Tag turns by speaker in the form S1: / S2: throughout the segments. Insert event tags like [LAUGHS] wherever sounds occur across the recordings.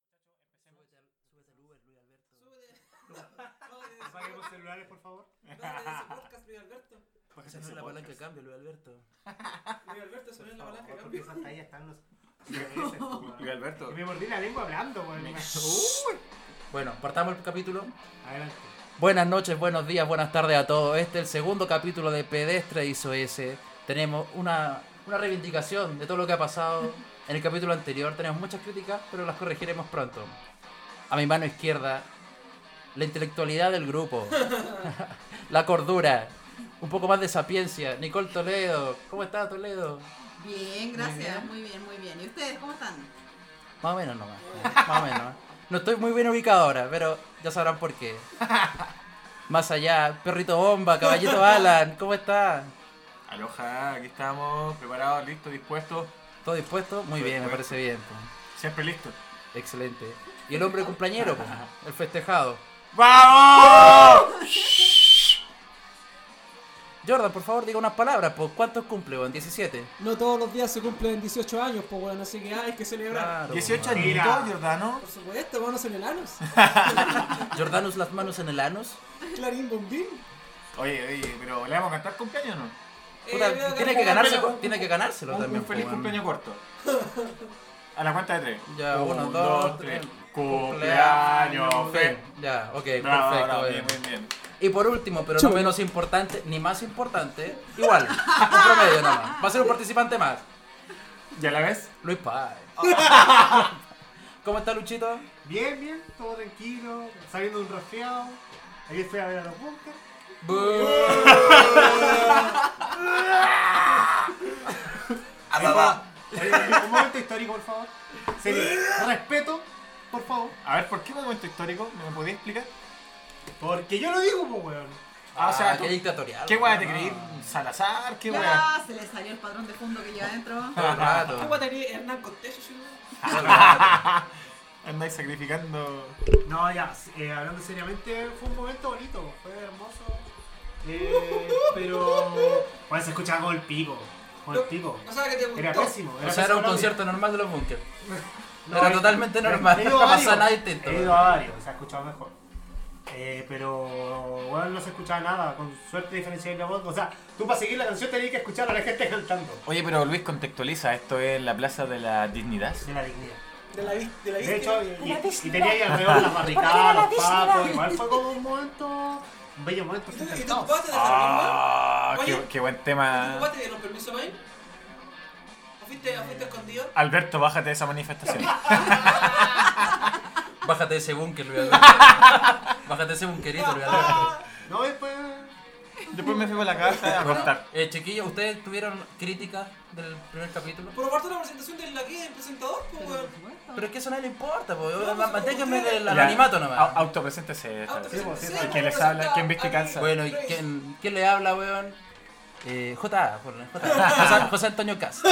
S1: [LAUGHS]
S2: Apaguemos celulares, por favor.
S3: Dale ese podcast, Luis Alberto.
S1: Esa no es la palanca de cambio, Luis Alberto.
S3: Luis Alberto se
S2: Por
S3: pone en la
S2: favor,
S3: palanca,
S2: Porque
S3: cambio.
S2: esas tallas [LAUGHS] están los. CDs, po, weón.
S4: Y Alberto.
S2: Y me mordí la lengua hablando, weón.
S1: Bueno, partamos el capítulo.
S2: Adelante.
S1: Buenas noches, buenos días, buenas tardes a todos. Este es el segundo capítulo de Pedestre y ese. Tenemos una, una reivindicación de todo lo que ha pasado en el capítulo anterior. Tenemos muchas críticas, pero las corregiremos pronto. A mi mano izquierda, la intelectualidad del grupo, [LAUGHS] la cordura, un poco más de sapiencia. Nicole Toledo, ¿cómo estás, Toledo?
S5: Bien, gracias.
S1: bien.
S5: Muy bien, muy bien. ¿Y ustedes cómo están?
S1: Más o menos nomás. Más o menos. No estoy muy bien ubicado ahora, pero ya sabrán por qué. Más allá, perrito bomba, caballito Alan, ¿cómo está?
S4: Aloha, aquí estamos, preparados, listos, dispuestos.
S1: ¿Todo dispuesto? Muy
S4: Todo
S1: bien, me
S4: dispuesto.
S1: parece bien. pues.
S4: Siempre listos.
S1: Excelente. ¿Y el hombre cumpleañero? pues, El festejado.
S4: ¡Vamos!
S1: Jordan, por favor, diga unas palabras. Pues, ¿Cuántos cumple, weón? ¿17?
S3: No todos los días se cumplen 18 años, pues bueno, así que ah, hay que celebrar.
S4: 18
S1: weón.
S2: Mira.
S4: añitos, Jordano.
S3: Por supuesto, vamos en el anus.
S1: Jordanus, las manos en el anus.
S3: [LAUGHS] Clarín Bombín.
S4: Oye, oye, pero ¿le vamos a cantar cumpleaños o no?
S1: Puta,
S3: Eh, veo
S1: tiene,
S3: hay
S1: que ganárselo,
S4: un-
S1: tiene que ganárselo
S4: Un-
S1: también.
S4: un feliz
S1: pues, weón.
S4: cumpleaños corto. A la cuenta de tres.
S1: Ya,
S4: Un,
S1: uno, dos, tres.
S4: Cumpleaños,
S1: Fe.
S4: fe.
S1: Ya, ok,
S4: Bravo,
S1: perfecto.
S4: bravo,
S1: weón.
S4: bien, bien, bien.
S1: Y por último, pero no
S3: Chuy.
S1: menos importante, ni más importante, igual, un promedio nada más. Va a ser un participante más.
S4: ¿Ya la ves?
S1: Luis
S4: [LAUGHS]
S1: Páez. ¿Cómo está Luchito?
S2: Bien, bien, todo tranquilo, saliendo de un rastreado. Ayer fui a ver a los bunkers.
S1: [LAUGHS]
S4: Ah,
S2: Oye, Un momento histórico, por favor. Señor, respeto, por favor.
S4: A ver, ¿por qué momento histórico? ¿Me lo podías explicar?
S2: Porque yo lo digo, pues, weón.
S4: Ah, o sea,
S1: qué
S4: tú-
S1: dictatorial.
S4: ¿Qué weá te
S1: no.
S4: creí? Salazar, qué weá.
S5: Ya se le salió el patrón de fondo que lleva adentro.
S1: Todo el rato.
S3: ¿Cómo
S4: Ah,
S3: tenía Hernán Contecho, si no?
S1: todo el rato.
S4: Andáis sacrificando.
S2: No, ya, eh, hablando seriamente, fue un momento bonito, fue hermoso. Eh, pero. Bueno, se escuchaba con el pico. Con el pico.
S3: O sea, que te
S2: Era
S3: gustó.
S2: pésimo.
S4: ah.
S1: O sea, era un
S2: pésimo
S1: concierto normal de los bunkers.
S2: No,
S1: era
S2: he-
S1: totalmente
S2: he-
S1: normal, [LAUGHS]
S2: he ido
S1: no
S2: a
S1: pasa
S2: varios,
S1: nada distinto.
S2: He ido a varios, se ha escuchado mejor. Eh, pero bueno, no se escuchaba nada, con suerte diferenciar la voz. O sea, tú para seguir la canción tenías que escuchar a la gente cantando.
S4: Oye, pero Luis contextualiza, esto es la Plaza de la Dignidad.
S2: De la dignidad.
S3: De la vis- de la
S2: De
S3: vista.
S2: hecho, y, y tenía ahí alrededor las barricadas, los pacos, igual fue como un momento, un bello momento.
S3: ¿Y tú
S2: sentado.
S3: ocupaste de la
S4: Ah,
S3: Oye.
S4: qué, qué buen
S3: misma? ¿Tú
S4: tema.
S3: ocupaste de los permisos para ir? ¿O fuiste, o fuiste escondido?
S4: Alberto, bájate de esa manifestación.
S1: Bájate de ese búnker, Luis
S4: [LAUGHS]
S1: Alberto. Bájate de ese bunkerito, Luis Alberto.
S2: No, después.
S4: Después me fui para
S1: [LAUGHS]
S4: la casa a cortar.
S1: Eh, chiquillos, ¿ustedes tuvieron críticas del primer capítulo?
S3: Por aparte de la presentación del la guía del presentador, pues
S5: Pero,
S3: weón.
S5: por supuesto.
S1: Pero es que eso a nadie le importa, po.
S3: No, pues,
S1: manténganme
S3: ustedes-
S1: el anonimato nomás.
S4: Au- Autopreséntese. esta vez.
S2: Sí, pues, sí,
S3: Sí,
S2: pues,
S4: ¿quién les habla? ¿Quién viste y calza?
S1: Bueno, ¿y quién, quién le habla, weón? Eh, J.A., por- J.A.,
S3: [LAUGHS]
S1: José, José Antonio Cas.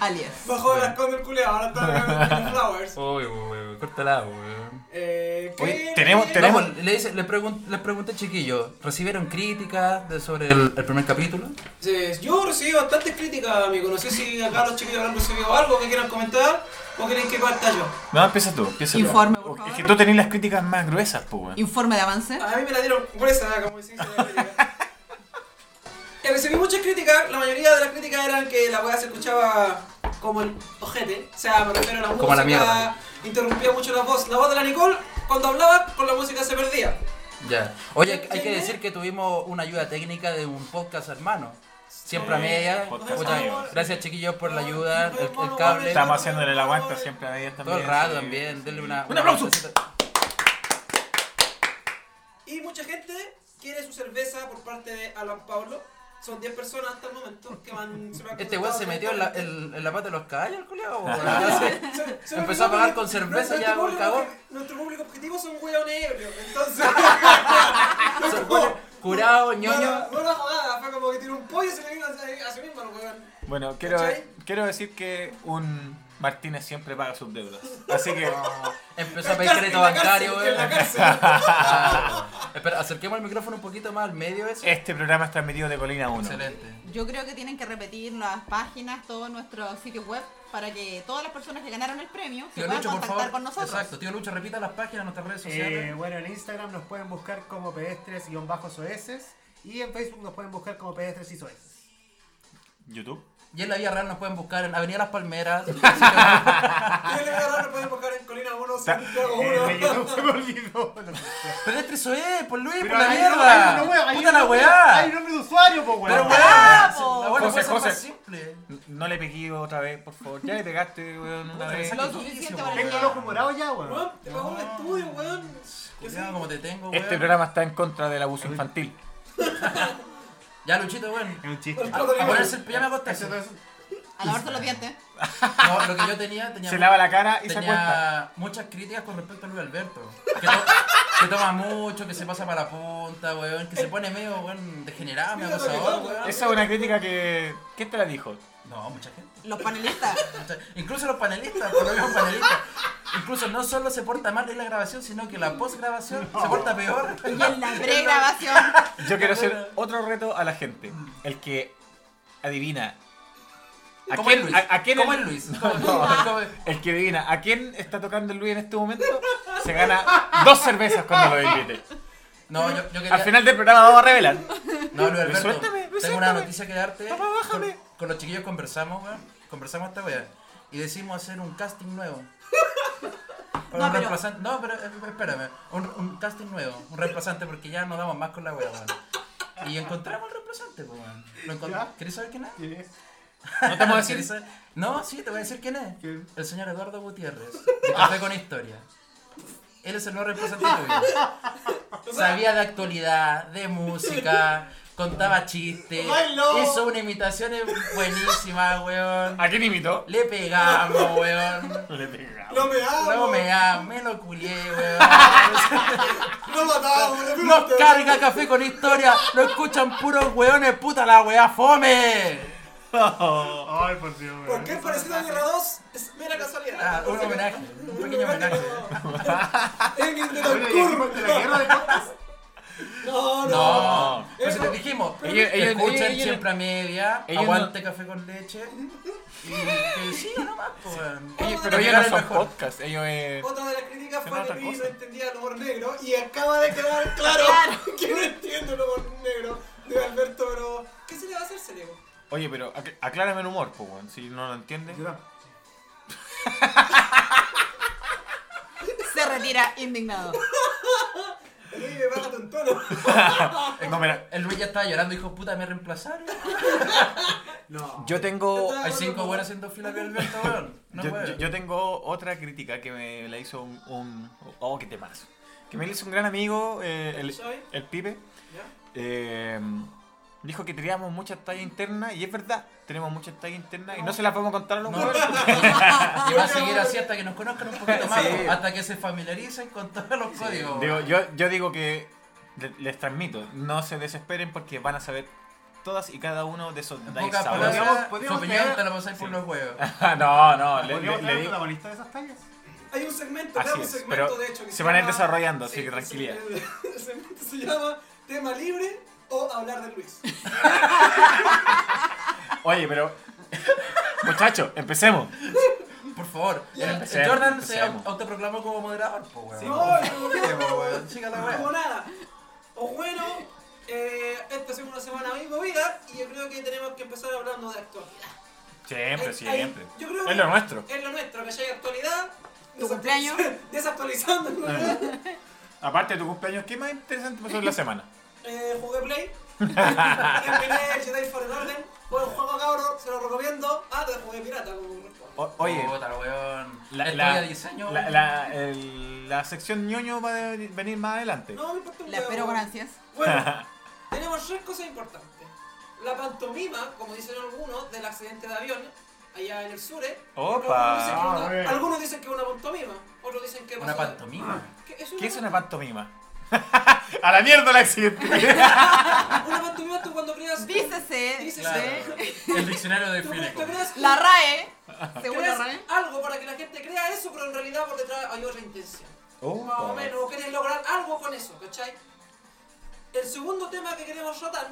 S5: Alias.
S3: Bajó el arcón del culeado, ahora está en Flowers.
S1: Uy, weón, cortala, weón.
S3: Eh,
S4: Oye,
S3: ¿qué?
S4: tenemos-
S1: No, pues, le dice- le pregun- les pregunté, chiquillos, ¿recibieron críticas de- sobre el, el primer capítulo?
S3: Sí, Yo recibí bastantes críticas, amigo. No sé si acá los chiquillos habrán recibido algo que quieran comentar o creen que falta yo.
S4: No, empieza tú, empieza tú.
S5: Informe, por
S4: Es
S5: favor.
S4: que tú tenés las críticas más gruesas, pues, weón.
S5: Informe de avance.
S3: A mí me la dieron gruesa, como se dice la crítica. Eh, Recibí muchas críticas, la mayoría de las críticas eran que la weá se escuchaba como el ojete, o sea, me refiero a la música,
S1: Como a la mierda.
S3: interrumpía mucho la voz. La voz de la Nicole, cuando hablaba, con la música se perdía.
S1: Ya. Oye, hay que decir que tuvimos una ayuda técnica de un podcast hermano. Siempre a media.
S4: Podcast
S1: Muchas
S4: amigo.
S1: gracias, chiquillos, por la ayuda, el, el cable.
S4: Estamos haciéndole el aguante siempre a ellas
S1: Todo
S4: también.
S1: el rato
S4: sí.
S1: también. Denle una,
S4: ¡Un aplauso!
S3: Y mucha gente quiere su cerveza por parte de Alan Pablo. Son 10 personas hasta el momento
S1: [LAUGHS]
S3: que van... Se me han
S1: Este weón se
S3: contactado
S1: metió en la,
S3: directamente.
S1: en- en la pata de los caballos, el culiao. weón.
S3: Se- se me
S1: Empezó a
S3: olvidó
S1: pagar
S3: porque
S1: con cerveza
S3: nuestro
S1: ya, weón,
S3: público-
S1: cagó.
S3: Nuestro público objetivo son weones ebrios, entonces...
S1: [LAUGHS] Son weones Curado, ñoño.
S3: No, no la jugada, ah, fue como que tiró un pollo y se le vino a, a sí mismo al weón.
S4: Bueno, quiero,
S3: ¿Cachai?
S4: quiero decir que un Martínez siempre paga sus deudas. Así que.
S1: Empezó a
S3: En
S1: pedir
S3: cárcel,
S1: crédito
S3: en la
S1: bancario,
S3: cárcel, en la
S1: weón.
S3: cárcel.
S1: [LAUGHS] Ah, espera, acerquemos el micrófono un poquito más al medio ese.
S4: Este programa es transmitido de Colina 1.
S1: Excelente.
S5: Yo creo que tienen que repetir las páginas, todo nuestro sitio web. para que todas las personas que ganaron el premio se
S1: Tío
S5: puedan
S1: Lucho, por
S5: contactar
S1: favor.
S5: con nosotros.
S1: Exacto, tío Lucho, repita las páginas de nuestras redes
S2: Eh,
S1: sociales.
S2: bueno, en Instagram nos pueden buscar como pedestres-soeces y en Facebook nos pueden buscar como pedestres y soeces.
S4: YouTube.
S1: Y en la vida real nos pueden buscar en Avenida Las Palmeras.
S3: Y le voy a dar, lo pueden buscar en Colina 1, Santiago
S2: Eh,
S3: 1.
S2: me llenó, se me olvidó. No,
S1: Pedestre Soe, por Luis,
S2: Pero
S1: por la
S2: hay
S1: mierda.
S2: nombre- hay un nombre- hay
S1: Puta
S2: un
S1: la
S2: nombre-
S1: weá.
S2: Hay nombre de usuario, po,
S1: Pero
S2: weón.
S1: weón,
S5: Ah, po.
S1: la weá no puede
S4: José,
S1: ser más
S4: José.
S1: simple.
S4: No le pegué otra vez, por favor. Ya le pegaste, weón, una
S1: Puta,
S4: vez.
S1: saca
S5: Lo
S1: el
S5: suficiente
S1: juicio,
S5: para
S1: weón.
S2: Tengo el ojo morado ya, weón.
S3: Weón, te pagó un estudio, weón. Yo
S1: Cuidado como te tengo, weón.
S4: Este programa está en contra del abuso infantil.
S1: Ya, Luchito, weón.
S2: Es un chiste.
S1: A, a ponerse el pijama a acostarse.
S5: A lavarse los dientes.
S1: No, lo que yo tenía, tenía,
S4: Se lava la cara y se acuesta.
S1: tenía muchas críticas con respecto a Luis Alberto. Que, to- que toma mucho, que se pasa para la punta, weón. Que se pone medio, weón, degenerado, medio
S3: Mira lo que
S1: acosador,
S3: habla.
S1: weón.
S4: Esa es una crítica que... ¿Quién te la dijo?
S1: No, mucha gente.
S5: Los panelistas.
S1: mucha- Incluso los panelistas, por lo mismo panelistas. Incluso no solo se porta mal en la grabación, sino que en la postgrabación se porta peor.
S5: Y en la pregrabación.
S4: Yo quiero hacer otro reto a la gente. El que adivina. ¿A
S1: ¿Cómo es
S4: quién,
S1: Luis?
S4: a- a quién
S1: ¿Cómo
S4: el-
S1: es Luis?
S4: [LAUGHS] No,
S1: ¿Cómo es-
S4: no.
S1: cómo es-
S4: El que adivina a quién está tocando el Luis en este momento se gana dos cervezas cuando lo invite.
S1: No, yo, yo quería...
S4: Al final del programa vamos a revelar.
S1: No, Luis Alberto,
S4: Suéltame,
S1: tengo
S4: suéltame.
S1: una noticia que darte.
S4: Papá, bájame.
S1: Con, con los chiquillos conversamos, weón. Conversamos esta weá. Y decimos hacer un casting
S5: [LAUGHS]
S1: nuevo. Para un
S5: No, pero-
S1: reemplazante. No, pero eh, espérame. Un, un casting nuevo, un reemplazante, porque ya no damos más con la weá, weón. Y encontramos el reemplazante, pues, weón. Lo encont-
S2: ¿Ya?
S1: ¿Querés saber quién es?
S4: No te vamos a decir-
S1: ¿Querés saber? No, sí, te voy a decir quién es.
S2: ¿Quién?
S1: El señor Eduardo Gutiérrez. De Café con Historia. Él es el nuevo representante tuyo. Sabía de actualidad, de música, contaba chistes,
S3: ¡Bailó!
S1: hizo una imitación buenísima, weón.
S4: ¿A quién imitó?
S1: Le pegamos, weón.
S4: Le pegamos.
S3: No me hago.
S1: Luego me da, me lo culié, weón.
S3: No matamos, no me
S1: Nos
S3: gusta.
S1: carga café con historia, lo escuchan puros weones, puta la weá, fome.
S2: Ay, por Dios, weón.
S3: ¿Por qué el parecido a Guerra 2? Es mera casualidad.
S1: Ah, un homenaje, un pequeño
S3: [LAUGHS]
S1: homenaje.
S3: Engel de
S2: Bueno,
S3: Tancur.
S2: y hicimos de la guerra de copas.
S3: [LAUGHS] No, no.
S1: No, pues te dijimos,
S4: Pero-
S1: ellos,
S4: ellos-
S1: escuchan
S4: ellos- ellos-
S1: siempre a media,
S4: ellos
S1: aguante café con leche y que sí, nomás, pues. weón.
S4: Ellos-
S3: Para
S4: pero ellos no
S1: llegar al
S4: son
S1: mejor.
S4: podcast. Ellos eh,
S3: Otra de las críticas
S4: Se
S3: fue que
S4: nota
S3: Luis no
S4: cosa.
S3: entendía el humor negro y acaba de quedar claro [LAUGHS] que no entiendo el humor negro de Alberto, pero ¿qué se le va a hacer, Celego?
S4: Oye, pero ac- aclárame el humor, po, weón. Si no lo entiendes.
S2: Yo tampoco.
S5: Se retira indignado.
S3: Luis, me baja un tono.
S4: Eh, No, mira,
S1: El Luis ya estaba llorando, dijo, puta, me [LAUGHS] reemplazaron.
S2: No.
S4: yo tengo.
S1: Hay cinco buenos haciendo fila que Alberto, weón. No
S4: yo,
S1: puede.
S4: yo- yo tengo otra crítica que me la hizo un. un- oh, qué temazo. Que me la hizo un gran amigo, eh, el,
S3: ¿Soy?
S4: el Pipe.
S3: ¿Ya?
S4: eh, dijo que teníamos mucha talla interna y es verdad, tenemos mucha talla interna y no se las podemos contar a los
S1: No.
S4: huevos.
S1: Y va a
S3: [LAUGHS]
S1: seguir así hasta que nos conozcan un poquito más,
S4: Sí.
S1: hasta que se familiaricen con todos los códigos.
S4: Digo,
S1: weón.
S4: yo, yo digo que le- les transmito, no se desesperen porque van a saber todas y cada uno de esos
S1: En
S4: dice
S1: pocas
S4: sabores.
S2: palabras.
S1: palabras, su
S2: Podríamos
S1: opinión
S2: tener-
S1: te la pasáis por los huevos.
S4: [LAUGHS] no, no, le,
S2: ¿Podríamos tener
S4: le- le
S2: un
S4: digo.
S2: protagonista de esas tallas?
S3: Hay un segmento,
S4: Así
S3: claro, un
S4: es,
S3: segmento
S4: pero
S3: de hecho que
S4: se van a ir desarrollando, así que
S3: el
S4: tranquilidad.
S3: segmento- [LAUGHS] El segmento se llama Tema Libre o Hablar de Luis.
S4: Oye, pero. [LAUGHS] Muchachos, empecemos.
S1: Por favor,
S3: Ya.
S1: el- el
S4: Empecemos,
S1: Jordan se
S4: empecemos.
S1: autoproclamó como moderador, pues, weón.
S3: Sí, no,
S1: Sí, pues, weón,
S3: no,
S1: siga la
S3: no,
S1: weón.
S3: como nada. O bueno, eh, esta ha sido una semana muy movida y yo creo que tenemos que empezar hablando de actualidad.
S4: Siempre,
S3: Hay- hay-
S4: siempre.
S3: yo creo que
S4: Es lo nuestro.
S3: es lo nuestro, que ya hay actualidad.
S5: ¿Tu
S3: desactu-
S5: cumpleaños?
S3: [LAUGHS] Desactualizando,
S4: Ah.
S3: ¿no?
S4: Aparte de tu cumpleaños, ¿qué más interesante pasó
S3: [LAUGHS]
S4: en la semana?
S3: eh, jugué
S4: [LAUGHS]
S3: Play. [LAUGHS] Terminé Jedi Fallen Order. Buen juego, cabrón, se lo recomiendo. Ah, te jugué pirata, como
S4: O- oye,
S3: Oh,
S1: Puta, weón.
S4: la,
S1: Estudia
S4: la-
S1: diseño.
S4: la- la- el- la sección ñoño va a venir más adelante.
S3: No, me importa un
S5: La
S3: huevo.
S5: espero con ansias.
S4: [LAUGHS]
S3: Bueno, tenemos tres cosas importantes. La pantomima, como dicen algunos, del accidente de avión allá en el sure.
S4: Opa.
S3: Algunos dicen que
S2: Ah,
S3: una-
S2: bien.
S3: Algunos dicen que es una pantomima, otros dicen que
S1: Una
S3: pasó-
S1: pantomima.
S3: que es
S4: ¿Qué
S3: [LAUGHS]
S4: es una pantomima? [LAUGHS] a la mierda la accidente.
S3: Una pantomima tú cuando creas...
S5: Dícese
S3: Dícese.
S1: Claro.
S5: de
S1: El diccionario de
S3: Tú cuando
S1: Filipe.
S3: creas...
S5: la RAE. Según la
S3: creas
S5: RAE.
S3: algo para que la gente crea eso, pero en realidad por detrás hay otra intención.
S4: Oh.
S3: Más o menos, o querés lograr algo con eso, ¿cachai? El segundo tema que queremos tratar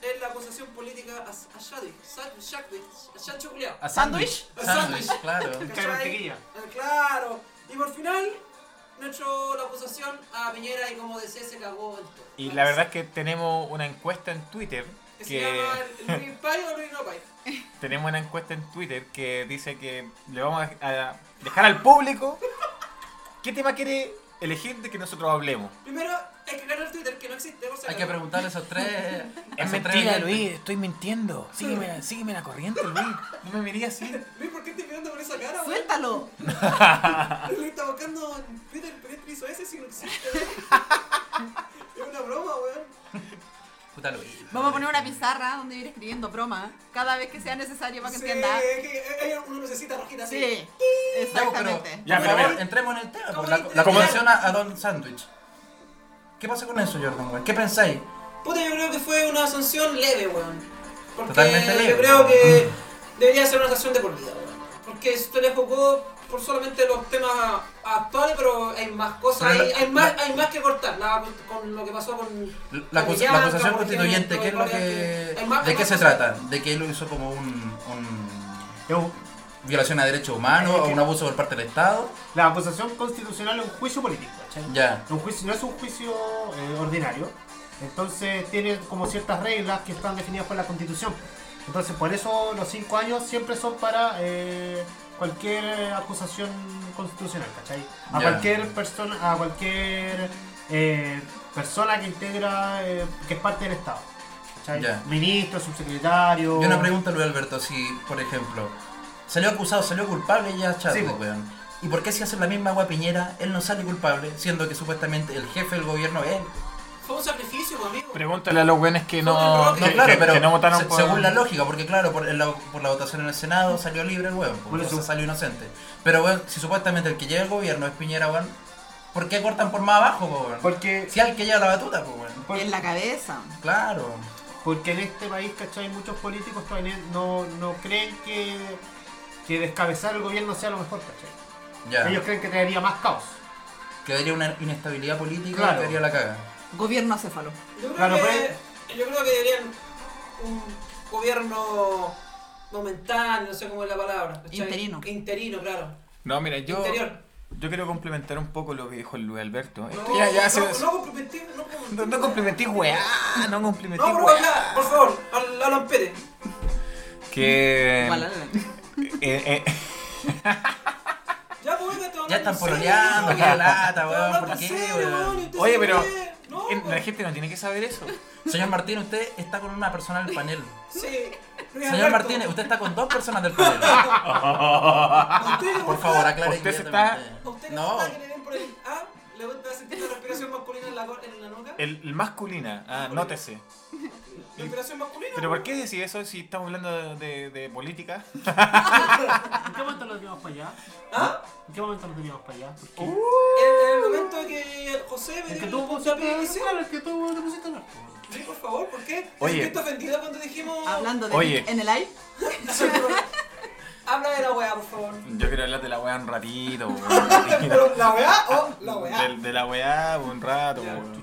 S3: es la acusación política a, a Shadi, Sa- Shadi, a Chancho Culeado.
S1: ¿A
S5: sándwich?
S3: Pues
S1: A sándwich,
S3: Sándwich.
S1: claro.
S2: Cae mantequilla.
S3: Ah, Claro. Y por final, nuestro, la acusación a Piñera y como decía, se cagó en todo.
S4: Y la verdad es que tenemos una encuesta en Twitter
S3: que se
S4: que
S3: llama el Luis Pai o Luis No Pai.
S4: tenemos una encuesta en Twitter que dice que le vamos a a dejar al público qué tema quiere elegir de que nosotros hablemos.
S3: Primero, hay que ganar el Twitter, que no existe. o sea,
S1: Hay que preguntarle a esos tres. a
S4: Es
S1: esos tres
S4: mentira,
S1: oyentes.
S4: Luis, estoy mintiendo. Sígueme, sígueme la corriente, Luis. No me miré así.
S3: Luis, ¿por qué estás mirando con esa cara? güey? [LAUGHS]
S5: Suéltalo.
S3: Luis está buscando en Twitter el pedestre hizo ese si no existe.
S5: [LAUGHS]
S3: es una broma, weón.
S1: Puta Luis.
S5: Vamos a poner una pizarra donde ir escribiendo broma cada vez que sea necesario para que
S3: Sí,
S5: entienda.
S3: es que eh, hay una lucecita rojita así.
S5: Sí,
S1: Ya, pues, pero,
S5: exactamente.
S4: Ya,
S1: por
S4: pero
S1: favor,
S4: mira.
S1: entremos en el tema.
S3: Como
S1: Por la,
S3: dice-
S1: la
S3: como-
S1: convención a, a Don Sandwich. ¿Qué pasa con eso, Jordan? güey? ¿Qué pensáis?
S3: Puta, yo creo que fue una sanción leve, weón. Porque
S1: Totalmente leve.
S3: yo creo que debería ser una sanción de por vida, weón. Porque esto le jugó por solamente los temas actuales, pero hay más cosas,
S1: Pero
S3: hay,
S1: la-
S3: hay más, hay más que cortar la- con lo que pasó con...
S1: La, la acus- la
S3: Catrillanca,
S1: acusación
S3: por ejemplo,
S1: constituyente, ¿qué es lo
S3: hay
S1: que,
S3: más-
S1: ¿de
S3: hay
S1: qué
S3: más
S1: se
S3: cosas.
S1: trata? ¿De que él lo hizo como un, un-
S2: Es un-
S1: violación a derechos humanos o un abuso por parte del Estado?
S2: La acusación constitucional es un juicio político, ¿cachai?
S1: Ya.
S2: Un juicio, no es un juicio eh, ordinario. Entonces tiene como ciertas reglas que están definidas por la constitución. Entonces por eso los cinco años siempre son para eh, cualquier acusación constitucional, ¿cachai? A
S1: Ya.
S2: cualquier persona, a cualquier eh, persona que integra, eh, que es parte del Estado. ¿Cachai?
S1: Ya.
S2: Ministro, subsecretario.
S1: Yo una pregunta, Luis Alberto, si, por ejemplo, salió acusado, salió culpable y ya chato,
S2: Sí, po.
S1: weón. ¿Y por qué si hace la misma agua Piñera, él no sale culpable, siendo que supuestamente el jefe del gobierno es él?
S3: Fue un sacrificio, pues, amigo.
S4: Pregúntale a los güenes que
S3: No,
S4: no,
S1: No,
S4: que-
S1: claro,
S4: que-
S1: pero
S4: que no votaron
S1: se-
S4: por-
S1: según la lógica, porque claro, por, en la, por la votación en el Senado salió libre el huevo,
S2: Bueno,
S1: entonces
S2: su-
S1: salió inocente. Pero bueno, si supuestamente el que lleva el gobierno es Piñera, weón, ¿por qué cortan por más abajo, po, weón?
S2: Porque,
S1: Si al que lleva la batuta, pues weón.
S2: por-
S5: En la cabeza.
S1: Claro.
S2: Porque en este país, ¿cachai? Muchos políticos todavía no, no creen que, que descabezar el gobierno sea lo mejor, ¿cachai?
S1: Ya.
S2: Ellos creen que traería más caos.
S1: Quedaría una inestabilidad política
S2: Claro.
S1: y quedaría la caga.
S5: Gobierno acéfalo.
S3: Yo creo,
S2: Claro,
S3: que,
S2: pues-
S3: yo creo que deberían un gobierno momentáneo, no sé cómo es la palabra. ¿cachai?
S5: Interino.
S3: Interino, claro.
S4: No, mira, yo,
S3: Interior.
S4: yo quiero complementar un poco lo que dijo el Luis Alberto. Es que
S3: No,
S4: ya, ya
S3: no,
S4: se-
S3: no comprometí- no comprometí.
S4: No, no complimentís, weá. No complimentís,
S3: No, por
S4: weá.
S3: acá, por favor, al Alan Pérez.
S4: Que.
S5: Igual, Alan.
S4: eh, eh,
S3: Ya, pues, venga, te van
S1: Ya
S3: a
S1: están
S3: hablar en
S1: pololeando, qué
S3: serio,
S1: lata,
S3: te van a hablar
S1: weón, ¿por
S3: en
S1: qué,
S3: serio, weón, y
S1: weón?
S3: usted
S4: Oye,
S3: se
S4: pero.
S3: ríe. No,
S4: en- la
S3: weón.
S4: gente no tiene que saber eso.
S1: Señor Martínez, usted está con una persona del panel.
S3: Sí. Luis
S1: Señor
S3: Alberto,
S1: Martínez, usted está con dos personas del panel.
S3: usted-
S1: Por favor, aclare
S4: Usted se
S1: inmediatamente.
S3: ¿a usted le
S1: No,
S3: gusta que le den por el- ah, ¿Le gusta sentir la respiración masculina en la, cor- en la nuca?
S4: El, el masculina. Ah, nótese.
S3: ¿Respiración masculina?
S4: Pero ¿por qué decís eso si estamos hablando de, de política?
S2: ¿En qué momento lo teníamos para allá?
S3: ¿Ah?
S2: ¿En qué momento lo teníamos para allá? Porque
S3: En el momento que José me
S2: el que
S3: dio
S2: tú
S3: el puntapié
S2: pusiste
S3: inicial.
S2: a el que tú le pusiste a hablar.
S3: Sí, por favor, ¿por qué? ¿Te
S4: Oye.
S3: sentiste ofendida cuando dijimos...
S5: Hablando de
S4: Oye.
S5: en el live.
S3: Habla de la weá, por favor.
S4: Yo quiero hablar de la weá un ratito, weón. [LAUGHS]
S3: Pero, ¿la weá o la weá?
S4: De, de la weá un rato,
S3: Ya,
S4: weón.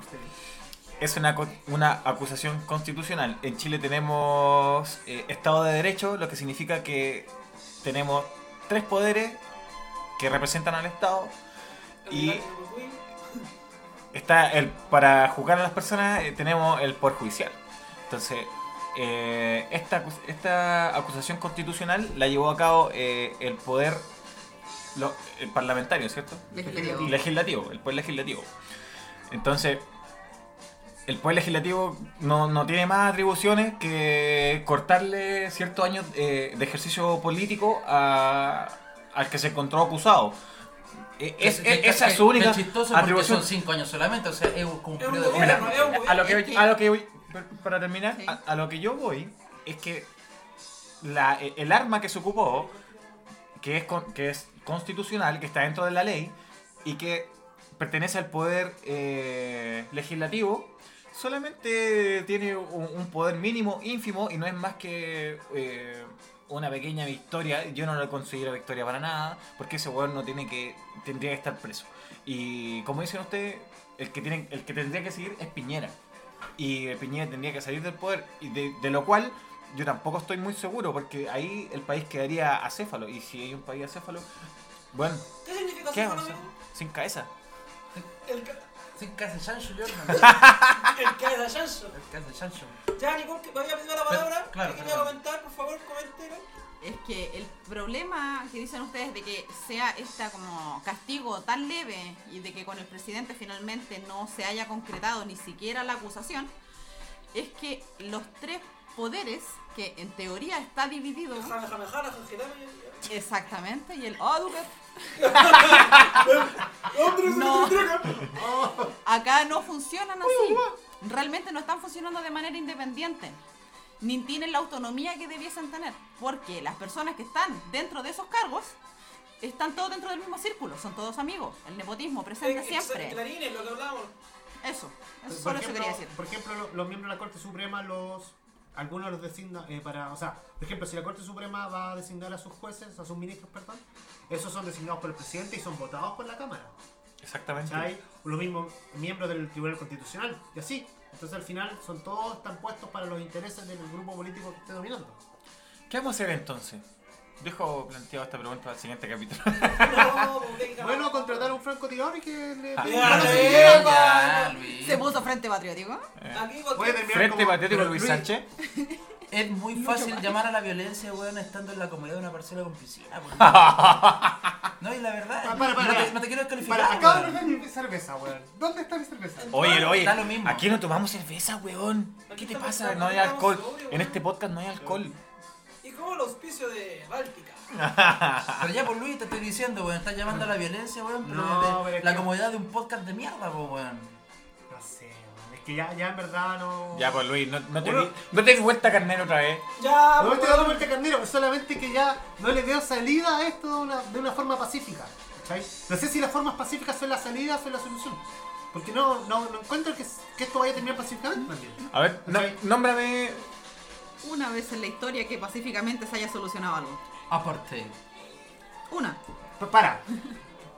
S4: Es una, co- una acusación constitucional. En Chile tenemos eh, Estado de Derecho, lo que significa que tenemos tres poderes que representan al Estado. Y está el para juzgar a las personas eh, tenemos el poder judicial. Entonces, eh, esta, acus- esta acusación constitucional la llevó a cabo eh, el poder lo- el parlamentario, ¿cierto?
S5: Legislativo.
S4: Legislativo, el poder legislativo. Entonces, el poder legislativo no, no tiene más atribuciones que cortarle ciertos años eh, de ejercicio político a- al que se encontró acusado. Eh, es-
S1: Que-
S4: es-
S1: que-
S4: esa es
S1: que-
S4: su única
S1: que chistoso porque
S4: atribución.
S1: son cinco años solamente, o sea, es como un
S3: Es un
S1: periodo de
S3: gobierno,
S1: gobierno.
S3: es un gobierno.
S4: a lo que,
S5: Es que-
S4: a lo que voy, per- para terminar,
S5: Sí.
S4: a, a lo que yo voy es que la- e- el arma que se ocupó, que es, con- que es constitucional, que está dentro de la ley y que pertenece al poder eh, legislativo, solamente tiene un, un poder mínimo, ínfimo y no es más que eh, una pequeña victoria. Yo no lo considero victoria para nada, porque ese weón no tiene que tendría que estar preso. Y como dicen ustedes, el que tienen, el que tendría que seguir es Piñera. y Piñera tendría que salir del poder, y de, de lo cual yo tampoco estoy muy seguro, porque ahí el país quedaría acéfalo, y si hay un país acéfalo, bueno,
S3: ¿Qué significa
S4: ¿qué
S3: eso,
S4: vamos a hacer?
S3: amigo?
S4: Sin cabeza.
S3: El, ca-
S6: Sin casa Sancho [LAUGHS] Jordan.
S3: el Casayanso.
S6: El casa Sancho.
S3: Ya, Nicole, que me había pedido la
S4: Pues,
S3: palabra.
S6: claro,
S3: que quería
S6: perdón.
S3: comentar, por favor, coméntelo.
S5: Es que el problema que dicen ustedes de que sea este como castigo tan leve y de que con el presidente finalmente no se haya concretado ni siquiera la acusación, es que los tres poderes, que en teoría está dividido
S3: Jame, jame, jala, jame,
S5: exactamente, y el Oduket
S3: ¡Hombre, se
S5: Ah, No.
S3: me traga!
S5: acá no funcionan así. Realmente no están funcionando de manera independiente. Ni tienen la autonomía que debiesen tener. Porque las personas que están dentro de esos cargos están todos dentro del mismo círculo. Son todos amigos. El nepotismo presente
S3: Eh, ex-
S5: siempre.
S3: Clarines, lo que hablábamos.
S5: Eso. Eso solo eso quería decir.
S2: Por ejemplo, lo- los miembros de la Corte Suprema, los algunos los designan eh, para. O sea, por ejemplo, si la Corte Suprema va a designar a sus jueces, a sus ministros, perdón, esos son designados por el presidente y son votados por la Cámara.
S4: Exactamente.
S2: ¿Cachai? Los mismos miembros del Tribunal Constitucional y así. Entonces al final son todos están puestos para los intereses del grupo político que esté dominando.
S4: ¿Qué vamos a hacer entonces? Dejo planteado esta pregunta al siguiente [LAUGHS] capítulo.
S3: No, porque hay
S2: [LAUGHS] Bueno, contratar a un francotirador y que le
S4: Ah.
S2: le-
S3: Ya,
S2: le-
S3: ya,
S2: le-
S3: ya,
S6: Luis.
S5: Se puso frente patriótico.
S3: Aquí
S2: Puede
S3: cualquier...
S2: terminar
S4: Frente
S2: como-
S4: patético
S2: pero,
S4: Luis
S2: Luis,
S4: Sánchez.
S6: Es muy fácil llamar a la violencia, weón, estando en la comodidad de una parcela con piscina,
S4: [LAUGHS]
S6: weón. No, y la verdad,
S2: Pa- para, para,
S6: no, te,
S2: para.
S6: no te quiero descalificar,
S2: Para, acabo de
S6: weón.
S2: perder mi cerveza, weón. ¿Dónde está mi cerveza?
S4: Oye, oye,
S6: Da lo mismo.
S4: aquí no tomamos cerveza, weón.
S3: Aquí
S4: ¿Qué te
S3: estamos
S4: pasa?
S3: sobrio,
S4: No hay
S3: estamos
S4: alcohol.
S3: sobrio,
S4: En
S3: weón.
S4: este podcast no hay alcohol.
S3: ¿Y cómo el auspicio de Báltica?
S6: Pero ya por Luis te estoy diciendo, weón, estás llamando a la violencia, weón, pero
S2: No,
S6: desde
S2: pero es
S6: la
S2: que-
S6: comodidad de un podcast de mierda, po, weón.
S2: No sé, weón. Es que ya, ya en verdad no.
S4: Ya, pues Luis, no, no te
S2: Uno-
S4: di, no te di vuelta carnero otra vez.
S3: Ya,
S2: No me estoy
S3: weón.
S2: dando vuelta carnero, pues solamente que ya no le veo salida a esto de una, de una forma pacífica. ¿cachai? No sé si las formas pacíficas son la salida o son la solución. Porque no, no, no encuentro que, que esto vaya a terminar pacíficamente. también.
S4: A ver, no,
S2: Ok.
S4: nómbrame.
S5: Una vez en la historia que pacíficamente se haya solucionado algo.
S6: Aparte.
S5: Una.
S2: Pa- Para,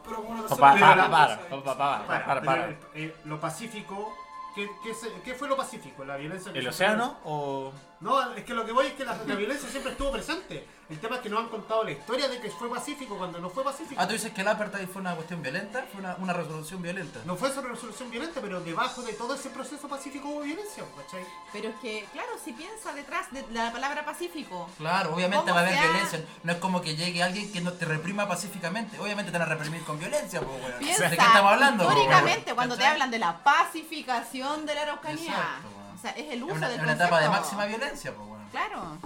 S3: Pero bueno, no sé,
S4: Papá,
S3: pero
S4: para,
S3: la-
S4: para,
S3: ¿sabes?
S4: papá, para,
S2: para,
S4: para,
S2: pero
S4: para.
S2: el- el- lo pacífico. ¿qué, qué, se- qué fue lo pacífico? ¿La violencia? que
S4: ¿El
S2: se-
S4: océano o.?
S2: No, es que lo que voy es que la, la violencia siempre estuvo presente. El tema es que no han contado la historia de que fue pacífico cuando no fue pacífico.
S6: Ah, tú dices que el apartheid fue una cuestión violenta, fue una, una resolución violenta.
S2: No fue sobre resolución violenta, pero debajo de todo ese proceso pacífico hubo violencia, ¿cachai?
S5: Pero es que, claro, si piensa detrás de la palabra pacífico,
S6: Claro, obviamente
S5: ¿Cómo
S6: va a haber
S5: se ha-
S6: violencia. No es como que llegue alguien que no te reprima pacíficamente. Obviamente te van a reprimir con violencia, po, weón.
S5: Piensa,
S6: ¿De qué estamos hablando? po, weón?
S5: históricamente, cuando te
S6: ¿Cachai?
S5: hablan de la pacificación de la Araucanía,
S6: Exacto, weón.
S5: o sea, es el
S6: Es
S5: uso
S6: una,
S5: del
S6: es
S5: concepto.
S6: una etapa de máxima violencia, po, weón.
S5: Claro,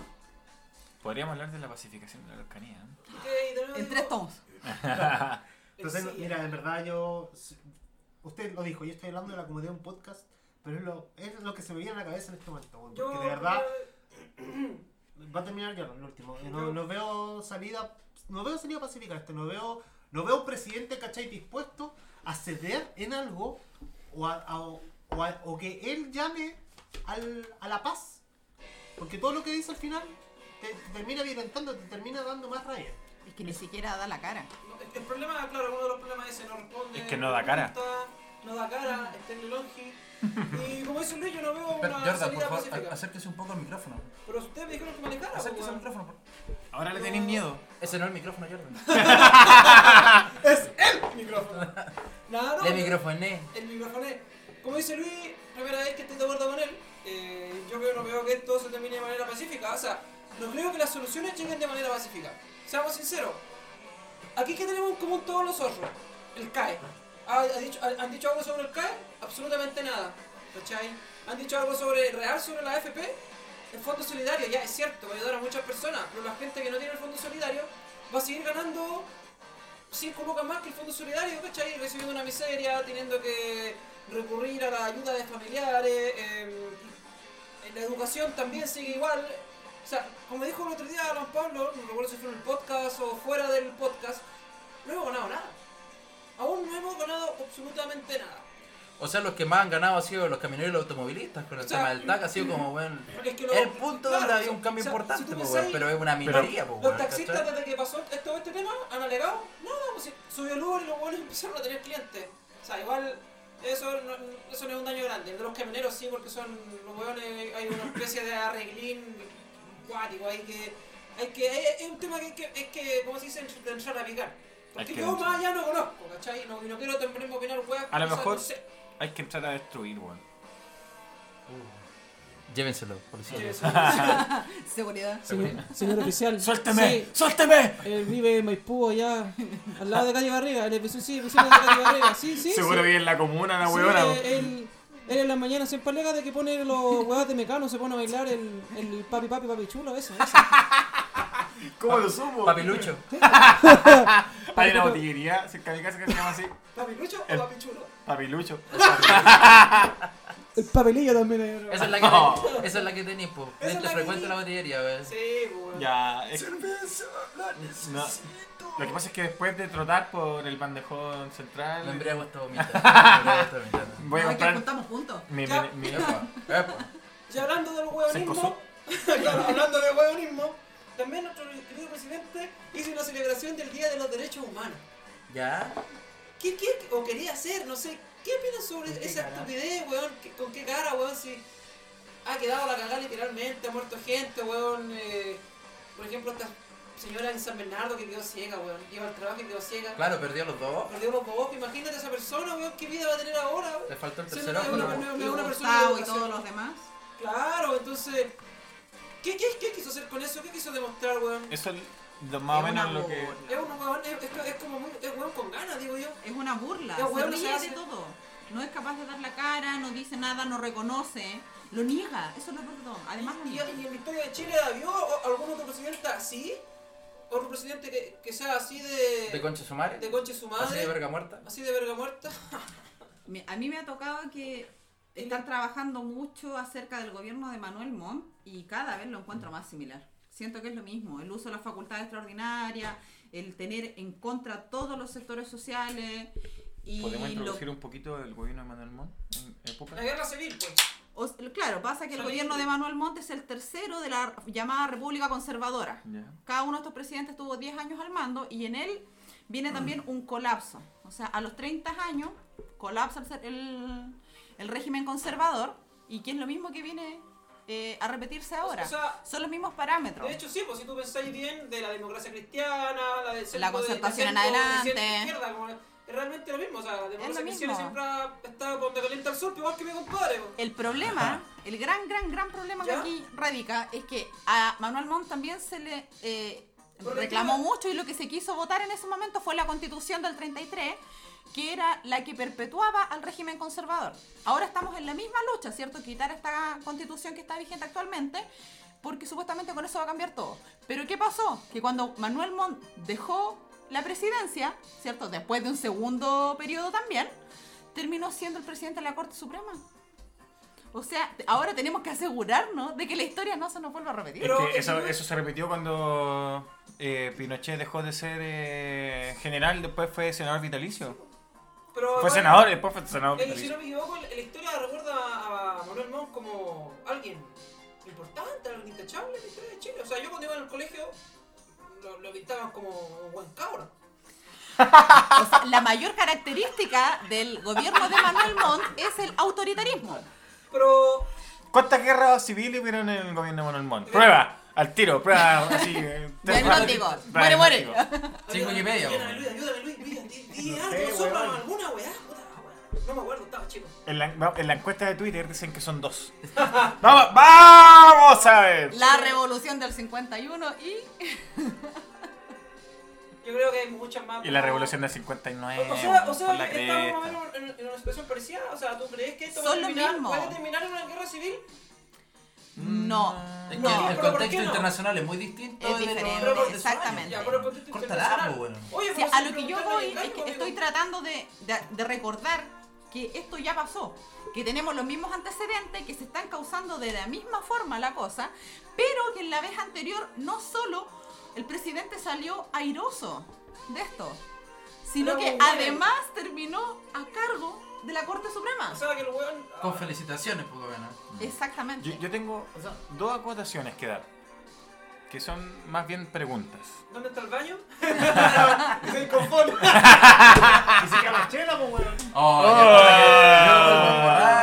S4: Podríamos hablar de la pacificación de la Araucanía. ¿eh?
S3: Y te- y te lo
S5: en
S3: digo-
S5: tres tomos.
S2: Entonces,
S3: Sí.
S2: mira, en verdad yo... Usted lo dijo, yo estoy hablando de la comunidad de un podcast, pero es lo, es lo que se me viene a la cabeza en este momento, weón,
S3: Yo-
S2: porque de verdad va a terminar ya el último. Eh, No,
S3: Yo-
S2: no veo salida, no veo salida pacífica a esto, no veo, no veo un presidente, ¿cachai? dispuesto a ceder en algo o, a- a- o a- o que él llame al- a la paz. Porque todo lo que dice al final te, te termina violentando, te termina dando más rabia.
S5: Es que ni siquiera da la cara.
S3: No, el- El problema, claro, uno de los problemas es que no responde.
S4: Es que no da cara.
S3: pregunta, No da cara, está en el
S4: [LAUGHS]
S3: longi. Y como dice Luis, yo no veo
S6: Pero,
S3: una
S6: Jordan, por
S3: salida
S6: favor,
S3: pacífica.
S6: a- acérquese un poco al micrófono.
S3: Pero ustedes me dijeron que me alejara,
S6: Acérquese al
S3: weón.
S6: micrófono. por-
S4: Ahora le tenéis miedo.
S6: Ese no es el micrófono, Jordan.
S3: Es el micrófono. Nada, no.
S6: Le microfoné.
S3: El micrófono es. Como dice Luis, primera vez que estoy de acuerdo con él. eh, yo creo, no veo que esto se termine de manera pacífica. O sea, no creo que las soluciones lleguen de manera pacífica. Seamos sinceros. Aquí que tenemos en común todos los otros. El CAE. ¿Ha- ha dicho- ha- ¿Han dicho algo sobre el CAE? Absolutamente nada. ¿Cachai? ¿Han dicho algo sobre real sobre la AFP? El fondo solidario, ya es cierto, va a ayudar a muchas personas, pero la gente que no tiene el fondo solidario va a seguir ganando 5 lucas más que el Fondo Solidario, ¿cachai? Recibiendo una miseria, teniendo que recurrir a la ayuda de familiares, eh, la educación también sigue igual. O sea, como dijo el otro día Alan Pablo, no recuerdo si fue en el podcast o fuera del podcast, no hemos ganado nada. Aún no hemos ganado absolutamente nada.
S6: O sea, los que más han ganado han sido los camioneros y los automovilistas con el
S3: O sea,
S6: tema del TAC, ha sido como, weón.
S3: Porque es que lo-
S6: El punto
S3: claro,
S6: donde
S3: o
S6: había
S3: sea,
S6: un cambio
S3: o sea,
S6: importante,
S3: si tú
S6: po, weón,
S3: pensáis,
S6: pero es una minoría, po,
S3: Los
S6: weón,
S3: taxistas
S6: ¿cachai?
S3: desde que pasó esto- todo este tema han alegado, no, no, pues si subió el Uber y los buenos empezaron a tener clientes. O sea, igual Eso no, eso no es un daño grande. El de los camioneros sí, porque son los hueones, hay una especie de arreglín cuático, hay que. Hay que es, es un tema que hay que, es que como se dice, de entrar a picar. Porque
S4: que
S3: yo
S4: entrar.
S3: más allá no conozco, ¿cachai? No, y no quiero también opinar hueas.
S4: A lo
S3: o sea,
S4: mejor-
S3: no sé.
S4: Hay que entrar a destruir, weón.
S1: Llévenselo, policía.
S3: Sí, eso.
S5: Seguridad.
S7: Señor, [LAUGHS] señor oficial. Sí,
S4: ¡Suélteme!
S7: él vive en Maipú, allá, al lado de calle Barriga. El episodio, sí, vecino de calle Barriga. Sí,
S4: [LAUGHS]
S7: sí.
S4: Seguro
S7: sí.
S4: vive en la comuna, la
S7: Sí,
S4: weona.
S7: eh,
S4: weón.
S7: él, él en la mañana siempre alega de que pone los huevos de mecano, se pone a bailar el, el papi papi papi chulo, ese, ese.
S4: ¿Cómo lo supo?
S1: Papilucho.
S4: Hay una botillería cerca de mi casa que se llama así.
S3: [LAUGHS] ¿Papi Lucho o
S4: El-
S3: Papi Chulo?
S4: Papilucho.
S7: El papelillo también es.
S1: Esa es la que,
S4: No.
S1: esa es la que tenéis, po.
S3: Esa es
S1: Gente
S3: la que
S1: frecuente
S3: tenís.
S1: en la botillería, weón.
S3: Sí, pues.
S4: ya. es- No. Lo que pasa es que después de trotar por el bandejón central.
S1: Me embriago hasta vomitar. Me embriago hasta vomitar.
S4: Voy a
S5: No, es que
S4: comprar.
S5: juntamos puntos.
S4: Mi,
S3: Ya.
S4: mi- mi-
S1: Epa, epa.
S3: Y hablando del
S4: Cinco
S3: hueonismo, [LAUGHS] claro, hablando del hueonismo, también nuestro querido presidente hizo una celebración del Día de los Derechos Humanos.
S1: Ya.
S3: ¿Qué, qué, o quería hacer? No sé. ¿Qué opinas sobre
S6: ¿Con qué
S3: esa
S6: cara?
S3: estupidez, weón? ¿Qué- ¿Con qué cara, weón? Si ha quedado la cagada literalmente, ha muerto gente, weón. eh, por ejemplo, esta señora en San Bernardo que quedó ciega, weón. Iba al trabajo y quedó ciega.
S1: Claro, perdió los dos.
S3: Perdió los ojos. Imagínate a esa persona, weón. ¿Qué vida va a tener ahora,
S1: Le
S3: weón?
S1: faltó el
S3: Sí,
S1: tercer
S3: no,
S1: ojo,
S3: no,
S1: ¿no?
S3: no.
S5: Y
S3: una persona
S5: Gustavo
S3: de
S5: y todos
S3: educación.
S5: los demás.
S3: Claro, entonces. ¿Qué, qué, qué quiso hacer con eso? ¿Qué quiso demostrar, weón?
S4: Eso es lo- más o
S5: Es una
S4: menos lo que.
S5: burla.
S3: Es un weón, es, es- es como muy, es weón con ganas, digo yo.
S5: Es una burla.
S3: Ya,
S5: Se
S3: weón, se
S5: ríe
S3: hace.
S5: de todo. No es capaz de dar la cara, no dice nada, no reconoce. Lo niega. Eso es lo peor de todo. Además, lo
S3: Y,
S5: niega.
S3: y en la historia de Chile había o- algún otro presidente así, otro presidente que, que sea así de,
S1: De concha su madre.
S3: de conche su
S1: Así
S3: madre,
S1: de verga muerta.
S3: así de verga
S1: [LAUGHS]
S3: muerta.
S5: Me- A mí me ha tocado que están trabajando mucho acerca del gobierno de Manuel Montt y cada vez lo encuentro más similar. Siento que es lo mismo, el uso de las facultades extraordinarias, el tener en contra todos los sectores sociales y
S4: ¿Podemos
S5: lo-
S4: introducir un poquito del gobierno de Manuel Montt en época?
S3: La guerra civil, pues.
S5: o s- claro, pasa que el
S3: Son
S5: gobierno de
S3: increíbles.
S5: Manuel Montt es el tercero de la llamada República Conservadora.
S4: Ya.
S5: Cada uno de estos presidentes tuvo 10 años al mando y en él viene también un colapso. O sea, a los 30 años colapsa el ser- el, el régimen conservador y que es lo mismo que viene eh, a repetirse ahora.
S3: O sea,
S5: Son los mismos parámetros.
S3: de hecho sí, pues si tú pensáis bien de la democracia cristiana, la del centro
S5: La
S3: de- de
S5: concertación en
S3: centro, de
S5: adelante.
S3: centro izquierda, como- es realmente lo mismo, o sea, la democracia
S5: lo
S3: cristiana
S5: mismo.
S3: siempre ha estado con de caliente al sol, igual que mi compadre. pues.
S5: El problema, el gran, gran, gran problema que
S3: ¿Ya?
S5: aquí radica es que a Manuel Montt también se le eh,
S3: Por
S5: reclamó
S3: encima.
S5: mucho y lo que se quiso votar en ese momento fue la constitución del 33, que era la que perpetuaba al régimen conservador. Ahora estamos en la misma lucha, ¿cierto? Quitar esta constitución que está vigente actualmente. Porque supuestamente con eso va a cambiar todo. Pero ¿qué pasó? Que cuando Manuel Montt dejó la presidencia, ¿cierto? Después de un segundo periodo también, terminó siendo el presidente de la Corte Suprema. O sea, te- ahora tenemos que asegurarnos de que la historia no se nos vuelva a repetir.
S3: Pero-
S4: Es que eso,
S3: eh,
S4: eso se repitió cuando eh, Pinochet dejó de ser eh, general, después fue senador vitalicio.
S3: Pero
S4: Fue
S3: bueno,
S4: senador, después fue senador
S3: Eh, si no
S4: vitalicio.
S3: me equivoco, la la historia recuerda a a Manuel Montt como alguien importante, alguien intachable en la historia de Chile. O sea, yo cuando iba al colegio lo, lo pintaban como un buen cabro.
S5: O sea, la mayor característica del gobierno de Manuel Montt es el autoritarismo.
S3: Pero
S4: ¿Cuántas guerras civiles hubieron en el gobierno de Manuel Montt?
S3: Eh,
S4: Prueba, al tiro, prueba así.
S3: [LAUGHS]
S4: eh,
S5: Diagnóstico.
S4: test-
S5: Muere, muere.
S4: diagnóstico.
S1: Cinco y
S3: Ayúdame,
S1: media,
S3: Ayúdame,
S1: weón.
S3: Luis, ayúdame, Luis, Luis, di- di
S2: [LAUGHS] No
S3: algo,
S2: sé,
S3: sóplame
S2: weón.
S3: alguna weá. Puta la weá. No me acuerdo, estaba chico.
S4: En la, en la encuesta de Twitter dicen que son dos. ¡Vamos, vamos a ver!
S5: La revolución del 51 y
S3: Yo creo que hay muchas más.
S4: Y la
S3: como-
S4: revolución del 59.
S3: O sea, o sea
S4: por la
S3: estamos
S4: cresta.
S3: más o menos en, en una situación parecida. O sea, ¿tú crees que esto
S5: Son lo
S3: terminar,
S5: mismo.
S3: puede terminar en una guerra civil?
S5: no.
S6: Mm. Es que
S5: No,
S6: el
S3: pero ¿por qué
S6: contexto
S3: no?
S6: internacional es muy distinto.
S5: Es
S6: de los-
S5: diferente,
S6: de los de
S5: exactamente.
S6: España.
S3: Ya, pero el contexto
S6: Córtala,
S3: internacional.
S6: pues, weón.
S3: Oye,
S5: O sea,
S3: pero
S5: a
S3: si
S5: lo que yo
S3: preguntan
S5: voy
S3: en
S5: es
S3: Galgo,
S5: que estoy
S3: amigo.
S5: tratando de, de- de recordar que esto ya pasó, que tenemos los mismos antecedentes, que se están causando de la misma forma la cosa, pero que en la vez anterior no solo el presidente salió airoso de esto, sino
S3: Bravo,
S5: que
S3: bueno.
S5: además terminó a cargo de la Corte Suprema.
S3: O sea, que el weón. ah,
S6: Con felicitaciones, poco ganas.
S5: Exactamente.
S4: Yo, yo tengo dos acotaciones que dar, que son más bien preguntas.
S3: ¿Dónde está el
S4: [LAUGHS]
S3: baño?
S2: Y se queda la chela, pues, weón.
S1: Oh,
S4: Ah.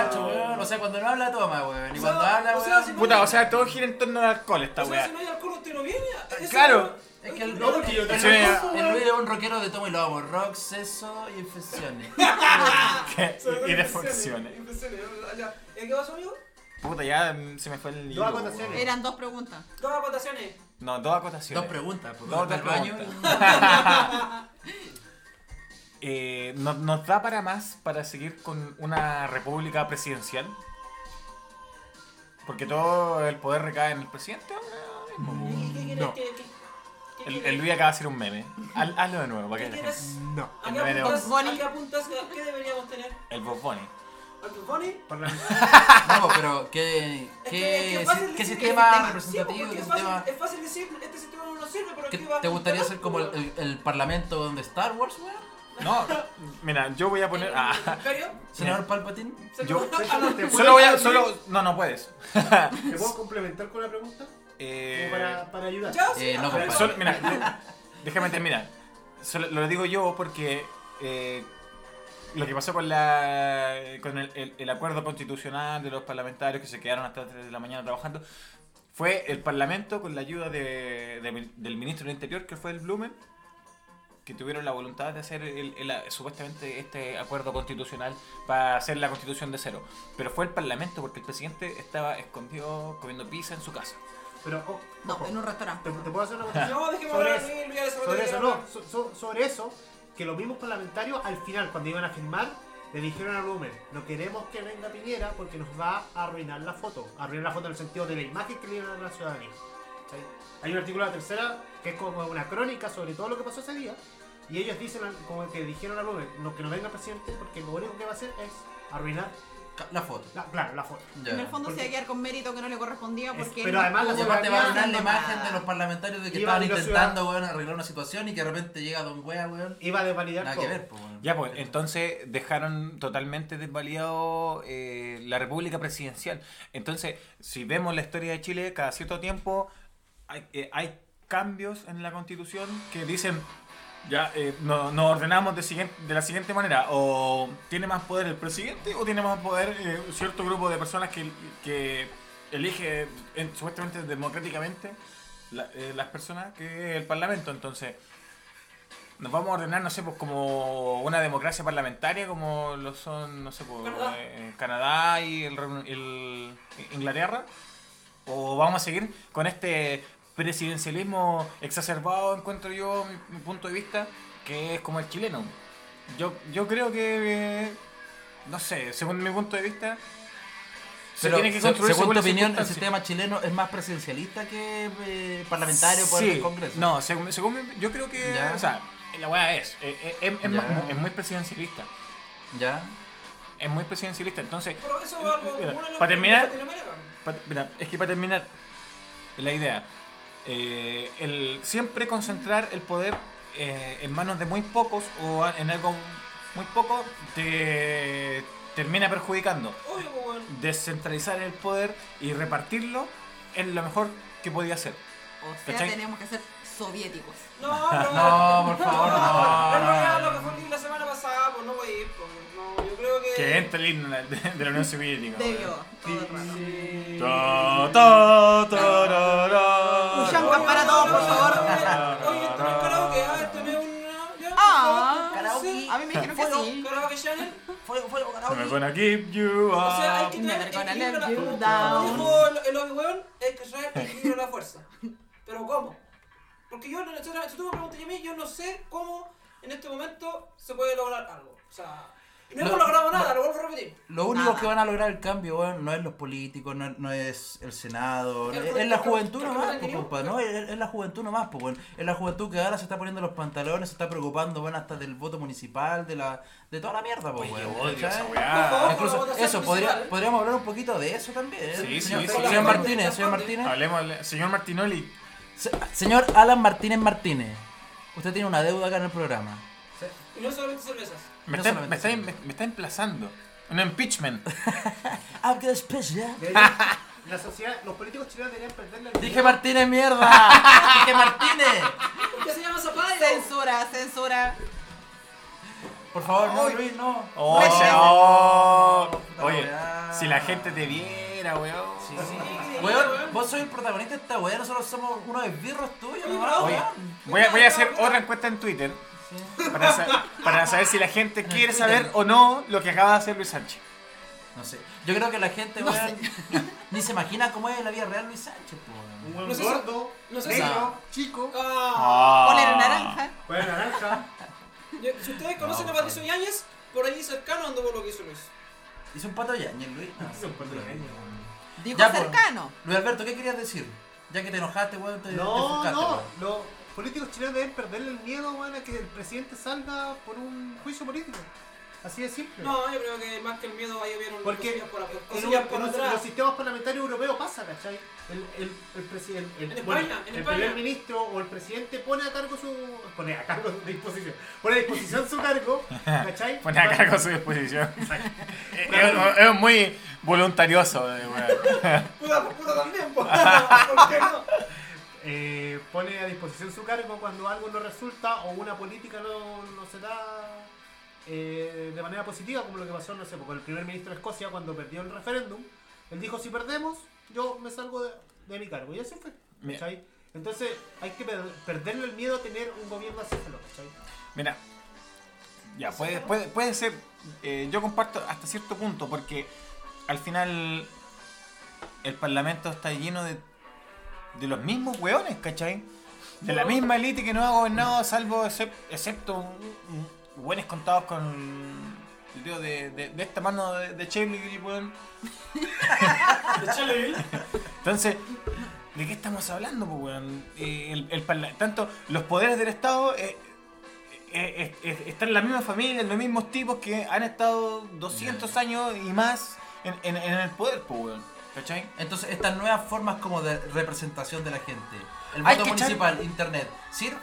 S4: Ya, o sea, todo gira en torno al alcohol esta
S3: O sea, si
S4: weá.
S3: no hay alcohol, usted no viene. Eso-
S4: Claro.
S1: Es que el,
S3: No,
S1: el,
S3: porque yo
S4: Sí,
S1: Luis es un rockero de tomo y lobo, rock, sexo y infecciones.
S4: [LAUGHS] que-
S3: Son
S4: y de
S3: infecciones,
S4: funciones.
S3: infecciones, ya. ¿Y qué pasó, amigo?
S4: Puta, ya mm, se me fue el libro.
S2: acotaciones.
S4: weón.
S5: Eran dos preguntas.
S3: Dos acotaciones.
S4: No, dos
S1: Dos
S4: acotaciones.
S1: preguntas, porque
S4: Dos
S1: va al baño y-
S4: Eh, ¿no- ¿Nos da para más para seguir con una república presidencial? Porque todo el poder recae en el presidente ahora mismo.
S1: Mm.
S3: ¿Y qué quieres
S4: No.
S3: que.? que- qué
S4: El,
S3: quieres?
S4: el Luis acaba de hacer un meme. Haz- hazlo de nuevo para
S3: ¿Qué
S4: que la gente-
S3: quieres?
S2: No.
S3: ¿A qué
S4: El meme
S3: apuntas?
S5: Bunny.
S3: ¿A qué apuntas? ¿Qué deberíamos tener?
S4: El Bob Bunny.
S3: ¿Al Bunny?
S1: [LAUGHS] No, pero ¿qué,
S3: Es que- es que
S1: qué,
S3: es fácil
S1: qué
S3: decir
S1: sistema
S3: que- Sí,
S1: representativo?
S3: porque
S1: ¿Qué
S3: es, fácil,
S1: sistema,
S3: es fácil decir, este sistema no nos sirve, pero
S1: qué
S3: aquí va-
S1: ¿Te gustaría
S3: ¿no?
S1: ser como el, el- el parlamento de Star Wars, weón?
S4: No, mira, yo voy a poner. ah,
S3: ¿Imperio?
S1: Senador Palpatine.
S3: ¿Se
S4: [LAUGHS] Yo-
S3: Eh, te- ah, no.
S4: solo voy a. Solo, no, no puedes.
S2: ¿Te puedo complementar con la pregunta?
S4: Eh,
S2: Como para, para ayudar.
S3: Ya,
S1: Eh,
S3: sí,
S1: no,
S3: ah,
S1: compadre.
S4: Solo- mira, de- déjame terminar. Solo- lo digo yo porque eh, lo que pasó con la con el, el- el acuerdo constitucional de los parlamentarios que se quedaron hasta las 3 de la mañana trabajando fue el Parlamento con la ayuda de- de- del ministro del Interior, que fue el Blumen, que tuvieron la voluntad de hacer el- el- supuestamente este acuerdo constitucional para hacer la constitución de cero. Pero fue el Parlamento porque el presidente estaba escondido comiendo pizza en su casa.
S2: Pero, oh,
S5: No,
S2: ojo,
S5: en un restaurante.
S2: ¿te, te puedo hacer una acotación?
S3: No, déjeme
S2: Sobre
S3: hablar a
S2: eso.
S3: mí, Luis, sobre
S2: Sobre
S3: lo que
S2: eso,
S3: quiero
S2: no, so- so- sobre eso, que los mismos parlamentarios al final, cuando iban a firmar, le dijeron a Blumen, no queremos que venga Piñera porque nos va a arruinar la foto. Arruinar la foto en el sentido de la imagen que le dieron a la ciudadanía. ¿Sí? Hay un artículo de la tercera que es como una crónica sobre todo lo que pasó ese día. Y ellos dicen, al- como que dijeron a Blumen, no, que no venga presidente porque lo único que va a hacer es arruinar,
S1: Ca- La foto.
S2: la, claro, la foto.
S1: Ya.
S5: En el fondo
S2: Porque-
S5: se va a quedar con mérito que no le correspondía
S2: Es-
S5: porque.
S2: pero
S5: no
S2: además la
S1: Y
S5: pudo-
S1: aparte va a dar la
S5: haciendo
S1: imagen
S5: nada.
S1: de los parlamentarios de que estaban
S2: Iban y los
S1: intentando, weón, arreglar una situación y que de repente llega Don Wea, weón.
S2: Iba a desvalidar
S1: Nada
S2: todo.
S1: que ver, pues, weón.
S4: Ya, pues, entonces dejaron totalmente desvalidado eh, la República Presidencial. Entonces, si vemos la historia de Chile, cada cierto tiempo hay, eh, hay cambios en la Constitución que dicen, ya, eh, no- nos ordenamos de, siguien- de la siguiente manera, o tiene más poder el presidente o tiene más poder eh, cierto grupo de personas que, que elige en- supuestamente democráticamente la- eh, las personas que es el Parlamento. Entonces... Nos vamos a ordenar, no sé, pues como una democracia parlamentaria, como lo son, no sé, pues
S3: Canadá.
S4: eh, Canadá y el, Reino- el- eh, Inglaterra. O vamos a seguir con este presidencialismo exacerbado, encuentro yo, mi, mi punto de vista, que es como el chileno. Yo, yo creo que, eh, no sé, según mi punto de vista, se
S1: Pero,
S4: tiene que
S1: se-
S4: construir
S1: según tu
S4: según las
S1: opinión, el
S4: circunstancias.
S1: sistema chileno es más presidencialista que eh, parlamentario por
S4: Sí,
S1: el Congreso.
S4: No, según, según mi- yo creo que,
S1: Ya.
S4: o sea, la weá es, eh, eh, es, es
S1: Ya.
S4: más- es muy presidencialista.
S1: ¿Ya?
S4: es muy presidencialista. Entonces,
S3: Pero eso es algo
S4: Mira,
S3: común en los
S4: para terminar-
S3: países de Latinoamérica.
S4: pa- mira, es que para terminar, la idea, eh, el siempre concentrar el poder eh, en manos de muy pocos o a- en algo muy poco te termina perjudicando.
S3: Obvio, pues, weón.
S4: Descentralizar el poder y repartirlo es lo mejor que podía hacer.
S5: O sea,
S4: ¿Cachai?
S5: tenemos que ser soviéticos.
S3: No,
S1: No, por favor, no,
S3: No,
S1: no.
S3: no, lo que fue el la semana pasada, pues no voy a ir, pues. No, yo creo que.
S4: Que entre el himno de de la Unión Soviética.
S5: Debió, todo el rato.
S4: Ta, ta, ta, ra,
S5: Un
S4: ra,
S5: champán para todos, por favor.
S3: Oye, esto no es karaoke, ah, esto no es una. ya,
S5: Ah,
S3: por favor, sí.
S5: A mí me dijeron que sí.
S3: Karaoke Channel.
S1: Fue, fue,
S4: I'm gonna give you
S3: O sea, hay
S4: up.
S3: que
S5: Never
S3: tener
S5: gonna
S3: equilibrio
S5: let
S3: a la-
S5: you
S3: como
S5: down.
S3: dijo el- el Obi-Wan, hay que traer equilibrio a la fuerza. Pero ¿cómo? Porque yo, no- si tú me preguntas a mí, yo no sé cómo en este momento se puede lograr algo. O sea, no hemos
S1: No,
S3: logrado nada, lo vuelvo a repetir.
S1: Lo único
S5: Nada.
S1: que van a lograr el cambio, weón, no es los políticos, no, no es el Senado,
S3: El
S1: es,
S3: juventud-
S1: es la juventud
S3: el- el-
S1: nomás,
S3: el-
S1: pues,
S3: el-
S1: compa, ¿no? Es, es la juventud nomás, pues, weón. Es la juventud que ahora se está poniendo los pantalones, se está preocupando, weón, hasta del voto municipal, de la de toda la mierda, pues, weón. ¿cachai?
S3: Por favor,
S1: Incluso,
S3: con la votación
S1: eso, podría,
S3: municipal.
S1: podríamos hablar un poquito de eso también. ¿eh?
S4: Sí, sí,
S1: señor,
S4: sí,
S1: señor
S4: sí.
S1: Martínez, señor Martínez.
S4: Hablemos, señor Martinoli.
S1: Se- señor Alan Martínez Martínez, usted tiene una deuda acá en el programa.
S3: Y no solamente cervezas.
S4: Me,
S1: No
S4: está,
S1: solamente
S4: me, está,
S1: eso.
S4: me, me está emplazando.
S1: [LAUGHS]
S4: Un impeachment.
S5: Ah,
S1: I've got a special.
S2: Deberían- La sociedad, los políticos chilenos deberían perder la
S1: Dije Martínez, mierda. Dije Martínez.
S3: ¿Por qué se llama Zapallo?
S5: Censura, censura.
S1: Por favor, no, Luis, no.
S4: Oh,
S5: Reyes.
S4: oh.
S1: Puta
S4: Oye,
S1: weá.
S4: si la gente te viera. era, weón.
S1: Weón, vos sois el protagonista de esta weá, nosotros somos unos esbirros tuyos,
S3: Oye,
S1: nomás,
S3: oye.
S1: weón.
S4: Voy a, voy a hacer otra encuesta en Twitter para, sa- para saber si
S1: [LAUGHS]
S4: la gente quiere saber o no lo que acaba de hacer Luis Sánchez.
S1: No sé. Yo creo que la gente,
S5: No
S1: weón, ni se imagina cómo es en la vida real Luis Sánchez, po, weón.
S2: Un buen
S3: No sé si-
S2: gordo,
S3: no sé si-
S2: negro, chico,
S3: Ah,
S5: Polera
S4: Polera
S5: naranja.
S2: cuello naranja.
S3: yo- si ustedes conocen a Patricio Yáñez, por ahí cercano anduvo lo que hizo Luis.
S1: Hizo un pato yañez, Luis. No,
S2: Hizo un pato
S1: Luis.
S2: yañez.
S5: Dijo
S1: Ya, po.
S4: pues.
S5: cercano.
S1: Luis Alberto, ¿qué querías decir? Ya que te enojaste, weón, te, te
S2: [LAUGHS] No,
S1: ofuscaste,
S2: no,
S1: weón.
S2: los políticos chilenos deben perderle el miedo, weón, a que el presidente salga por un juicio político. Así de simple.
S3: No, yo creo que más que el miedo ahí vieron
S2: Porque
S3: cosillas por,
S2: En, un-
S3: cosillas por
S2: en un- los
S3: atrás.
S2: sistemas parlamentarios europeos pasa, ¿cachai? El, el, el, presi- el, el-
S3: En
S2: bueno,
S3: España, en
S2: el
S3: España.
S2: primer ministro o el presidente pone a cargo su. pone a cargo de disposición. Pone a disposición su
S4: [LAUGHS]
S2: cargo, ¿cachai?
S4: Pone a
S2: Para-
S4: cargo a su disposición. Eh, es, es- es muy voluntarioso, eh, weón.
S3: Puta, puta también, po. ¿por qué [LAUGHS] no?
S2: eh, pone a disposición su cargo cuando algo no resulta o una política no, no se da eh, de manera positiva, como lo que pasó, no sé, con el primer ministro de Escocia cuando perdió el referéndum. Él dijo, si perdemos, yo me salgo de, de mi cargo. Y así fue.
S4: Mira.
S2: ¿cachai? Entonces hay que per- perderle el miedo a tener un gobierno así. ¿cachai?
S4: Mira, ya, puede, puede, puede ser. eh, yo comparto hasta cierto punto, porque al final el Parlamento está lleno de, de los mismos hueones, ¿cachai? De la misma elite que no ha gobernado, salvo excep- excepto un- un- hueones contados con el dedo de, de- de esta mano de, de Chernobyl, weón. Entonces, ¿de qué estamos hablando, po, weón? Eh, el, el parla- tanto los poderes del Estado eh, eh, eh, eh, están en la misma familia, en los mismos tipos que han estado 200 años y más en, en- en el poder, po, weón. ¿Cachai?
S1: Entonces, estas nuevas formas como de representación de la gente. El
S4: Hay
S1: voto
S4: que echar-
S1: municipal, internet, ¿sirve?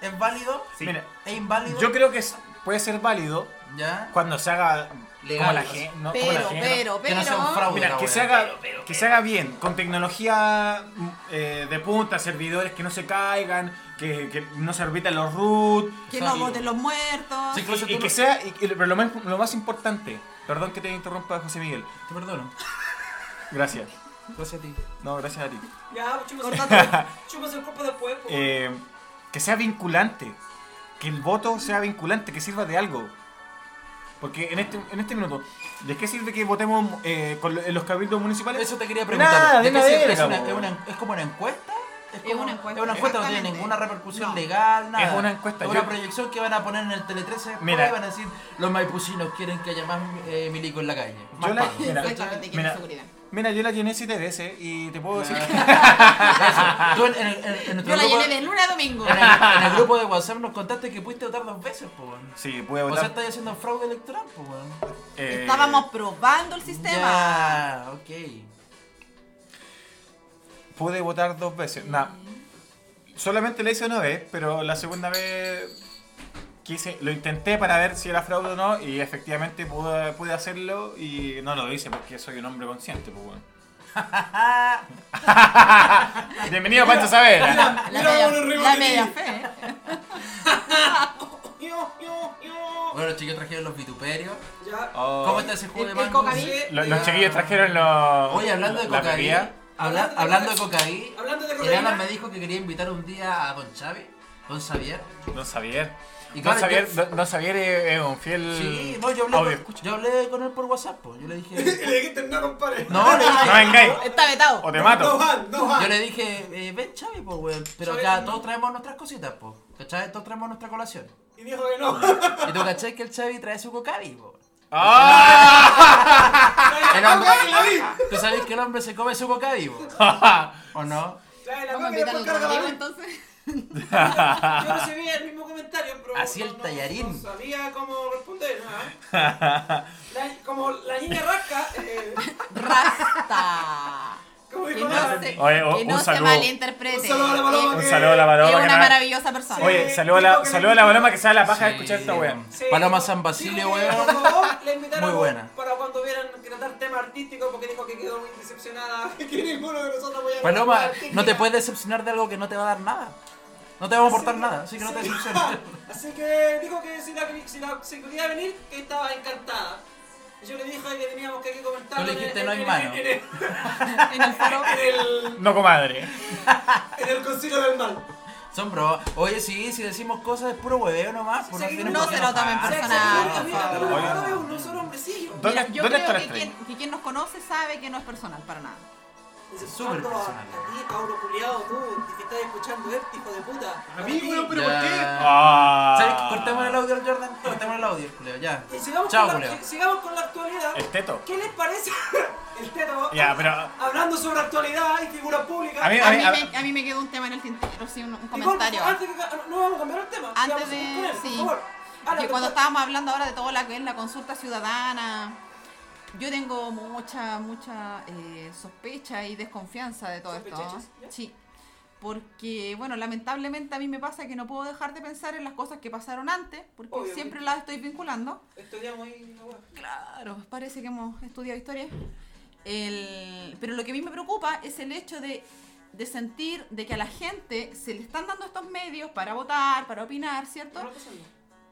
S1: ¿Es válido?
S2: Sí.
S4: Mira,
S1: ¿Es inválido?
S4: yo creo que es- puede ser válido
S1: ¿Ya?
S4: cuando se haga como
S1: Legal.
S4: la gente. ¿no? Como la
S5: Pero,
S4: gen-
S5: pero,
S1: que no sea un
S5: pero.
S1: fraude.
S4: Mira,
S1: la
S4: que
S1: wea.
S4: se, haga, que se haga bien, con tecnología mm, eh, de punta, servidores que no se caigan, que, que no se orbitan los root,
S5: Que no voten los muertos.
S1: Sí, Incluso
S4: y, y
S1: tú
S4: que
S1: no-
S4: sea, y- y- pero lo más, lo más importante, perdón que te interrumpa José Miguel,
S1: Te perdono.
S4: gracias,
S1: Gracias a ti.
S4: no, gracias a ti,
S3: Ya, chupas
S5: Cortate.
S3: el, chupas el cuerpo después, po.
S4: Eh, que sea vinculante, que el voto sea vinculante, que sirva de algo, porque en este, en este minuto, ¿de qué sirve que votemos eh, con lo- en los cabildos municipales?
S1: Eso te quería preguntar.
S4: Nada, de
S1: qué
S4: nada,
S1: sirve? ¿Es,
S4: verga,
S1: una-
S4: po.
S1: es una- es como una encuesta?
S5: Es
S1: como-
S5: una encuesta,
S1: Es una encuesta, no tiene
S5: exactamente.
S1: ninguna repercusión
S5: No.
S1: legal, nada.
S4: Es una encuesta,
S1: Es una
S4: yo-
S1: proyección que van a poner en el Tele 13
S4: Mira.
S1: y van a decir, los maipucinos quieren que haya más eh, milico en la calle. Más
S4: Yo la-
S1: pagos".
S4: mira,
S5: Exactamente, que
S4: mira.
S5: no seguridad.
S4: Mira, yo la llené siete veces y te puedo decir
S1: Tú en, en- en- en nuestro
S5: Yo la
S1: grupo,
S5: llené de lunes a domingo.
S1: en el, en el grupo de WhatsApp nos contaste que pudiste votar dos veces, po. weón.
S4: [LAUGHS] Sí, pude
S1: O sea,
S4: votar.
S1: estás haciendo fraude electoral, po. weón.
S4: eh,
S5: Estábamos probando el sistema.
S1: Ya, ok.
S4: Pude votar dos veces. Nah, solamente la hice una vez, pero la segunda vez quise, lo intenté para ver si era fraude o no y efectivamente pude, pude hacerlo y no lo hice porque soy un hombre consciente.
S1: [LAUGHS]
S4: Pues, bueno. Bienvenido a Pancho Saavedra.
S5: La
S3: Mira,
S5: media,
S3: bueno, arriba
S5: la
S3: de
S5: media
S3: ti.
S5: fe. ¿eh?
S3: Yo, yo, yo.
S1: Bueno, chicos, trajeron los vituperios.
S3: Ya.
S4: Oh.
S1: ¿Cómo está ese juego
S5: El-
S1: de
S5: el
S1: mango?
S5: cocaína.
S4: Lo-
S3: [LAUGHS]
S4: los chiquillos trajeron los.
S1: Oye, hablando de
S4: la bebida.
S1: cocaína. habla- hablando de cocaína.
S3: Hablando de
S1: Eliana
S3: cocaína.
S1: me dijo que quería invitar un día a Don Xavi, Don Xavier.
S4: Don Xavier.
S1: Y
S4: Don
S1: claro,
S4: Xavier,
S1: yo-
S4: don, don Xavier es, es un fiel.
S1: Sí, no, yo
S4: audio
S1: hablé, con,
S4: escucha.
S1: yo hablé con él por WhatsApp. po. Yo le
S4: [LAUGHS]
S1: dije.
S3: Le dijiste, no, compadre.
S1: No, le dije.
S4: No vengáis,
S5: Está vetado.
S4: o te
S3: No
S4: mato.
S3: van, no van.
S1: Yo le dije, eh, ven Xavi, pues, weón. Pero
S3: Xavi,
S1: acá
S3: no.
S1: todos traemos nuestras cositas, pues. ¿Cachai? Todos traemos nuestra colación.
S3: Y dijo que no.
S1: Y tú cachai que el Xavi trae su cocavi, po.
S4: ¡Ah!
S1: El hombre-
S3: Trae la coca y la vi.
S1: Tú sabes que el hombre se come su cocavi,
S3: [LAUGHS]
S1: po. ¿O no?
S3: Trae la
S5: Vamos
S3: coca y
S5: a invitar
S3: después
S5: al
S3: carga la
S5: Rodrigo
S3: vi.
S5: entonces.
S1: [LAUGHS]
S3: Yo recibí el mismo comentario, pero.
S1: Así el
S3: no- no-
S1: tallarín.
S3: No sabía cómo responder,
S1: [LAUGHS]
S3: ¿no? La- Como la niña rasca. eh,
S5: Rasta.
S3: Como
S5: Que
S3: dijo
S5: no
S3: la-
S5: se,
S4: Oye, o-
S5: que
S4: un
S5: no se
S4: saludo.
S5: malinterprete.
S3: Un saludo a la paloma
S5: Es-
S4: Un saludo a la
S5: Es
S4: paloma. que
S5: una
S4: no-
S5: maravillosa persona.
S4: Oye, saludo a la, saludo a la paloma Eh, que se da la paja de
S1: Sí,
S4: escuchar esta wea.
S1: weón.
S3: Sí,
S1: Paloma
S3: dijo-
S1: San Basilio,
S3: dijo que,
S1: weón.
S3: por favor, la invitaron
S1: Muy buena.
S3: Para cuando vieran que tratar tema artístico, porque dijo que quedó muy decepcionada. [LAUGHS] Que ninguno de nosotros vaya a
S1: Paloma,
S3: tratar tema
S1: no te
S3: artística.
S1: puedes decepcionar de algo que no te va a dar nada. No te va a aportar nada, así que no te
S3: Sí. [LAUGHS]
S1: decepciones.
S3: Así que dijo que si la, si la- si podía venir, que estaba encantada. Y yo le dije que teníamos que aquí comentarlo.
S1: Tú le dijiste,
S3: en-
S1: "No hay
S3: en-
S1: mano".
S3: En, en-
S5: En el foro.
S3: en el,
S4: No, comadre.
S3: en el concilio del mal.
S1: Son bro. Oye, sí, si decimos cosas es puro hueveo nomás. por
S3: Sí,
S1: tienen
S5: no
S1: por qué
S5: se lo tomen
S1: enojarse,
S5: personal,
S1: por
S3: a mí me
S1: favor.
S3: acuerdo
S4: oigan.
S3: cuando veo un solo hombrecillo.
S4: ¿Dónde-
S5: Mira, yo
S4: dónde
S5: creo
S4: está
S5: que
S4: la
S5: quien, que quien nos conoce sabe que no es personal para nada.
S3: Dice,
S1: súper
S3: "Pablo, a-
S1: personal.
S3: A ti, cabro culiado, tú, que estás escuchando este hijo de puta.
S2: Amigo, weón, pero ¿por qué?
S1: Ya. ¿Sabes?
S4: Ah.
S1: Cortemos el audio al Jordan. Cortemos el audio, Julio, ya.
S3: Y eh, sigamos,
S1: Chao,
S3: con
S1: Julio.
S3: la, sigamos con la actualidad.
S4: El teto.
S3: ¿Qué les parece? [LAUGHS] el teto.
S4: Ya, pero
S3: Hablando sobre actualidad y figuras públicas.
S4: Eh, A mí-
S5: A mí,
S4: a-
S5: me, a mí me quedó un tema en el tintero, sí, un, un
S3: Nicole,
S5: comentario.
S3: por favor, antes de que- no vamos a cambiar el tema.
S5: Antes
S3: sigamos
S5: de-
S3: con él, por
S5: sí.
S3: favor. Ah, la
S5: que
S3: verdad-
S5: cuando estábamos hablando ahora de todo lo que es la consulta ciudadana, yo tengo mucha, mucha eh, sospecha y desconfianza de todo esto. ¿ah?
S3: ¿Sospechachas? ¿Ya?
S5: Sí. Porque, bueno, lamentablemente a mí me pasa que no puedo dejar de pensar en las cosas que pasaron antes, porque
S3: Obviamente.
S5: siempre las estoy vinculando.
S3: Estudiamos ahí la web.
S5: Claro, parece que hemos estudiado historia. El- Pero lo que a mí me preocupa es el hecho de, de sentir de que a la gente se le están dando estos medios para votar, para opinar, ¿cierto?
S3: No lo pasan.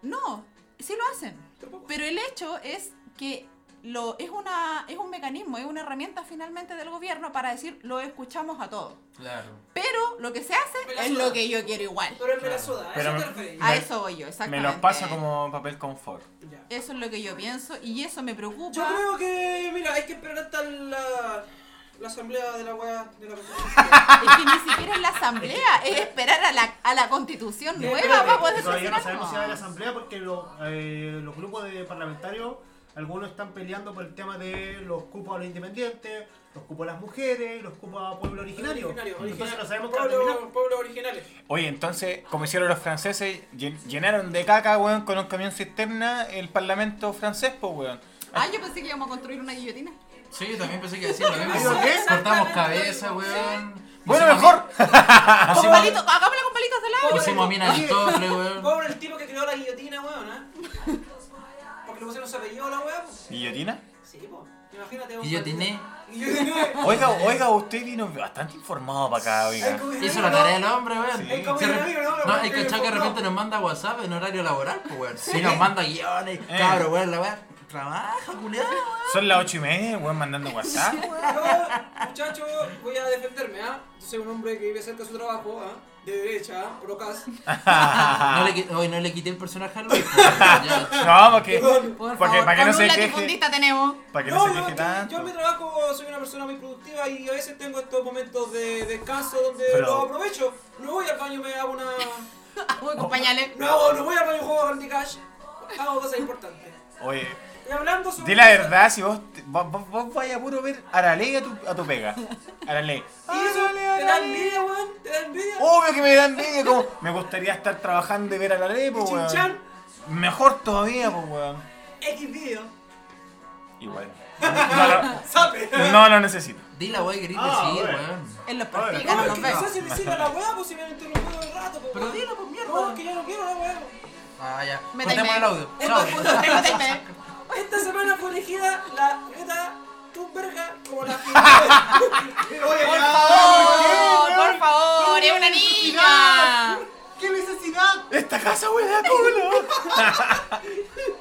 S5: No, sí lo hacen.
S3: Tampoco.
S5: Pero el hecho es que lo, es, una, es un mecanismo, es una herramienta finalmente del gobierno para decir lo escuchamos a todos.
S1: Claro.
S5: Pero lo que se hace
S3: Me la
S5: es
S3: suda.
S5: lo que yo quiero igual.
S3: Pero es Venezuela,
S4: Pero
S3: eso
S4: me-
S3: ¿eh? te referís.
S5: A
S4: Me-
S5: eso voy yo,
S4: me
S5: exactamente.
S4: los pasa como papel confort.
S3: Ya.
S5: Eso es lo que yo pienso y eso me preocupa.
S3: Yo creo que, mira, hay que esperar hasta la, la asamblea de la wea de la constitución.
S5: [LAUGHS] Es que ni siquiera es la asamblea, es esperar a la, a la constitución
S3: Ya,
S5: nueva
S3: espérate,
S5: para poder
S2: Y Todavía no
S5: solucionar
S2: sabemos si va a
S5: algo.
S2: haber asamblea porque los, eh, los grupos de parlamentarios, algunos están peleando por el tema de los cupos a los independientes, los cupos a las mujeres, los cupos a pueblo originario. Entonces no sabemos qué va a terminar.
S3: Pueblo, pueblo originales.
S4: Oye, entonces, como hicieron los franceses, llen- llenaron de caca, weón, con un camión cisterna el parlamento francés, pues, weón.
S5: Ah, yo pensé que íbamos a construir una guillotina.
S1: Sí, yo también pensé que decía lo mismo.
S2: ¿Por qué?
S1: Cortamos cabeza, weón.
S4: Bueno,
S1: Pusimos
S4: mejor.
S5: Con
S1: Pusimos-
S5: palitos, hagámosla con palitos de lado.
S1: Pusimos minas en tople, weón.
S3: Pobre el tipo que creó la guillotina, weón, ¿eh? Porque le pusieron su apellido a la wea, pues.
S4: ¿Guillotina?
S3: Sí, pues. Imagínate. un-
S1: Guillotiné.
S3: [LAUGHS] Guillotiné.
S4: [LAUGHS] Oiga, oiga, usted vino bastante informado para acá,
S3: Ay,
S4: oiga.
S3: como que
S1: Hizo
S3: no,
S1: la tarea del hombre,
S4: Sí.
S1: weón.
S3: Es como
S1: Se
S3: mi
S1: re-
S3: amigo, ¿no?
S1: No, el
S3: Porque
S1: cachado que de
S3: no.
S1: repente nos manda WhatsApp en horario laboral, pues, weón. Sí, nos manda guiones, cabro, weón, la weón. Trabaja, culiado,
S4: [LAUGHS]
S1: weón.
S4: Son las ocho y media, weón, mandando WhatsApp.
S3: Yo, muchacho, voy a defenderme, ¿ah? Yo soy un hombre que vive cerca de su trabajo, ¿ah? De derecha, ¿ah? Procas.
S1: No le, qui- hoy no le quité el personaje a Luis, pues, weón, ya.
S4: No, porque,
S5: Por
S4: porque
S5: favor,
S4: para que no
S5: con un
S4: se queje,
S5: latifundista tenemos.
S4: para que no
S3: No,
S4: se
S3: yo, yo-
S4: queje
S3: yo en mi
S4: tanto.
S3: trabajo soy una persona muy productiva y a veces tengo estos momentos de descanso donde
S4: Pero-
S3: los aprovecho. No voy al baño, me hago una.
S5: Voy con pañales.
S3: No, hago- no voy al baño, juego a Candy Crush. Hago cosas importantes.
S4: Oye,
S3: Y hablando sobre.
S4: di la
S3: cosas-
S4: verdad, si vos, te- vos, vos, vos vayas a puro ver a la ley a tu, a tu pega. A la [LAUGHS] ley.
S3: Y eso te da envidia, weón. Te da envidia.
S1: Oh.
S4: Obvio que me da envidia, como me gustaría estar trabajando y ver a la ley, pues,
S3: Chinchan.
S4: weón. Mejor todavía, pues, weón.
S3: X video.
S4: Igual. No lo,
S3: Sape.
S4: no lo necesito.
S1: Di la weón que querís
S2: Ah,
S1: decir,
S2: bueno.
S1: weón.
S5: En los
S2: Ahora,
S3: No,
S5: practican, no
S3: es
S5: los
S3: que no sé
S5: veo.
S3: si decirle a la weá, pues si me han interrumpido el rato, pues.
S1: Pero
S3: weón.
S1: dilo, pues, mierda.
S3: No, es que yo no quiero la weá, pues.
S1: Ah, ya.
S5: Méteme.
S1: Cortemos el audio.
S3: Es
S1: Chao.
S3: más puto. Esta semana fue elegida la Greta Thunberga como la
S2: Oye,
S5: Por
S2: ya,
S5: favor,
S2: ¿por qué?
S5: por favor, es una niña.
S2: ¡Qué necesidad!
S4: Esta casa huele a culo. [LAUGHS]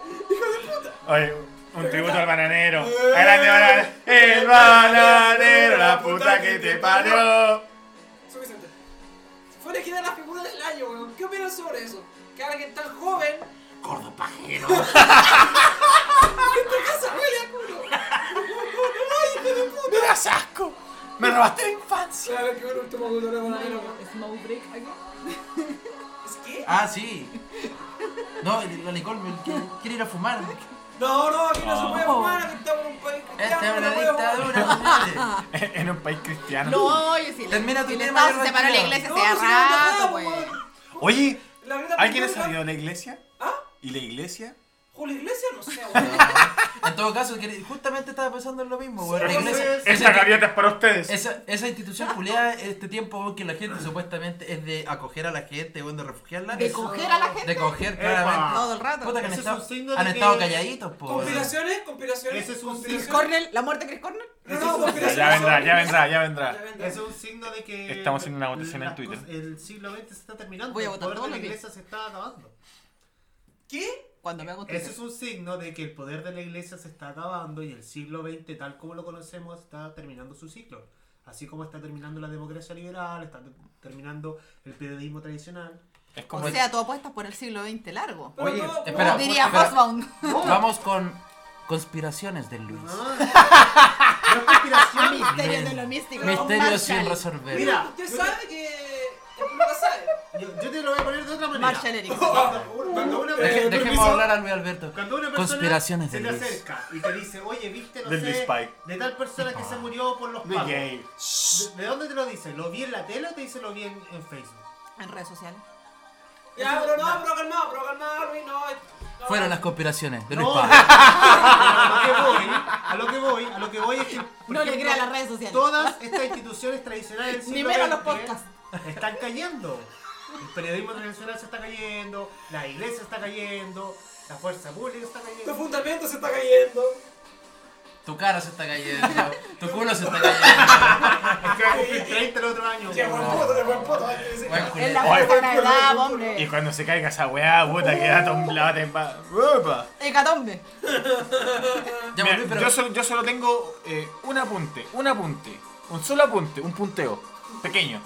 S4: Oye, un tributo al bananero. Grande bananero. El bananero, la puta que te parió.
S3: Suficiente. Fue elegida la figura del año, weón. ¿Qué opinan sobre eso? Que ahora que es tan joven.
S1: Gordo pajero.
S3: ¡Esta casa huele a culo! [LAUGHS]
S4: Me das asco. Me robaste la infancia.
S3: Claro que un último culo de bananero, weón.
S5: Snow break aquí.
S3: ¿Es qué?
S1: Ah, sí. No, la Nicole me- quiere- quiere ir a fumar.
S3: No, no, aquí no se puede fumar, aquí estamos en un país
S1: Esta Este es
S3: cristiano.
S1: una
S3: no puede fumar.
S1: dictadura, compadre.
S4: [LAUGHS] En un país cristiano.
S5: No, yo sí.
S1: Termina tu
S5: el
S1: tema,
S5: Estado
S1: yo
S5: se separó de la
S1: retiro.
S5: iglesia
S3: No, si
S5: hace
S3: no me
S5: rato, pues.
S3: dejaba,
S5: güey.
S3: weón.
S4: Oye,
S3: La Greta
S4: ¿alguien ha
S3: Thunberg-
S4: salido de la iglesia?
S3: ¿Ah?
S4: ¿Y la iglesia?
S3: ¿Julio Iglesias? No sé,
S1: [LAUGHS]
S3: weón.
S1: En todo caso, quiere- justamente estaba pensando en lo mismo, güey. La
S2: Sí,
S1: iglesia-
S2: entonces-
S1: esa-
S4: gaviota es para ustedes.
S1: esa, esa institución culiada, este tiempo güey, que la gente supuestamente es de acoger a la gente, güey, de refugiarla.
S5: De
S1: Eso-
S5: coger a la gente
S1: De coger,
S2: Epa.
S1: claramente.
S5: todo el rato.
S1: Puta que han
S2: Ese es
S1: estado,
S2: un signo de
S1: han
S2: que-
S1: estado calladitos, po. güey.
S3: ¿Conspiraciones? ¿Conspiraciones?
S2: Ese es un
S5: Chris
S2: sí.
S3: ¿Conspiraciones?
S5: Cornell, la muerte de Chris Cornell.
S3: No, no, conspiraciones.
S4: Ya vendrá, ya
S3: son-
S4: vendrá, ya
S3: Ya
S4: vendrá.
S3: vendrá.
S2: Es un signo de que.
S4: Estamos haciendo una votación en
S2: las
S4: Twitter.
S2: cosas- El siglo XX se está terminando.
S5: Voy a
S2: el
S5: votar
S2: poder
S5: todo
S2: de la
S5: lo que-
S2: iglesia se está acabando.
S3: ¿Qué?
S5: cuando lo hago
S2: Eh, Ese es un signo de que el poder de la iglesia se está acabando y el siglo XX, tal como lo conocemos, está terminando su ciclo. Así como está terminando la democracia liberal, está terminando el periodismo tradicional.
S4: Es como
S5: O sea, tú apuestas por el siglo XX largo.
S3: Pero
S4: Oye,
S3: todo-
S1: espera.
S5: diría Hosbaum.
S1: Vamos con conspiraciones del Luis.
S2: No, no es
S5: [LAUGHS]
S2: conspiración.
S5: Misterios de lo místico.
S1: Misterios sin
S5: Marshall.
S1: resolver.
S2: Mira,
S3: Usted sabe que. Usted nunca sabe.
S2: Yo, yo te lo voy a poner de otra manera.
S5: Marshall Erickson.
S2: Cuando, una- cuando una
S1: Deje-
S2: persona,
S1: Dejemos hablar a Luis Alberto.
S2: eh, cuando una persona
S1: Conspiraciones
S2: se
S1: del
S2: te
S1: Luis.
S2: acerca y te dice, oye, viste, no
S4: Del Luis
S2: sé,
S4: Pike.
S2: de tal persona que se murió por los pagos. ¿De,
S4: gay.
S2: de dónde te lo dice? ¿Lo vi en la tele o te dice lo vi en, en Facebook?
S5: En redes sociales.
S3: Ya, pero no, pero calmado, pero calmado, Luis, no. no.
S1: Fueron las conspiraciones de Luis
S2: No.
S1: Paz.
S2: A lo que voy, a lo que voy, a lo que voy es que... por
S5: No le
S2: ejemplo,
S5: crea las redes sociales.
S2: Todas estas instituciones tradicionales del
S5: Ni
S2: siglo
S5: menos los
S2: XX
S5: podcasts.
S2: están cayendo. El periodismo tradicional se está cayendo, la iglesia está cayendo, la fuerza pública está
S3: Este
S2: cayendo.
S3: fundamento se está cayendo.
S1: Tu cara se está cayendo. Tu culo se está
S5: [LAUGHS]
S1: cayendo.
S2: Es que va a cumplir 30 el otro año.
S3: Che, buen poto, de buen poto.
S1: Buen culo.
S5: Es la
S4: Oye.
S5: fuerza de la edad, hombre.
S4: Y cuando se caiga esa weá, puta, queda tomblada. te va- Upa.
S5: Hecatombe.
S1: Ya
S4: Mira,
S1: volví, pero
S4: yo, solo, yo solo tengo eh, un apunte, un apunte, un solo apunte, un punteo, pequeño.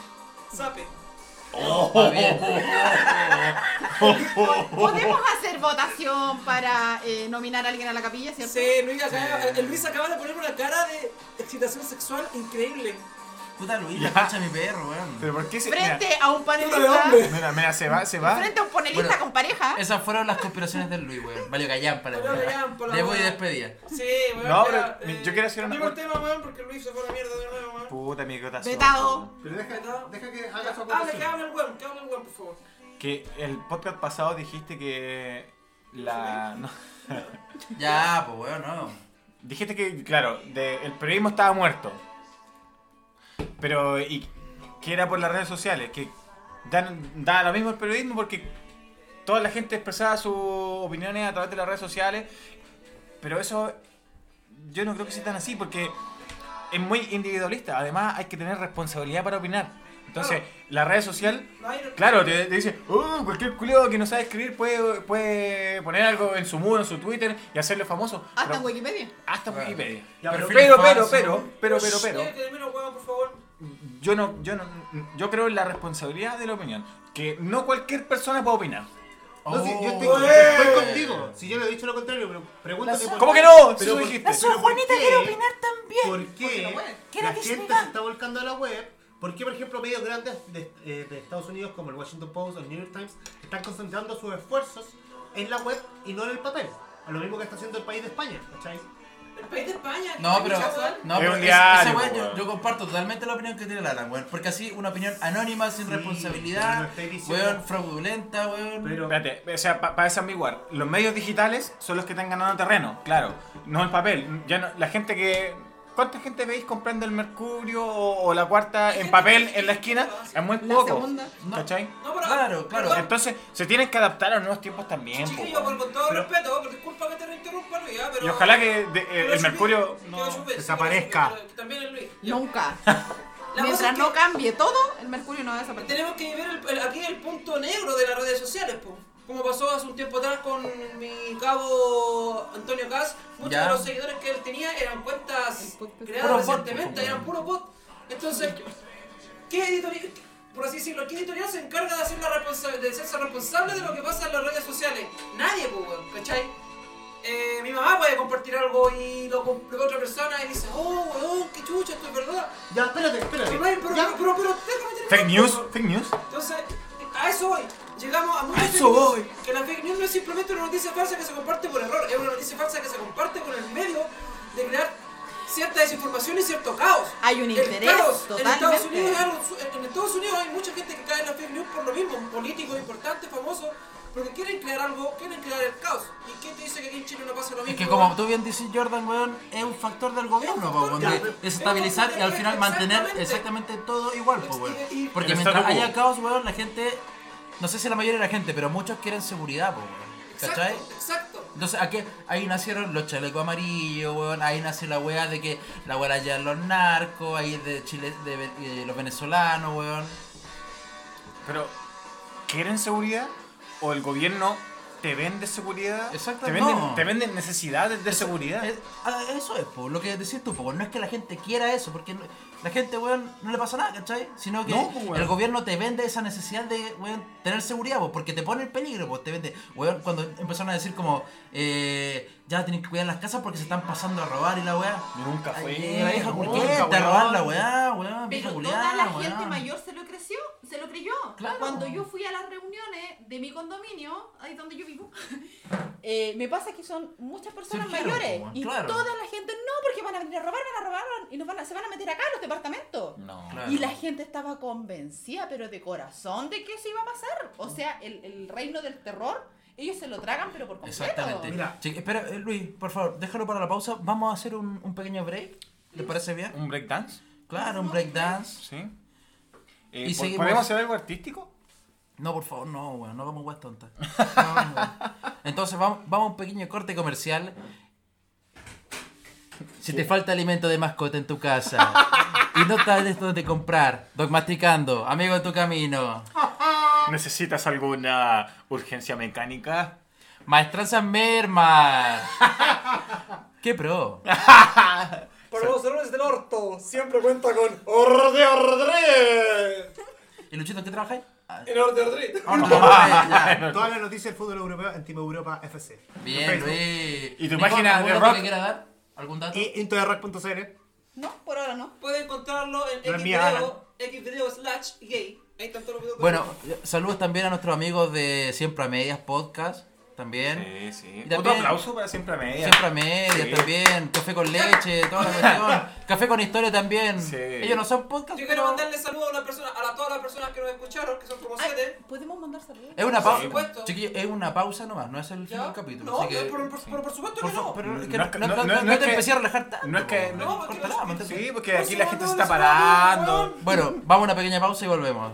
S3: Sape.
S2: [LAUGHS]
S1: va bien.
S5: Podemos hacer votación para eh, nominar a alguien a la capilla, ¿cierto?
S3: Sí, Luis acaba, el Luis acaba de poner una cara de excitación sexual increíble.
S1: Puta Luis,
S4: Ya.
S1: la concha de mi perro, weón.
S4: Pero ¿por qué se.? Mira,
S5: Frente a un panelista.
S3: hombre.
S4: mira, mira, se va, se va.
S5: Frente a un panelista
S1: Bueno,
S5: con
S3: ¿Ah?
S5: pareja.
S1: Esas fueron las conspiraciones del Luis, weón. Valió callan para
S3: Valió callampa,
S1: la
S3: la
S1: Debo y
S3: weá.
S1: despedida.
S3: Sí, weón.
S4: No,
S3: mira,
S4: pero yo quiero hacer una-
S3: cambiemos el tema, weón, porque Luis se fue a la mierda de nuevo, weón.
S4: Puta, mi acotación.
S5: Vetado.
S2: Pero deja, deja que haga su
S3: Habla, que
S2: aportación.
S3: hable el weón, que hable el weón, por favor.
S4: Que el podcast pasado dijiste que. La. no.
S1: Ya, pues weón, no.
S4: Dijiste que, claro, de- el periodismo estaba muerto. Pero, y que era por las redes sociales, que dan, da lo mismo el periodismo porque toda la gente expresaba sus opiniones a través de las redes sociales. Pero eso yo no creo que sea tan así porque es muy individualista. Además hay que tener responsabilidad para opinar. Entonces, la red social,
S3: No hay-
S4: claro, te, te dice, "Uh, cualquier culiado que no sabe escribir puede, puede poner algo en su muro, en su Twitter y hacerlo famoso.
S5: Hasta
S4: Pero-
S5: en Wikipedia.
S4: hasta
S1: Claro.
S4: Wikipedia.
S2: Ya,
S4: pero,
S2: pero-
S4: pero, pero,
S1: falso.
S4: pero, pero, pero, pero,
S3: Eh, que de menos weón, por favor.
S4: yo no, yo no, yo creo en la responsabilidad de la opinión, que no cualquier persona puede opinar.
S2: No, si, yo estoy,
S1: Oh.
S2: estoy contigo. Si yo le he dicho lo contrario, pero pregúntate por
S4: ¿Cómo
S2: qué.
S4: que no? Si
S2: Pero
S4: tú
S2: por-
S4: dijiste.
S2: pero ¿por qué?
S5: también.
S2: ¿Por
S5: Porque no
S2: qué
S5: puede.
S2: la gente se está volcando a la web? ¿Por qué, por ejemplo, medios grandes de, eh, de Estados Unidos como el Washington Post o el New York Times están concentrando sus esfuerzos en la web y no en el papel? A lo mismo que está haciendo el país de España, ¿cachai?
S3: El país de España. que
S1: No,
S3: es
S1: pero.
S3: casual.
S1: No,
S4: Es
S1: pero
S4: un
S1: es-
S4: diario,
S1: esa weá
S4: weón.
S1: yo, yo comparto totalmente la opinión que tiene la Alan, weón. Porque así, una opinión anónima, sin
S2: Sí, pero no
S1: responsabilidad,
S2: estoy diciendo-
S1: weón, fraudulenta, weón.
S2: Pero,
S4: Espérate, o sea, para desambiguar, los medios digitales son los que están ganando terreno, claro, no el papel. Ya no- la gente que. ¿Cuánta gente veis comprando el Mercurio o, o la cuarta en papel en la esquina? Es muy
S5: La
S4: poco.
S5: segunda.
S1: No.
S4: ¿Cachai?
S3: No, pero-
S1: Claro, claro.
S3: perdón,
S4: Entonces, se tienen que adaptar a los nuevos tiempos también. po,
S3: Chiquillo,
S4: weón.
S3: con, con todo
S2: Pero-
S3: respeto, pero disculpa que te interrumpa, Luis, ah, pero...
S4: Y ojalá que de- eh,
S3: Quiero
S4: el
S3: subir,
S4: mercurio
S3: quiero
S4: no
S3: subir, sí, quiero
S2: desaparezca.
S3: subir, pero que también el Luis. Ya.
S5: Nunca.
S3: La cosa es
S5: Mientras
S3: que-
S5: no cambie todo, el mercurio no va a desaparecer.
S3: Tenemos que ver el- el- aquí el punto negro de las redes sociales, po. Como pasó hace un tiempo atrás con mi cabo Antonio Cas, muchos
S1: Ya.
S3: de los seguidores que él tenía eran cuentas
S5: Puro
S3: creadas
S1: bot,
S3: recientemente,
S1: po,
S3: eran puro bot. Entonces, ¿qué editorial, por así decirlo, qué editorial se encarga de, hacer la responsa- de hacerse responsable de lo que pasa en las redes sociales? Nadie, po, weón, ¿cachai? Eh, mi mamá puede compartir algo y lo comparte otra persona y dice, oh, weón, qué chucha, esto es verdad.
S2: ya, espérate, espérate.
S3: Mi madre, pero,
S2: Ya,
S3: pero, pero, pero, déjame terminar,
S4: Fake
S3: po,
S4: news,
S3: weón.
S4: fake news.
S3: Entonces, a eso voy. Llegamos a muchas
S4: A eso voy.
S3: Que la fake news no es simplemente una noticia falsa que se comparte por error, es una noticia falsa que se comparte con el medio de crear cierta desinformación y cierto caos.
S5: Hay un
S3: El
S5: interés,
S3: caos. En
S5: totalmente.
S3: Estados, Unidos, es algo- en Estados Unidos hay mucha gente que cae en la fake news por lo mismo, políticos importantes, famosos, porque quieren crear algo, quieren crear el caos. ¿Y quién te dice que aquí en Chile no pasa lo mismo?
S1: Es que como tú bien dices, Jordan, weón, es un factor del gobierno, po, weón,
S3: Ya,
S1: de
S3: pero-
S1: desestabilizar y al final mantener
S3: Exactamente.
S1: exactamente todo igual, po, weón.
S3: Y- y-
S1: Porque
S4: El
S1: mientras
S4: statu quo.
S1: haya caos, weón, la gente, no sé si la mayoría de la gente, pero muchos quieren seguridad, po, weón.
S3: Exacto,
S1: ¿Cachai?
S3: exacto.
S1: Entonces, aquí, ahí nacieron los chalecos amarillos, weón. Ahí nace la weá de que la weá la llevan los narcos, ahí de Chile, de, ve- de los venezolanos, weón.
S4: Pero, ¿quieren seguridad? ¿O el gobierno te venden seguridad,
S1: Exacto,
S4: te venden,
S1: no.
S4: te venden necesidades de seguridad.
S1: Eh, ah, Eso es, po, lo que decís tú, po, weón. no es que la gente quiera eso, porque no- la gente, weón, no le pasa nada, ¿cachai? Sino que
S4: No, po, weón.
S1: el gobierno te vende esa necesidad de, weón, tener seguridad, po, porque te pone en peligro, po, te vende, weón, cuando empezaron a decir como, eh, ya tienen que cuidar las casas porque se están pasando a robar y la weá.
S4: Nunca fue.
S1: Ay, la vieja
S4: nunca,
S1: culiada, te
S4: weón.
S1: roban la weá, weón, vieja
S5: Pero
S1: culiada,
S5: toda la gente
S1: weón.
S5: mayor se lo creció, se lo creyó.
S1: Claro.
S5: Cuando yo fui a las reuniones de mi condominio, ahí donde yo vivo, [LAUGHS] eh, me pasa que son muchas personas
S1: Surgieron,
S5: mayores.
S1: po, weón,
S5: y
S1: claro.
S5: toda la gente, no, porque van a venir a robar, van a robar van- y nos van a- se van a meter acá a los departamentos.
S4: No.
S1: Claro.
S5: Y la gente estaba convencida, pero de corazón, de que eso iba a pasar. O sea, el, el reino del terror, ellos se lo tragan, pero por completo.
S1: Exactamente.
S2: Mira.
S1: Che, espera, eh, Luis, por favor, déjalo para la pausa. Vamos a hacer un, un pequeño break. ¿Te parece bien?
S4: ¿Un breakdance?
S1: Claro, un breakdance.
S4: Sí. Eh,
S1: Y
S4: ¿po-
S1: seguimos.
S4: ¿Podemos hacer algo artístico?
S1: No, por favor, no, weón, no vamos weas tontas. No, weón. Entonces vamos, vamos a un pequeño corte comercial. Si te falta alimento de mascota en tu casa y no sabes dónde comprar, dogmaticando, amigo en tu camino,
S4: ¿Necesitas alguna urgencia mecánica?
S1: maestranza merma. ¡Qué pro!
S3: Para los errores del orto, siempre cuenta con Orde Ordre.
S1: ¿Y Luchito, en qué trabajáis?
S3: En Orde Ordre.
S1: Ah, no, ya.
S2: Todas las noticias del fútbol europeo en Team Europa FC.
S1: Bien, Luis.
S4: ¿Y tu
S1: Nico,
S4: página
S1: ¿algún
S4: de
S1: dato
S4: rock?
S1: que quiera dar? ¿Algún
S3: Eh,
S1: dato?
S2: Y interrock.cl.
S5: No, por ahora no.
S3: Pueden encontrarlo en
S2: No es mía, Alan.
S3: Xvideo, Xvideo slash gay. Ahí están todos los videos.
S1: Bueno, saludos también a nuestros amigos de Siempre a Medias Podcast. También.
S4: Sí, sí.
S1: Y también-
S4: Otro aplauso para siempre a media.
S1: Siempre a medias
S4: Sí.
S1: también, café con leche, toda la
S4: [LAUGHS]
S1: cuestión. Café con historia también.
S4: Sí.
S1: Ellos no son podcast. pero
S3: yo quiero mandarle saludos a las personas, a la- todas las personas que nos escucharon, que son como
S5: Ay,
S3: siete.
S5: Ah, ¿Podemos mandar saludos?
S1: Es una
S3: Por
S1: pausa.
S3: supuesto.
S1: Chiquillos, es una pausa nomás, no es el fin
S3: ¿Ya?
S1: del capítulo.
S3: No,
S1: así que-
S3: pero por, por- pero por supuesto
S1: por
S3: que
S1: favor,
S3: no.
S1: pero es
S4: No
S1: que
S4: es que-
S1: no-
S4: no-
S1: no-
S4: no-
S1: no
S4: no es
S1: te
S4: que-
S1: empecé a relajar tanto.
S4: no es que-
S1: po,
S4: no-
S1: weón.
S3: porque
S1: Córtala,
S3: no-
S1: mantente-
S4: Sí, porque aquí
S3: No
S4: la
S3: se
S4: gente
S3: mandó
S4: se está
S3: el saludo,
S4: parando.
S3: weón.
S1: Bueno, vamos a una pequeña pausa y volvemos.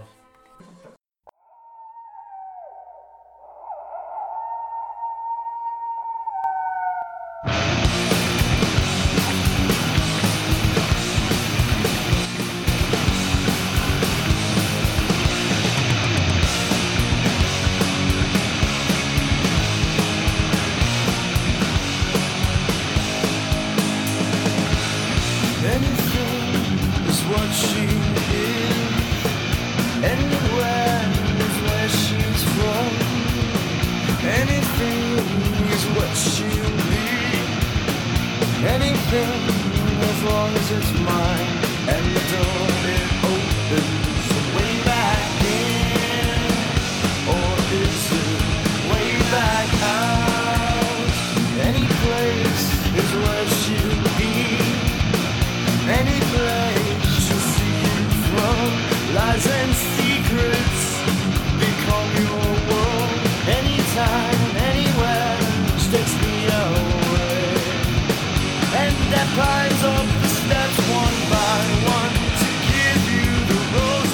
S8: And that piles up the steps one by one to give you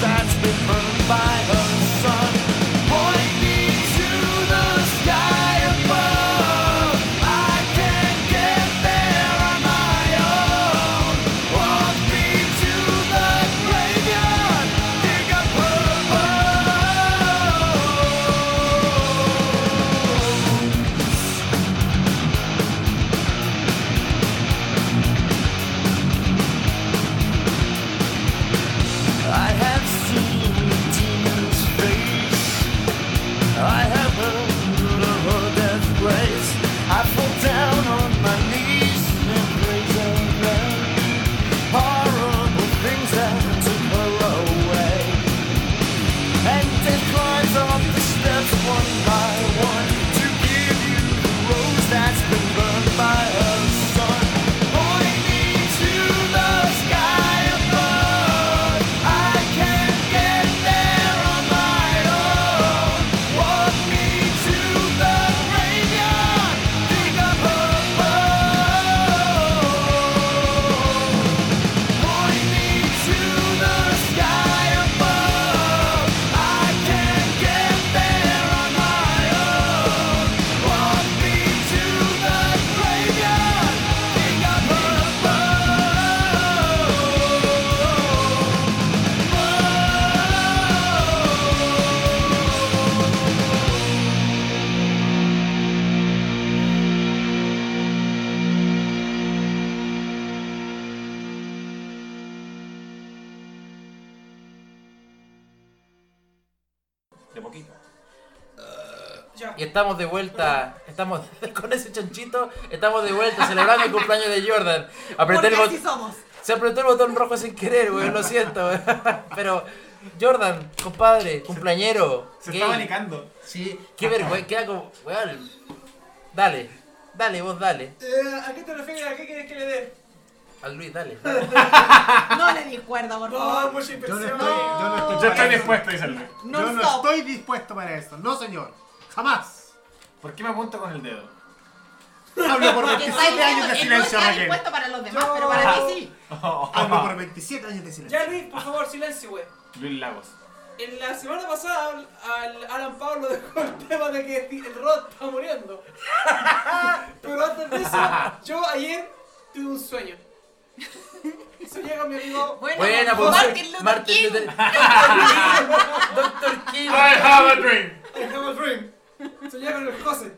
S1: Y estamos de vuelta. Estamos [LAUGHS] con ese chanchito. Estamos de vuelta celebrando el cumpleaños de Jordan. Apreté el
S5: Porque así
S1: botón.
S5: somos.
S1: Se apretó el botón rojo sin querer, weón, lo siento. [LAUGHS] weón. Pero, Jordan, compadre, cumpleañero.
S4: Se
S1: gay,
S4: está abanicando.
S1: Sí, qué vergüenza, queda como. Weón. Dale, dale, vos dale.
S3: Eh, ¿A qué te refieres? ¿A qué quieres que le dé?
S1: A Luis, dale.
S5: No le di cuerda, por
S3: No, pues
S5: favor.
S3: mucha
S2: Yo no
S3: impresión.
S2: estoy, yo no estoy,
S4: Yo
S2: para
S4: estoy
S2: eso.
S4: dispuesto, dice el rey.
S5: No
S2: yo no
S5: stop.
S2: estoy dispuesto para esto. No, señor. Jamás.
S4: ¿Por qué me apunta con el dedo?
S2: Hablo
S3: [LAUGHS]
S2: por
S5: Porque
S2: 27 años de
S5: estáis viendo que
S2: silencio,
S5: no está
S2: Raquel.
S5: dispuesto para los demás,
S3: Yo-
S5: pero para ti sí.
S2: Hablo por 27 años de silencio.
S3: Ya, Luis, por favor, silencio, güey.
S4: Ah, Luis Lagos.
S3: En la semana pasada, al- al Alan Pablo dejó el tema de que el Rod está
S1: [LAUGHS]
S3: muriendo. Pero antes de eso, yo ayer tuve un sueño. Soñé con mi amigo.
S5: Bueno,
S1: Buena, pues.
S5: Martin Luther King.
S1: Doctor King.
S4: have a dream.
S3: I have a dream. Soñé con el José.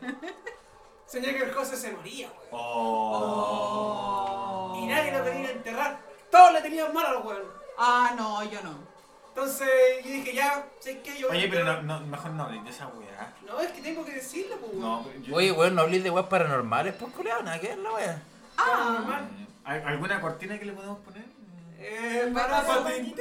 S3: Soñé que el José se moría, güey.
S4: Oh.
S3: Y nadie lo quería enterrar. Todos le tenían mal a los weones.
S5: Ah, no, yo no.
S3: Entonces, yo dije, ya, sé que yo.
S4: Oye, pero no, no, mejor no hables de esa weá.
S3: No, es que tengo que decirlo, pues, weón.
S4: No, yo-
S1: Oye, weón, no hables de weas paranormales, pues culeado, nada que ver la wea.
S5: Ah,
S3: Normal.
S4: ¿Al- ¿Alguna cortina que le podemos poner?
S3: Eh, para patín.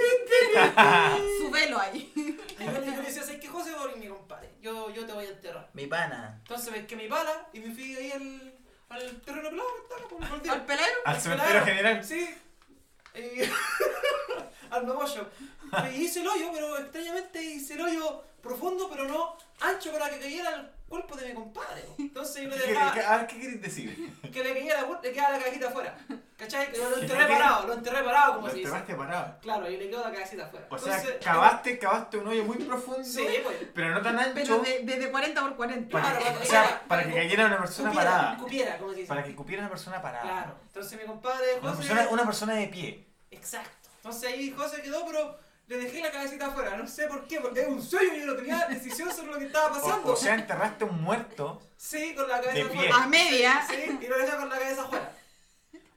S5: [LAUGHS] súbelo ahí.
S3: Y yo le yo le decía, ¿sabes qué, José? Voy a mi compadre. Yo, yo te voy a enterrar.
S1: Mi pana.
S3: Entonces pesqué mi pala y me fui ahí al, al terreno pelado que estaba por el baldío.
S5: ¿Al pelero?
S4: Al cementerio
S3: Claro,
S4: general.
S3: Sí. Y- [LAUGHS] al mogollo. Y hice el hoyo, pero extrañamente hice el hoyo profundo, pero no ancho para que cayera el cuerpo de mi compadre. Entonces yo
S4: [LAUGHS]
S3: le
S4: ¿Qué querés- qué-
S3: dejaba
S4: a ver, ¿qué querés decir?
S3: que le cayera, le quedaba la cajita afuera. ¿Cachai? Lo enterré
S4: ¿Qué?
S3: parado, lo enterré parado, como
S4: Lo
S3: se dice.
S4: enterraste parado.
S3: Claro, y le quedó la cajita afuera.
S4: O sea,
S3: Entonces, eh,
S4: cavaste, cavaste un hoyo muy profundo,
S3: Sí, pues.
S4: pero no tan
S5: Pero
S4: ancho,
S5: de, desde 40 por 40.
S4: para
S3: Claro,
S4: que,
S3: para
S4: o
S3: que
S4: sea,
S3: cayera-
S4: para que cayera una persona
S3: Cupiera,
S4: parada.
S3: Cupiera, como se dice.
S4: Para que cupiera una persona parada.
S3: Claro. Entonces mi compadre
S4: Una
S3: José-
S4: persona, una persona de pie.
S3: Exacto. Entonces ahí José quedó, pero le dejé la cabecita afuera. No sé por qué, porque es un sueño y yo no tenía decisión sobre lo que estaba pasando.
S4: [LAUGHS] O, o sea, enterraste un muerto.
S3: sí, con la cabeza
S4: de pie.
S3: afuera.
S5: A media.
S3: Sí, y lo dejé con la cabeza afuera.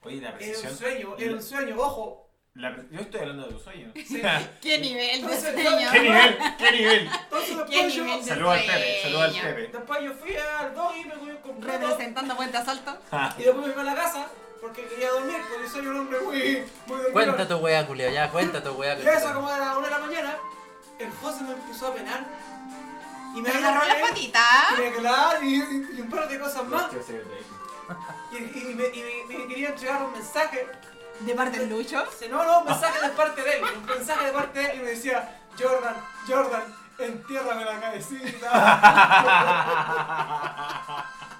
S4: Oye, la
S3: Era un
S4: precisión.
S3: sueño, era un sueño, ojo.
S4: la pre- yo estoy hablando de tu sueño. [LAUGHS]
S3: Sí.
S5: ¿Qué nivel de
S3: Entonces,
S5: sueño?
S4: ¿Qué nivel? ¿Qué nivel?
S3: Entonces
S5: ¿Qué
S3: después yo,
S5: nivel de
S4: Saludos al Pepe,
S5: sueño?
S4: saludos al Pepe.
S3: después yo fui al dog y me comí un completo.
S5: Representando Puente Asalto.
S3: Y después me fui a la casa porque quería dormir, porque soy un hombre muy, muy dormilón.
S1: Cuenta tu wea, culeado, ya, cuenta tu wea.
S3: Y eso,
S1: culiao.
S3: como a la una de la mañana, el José me empezó a penar. Y
S5: Me
S3: me
S5: agarró las patitas.
S3: Y, claro, y, y- y un par de cosas más.
S4: Hostia, se ve.
S3: Y, y me, y me- me quería entregar un mensaje.
S5: De parte del Lucho.
S3: Dice, no, no, un mensaje de parte de él. Un mensaje de parte de él. Y me decía, Jordan, Jordan, entiérrame la cabecita. [LAUGHS]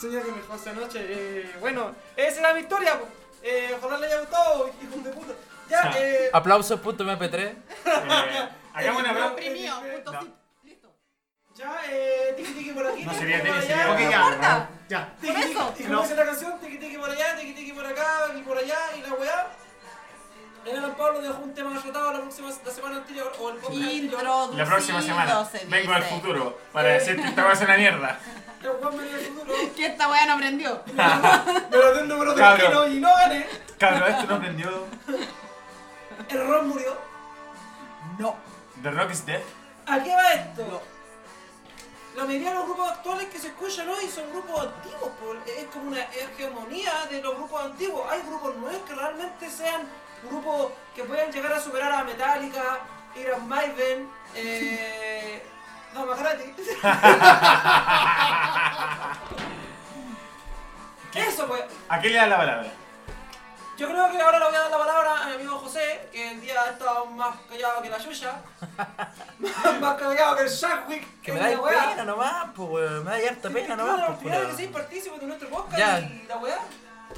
S3: Señor que me pasó anoche. eh, bueno, esa era mi historia. po. Eh, ojalá le haya gustado, hijos de puta. Ya, eh.
S1: Aplausos.mp3.
S4: Eh, Hagamos una broma.
S5: Oprimido. punto
S4: No.
S5: sí. Listo.
S3: Ya, eh, tiki tiki por aquí.
S4: No
S3: tiki
S4: sería
S3: tiki por
S4: tenis,
S3: allá.
S4: sería-
S2: Ok, ya. Ya.
S3: Tiki,
S5: Por
S3: tiki,
S5: eso.
S3: Y como
S2: No.
S3: dice la canción, tiki tiki por allá, tiki tiki por acá, y por allá, y la weá. El Alan Pablo dejó un tema tratado la próxima la semana anterior o el podcast anterior.
S5: Introducido.
S4: La próxima semana
S5: se
S4: vengo al
S5: dice.
S4: futuro para decirte que esta va a ser una mierda.
S3: El Juan venía del futuro.
S5: Que esta weá no aprendió.
S3: Me
S5: [LAUGHS]
S3: lo dio un número de
S4: Cabrón.
S3: kilo y no gané.
S4: Cabrón, esto este no aprendió.
S3: El Ron murió.
S4: No. The Rock is Dead.
S3: ¿A qué va esto? La mayoría de los grupos actuales que se escuchan hoy son grupos antiguos, po. es como una hegemonía de los grupos antiguos. Hay grupos nuevos que realmente sean grupos que puedan llegar a superar a Metallica, Iron Maiden, eh... no, más gratis. Eso pues,
S4: ¿A qué le da la palabra?
S3: yo creo que ahora le voy a dar la palabra a mi amigo José, que el día ha estado más callado que
S1: [LAUGHS]
S3: la Yuya, más callado que el Shadwick,
S1: Que
S3: que
S1: me
S3: la
S1: da
S3: weá.
S1: pena nomás, pues weón. Me da harta pena
S3: Tuve
S1: nomás,
S3: la
S1: pues
S3: oportunidad de
S1: culeado.
S3: ser partícipe de nuestro podcast
S1: Ya.
S3: y la weá.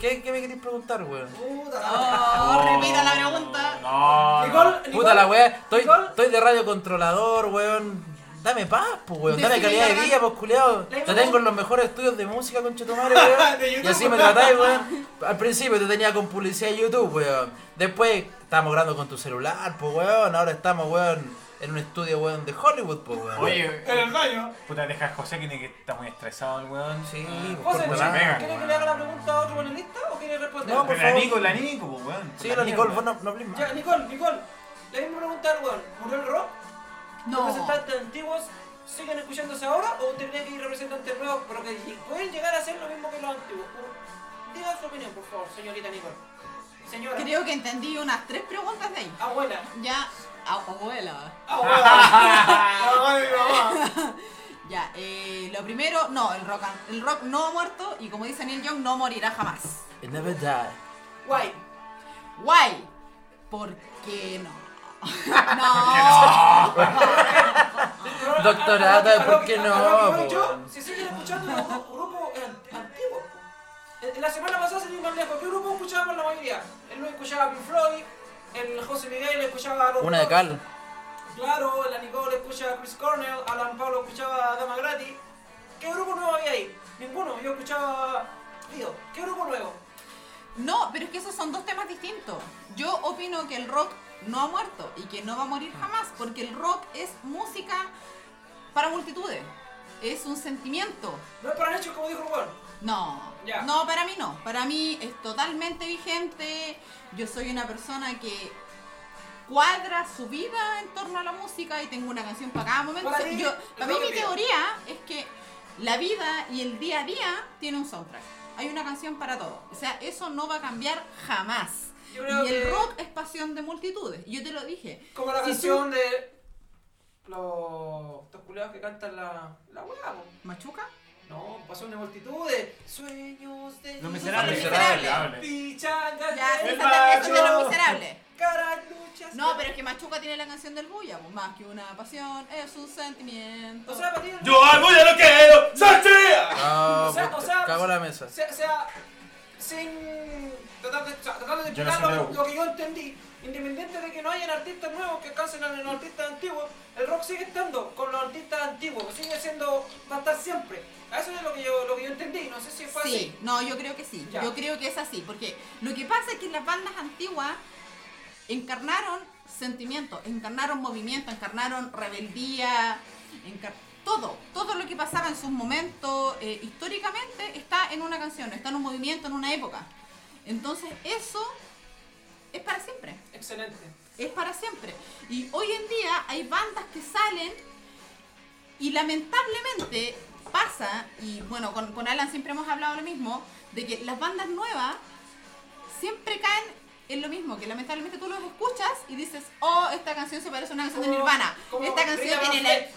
S1: ¿Qué, ¿Qué me queréis preguntar, weón?
S3: Puta la weá.
S5: Oh, repita la pregunta.
S4: No. no.
S3: Nicole,
S1: Puta la
S3: weá.
S1: weá, estoy,
S3: Nicole.
S1: estoy de radio controlador, weón. Dame paz, pues weón. Dame
S5: Decime
S1: calidad de
S5: la
S1: vida, pues culeado.
S3: La
S1: Te
S3: misma
S1: tengo en los mejores estudios de música, con chetumare, weón.
S3: [LAUGHS] De YouTube.
S1: y así me tratáis, weón. Al principio te tenía con publicidad de YouTube, weón. Después estábamos grabando con tu celular, pues weón. Ahora estamos, weón, en un estudio, weón, de Hollywood, pues weón.
S3: En el
S4: Oye,
S3: baño.
S4: puta, deja a José que ni que está muy estresado el weón.
S1: Sí,
S3: José,
S1: por
S4: Pues
S1: nada.
S4: la pegan,
S3: ¿quieres que
S4: weón.
S3: le haga la pregunta a otro panelista o quieres responder?
S1: No, por
S4: Pero la
S1: favor.
S4: Nico, la Nico, pues, weón.
S1: Sí,
S4: La
S1: la Nicole,
S4: mierda.
S1: vos no, no hables más.
S3: Ya, Nicole, Nicole. La misma pregunta al weón. ¿Murió el rock?
S5: No.
S3: Representantes antiguos sigan escuchándose ahora o tendría que ir representantes nuevos, pero que pueden llegar a hacer lo mismo que los antiguos? O- Diga su opinión, por favor, señorita Nicole. Señora,
S5: Creo que entendí unas tres preguntas de ahí. [LAUGHS]
S3: abuela,
S5: Ya, ah, abuela.
S3: abuela.
S2: Ay, mamá.
S5: Ya, eh, lo primero, no, el rock, and- el rock no ha muerto y como dice Neil Young, no morirá jamás.
S1: It never die.
S3: Guay.
S5: Guay, ¿por qué no? [LAUGHS] no,
S1: Doctorada,
S3: A lo que-
S1: ¿por qué
S3: a lo
S1: no,
S3: que voy
S1: po?
S3: yo, Si siguen escuchando los dos grupos eh, antiguos. po. Eh, La semana pasada se dio más lejos. ¿Qué grupo escuchábamos la mayoría? Él no escuchaba a Pink Floyd, el José Miguel escuchaba a los
S1: Una de cal.
S3: Claro, la Nicole escucha a Chris Cornell, Alan Pablo escuchaba a Dama Gratis. ¿Qué grupo nuevo había ahí? Ninguno, yo escuchaba. Digo, ¿qué grupo nuevo?
S5: no, pero es que esos son dos temas distintos. Yo opino que el rock no ha muerto y que no va a morir jamás, porque el rock es música para multitudes, es un sentimiento.
S3: No es para hechos como dijo el weón.
S5: No,
S3: Ya.
S5: no, para mí no, para mí es totalmente vigente, yo soy una persona que cuadra su vida en torno a la música y tengo una canción para cada momento.
S3: Para
S5: O sea,
S3: ti,
S5: yo-
S3: el
S5: para mí
S3: rock
S5: mi
S3: es vida.
S5: teoría es que la vida y el día a día tiene un soundtrack. Hay una canción para todo. O sea, eso no va a cambiar jamás.
S3: Yo creo
S5: Y el
S3: que-
S5: rock es pasión de multitudes. Yo te lo dije.
S3: Como la
S5: Si
S3: canción de. Los. Estos culiados que cantan la. La weá, po.
S5: tú- ¿Machuca?
S3: No, pasó una multitud de sueños de.
S2: Los
S5: Miserables.
S2: miserables.
S5: Miserables.
S3: Pichangas
S5: Ya,
S3: de
S5: esa
S2: macho.
S5: también es de los miserables.
S3: caraluchas.
S5: No, pero es que Machuca tiene la canción del Bulla. pues, Más que una pasión, es un sentimiento.
S3: O sea, para ti el-
S4: algo ya lo quiero, ¡Saltea!
S1: Ah,
S3: O sea, o
S1: puta,
S3: sea,
S1: cago en la mesa.
S3: O sea, o sea, sin tratar de, o sea, tratar de
S4: Yo no
S3: explicar
S4: soy
S3: lo,
S4: nuevo.
S3: lo que yo entendí, independiente de que no hayan artistas nuevos que alcancen a los artistas antiguos, el rock sigue estando con los artistas antiguos, sigue siendo, va a estar siempre. Eso es lo que yo, lo que yo entendí, no sé si fue
S5: Sí,
S3: así.
S5: no, yo creo que sí.
S3: Ya.
S5: Yo creo que es así, porque lo que pasa es que las bandas antiguas encarnaron sentimientos, encarnaron movimiento, encarnaron rebeldía, encar- todo, todo lo que pasaba en sus momentos eh, históricamente está en una canción, está en un movimiento, en una época. Entonces eso es para siempre
S3: Excelente.
S5: es para siempre. Y hoy en día hay bandas que salen y lamentablemente pasa, y bueno, con, con Alan siempre hemos hablado lo mismo, de que las bandas nuevas siempre caen en lo mismo, que lamentablemente tú los escuchas y dices, oh, esta canción se parece a una canción de
S3: Como-
S5: Nirvana,
S3: como
S5: esta
S3: Rita
S5: canción
S3: Van
S5: tiene la...
S3: Fleet.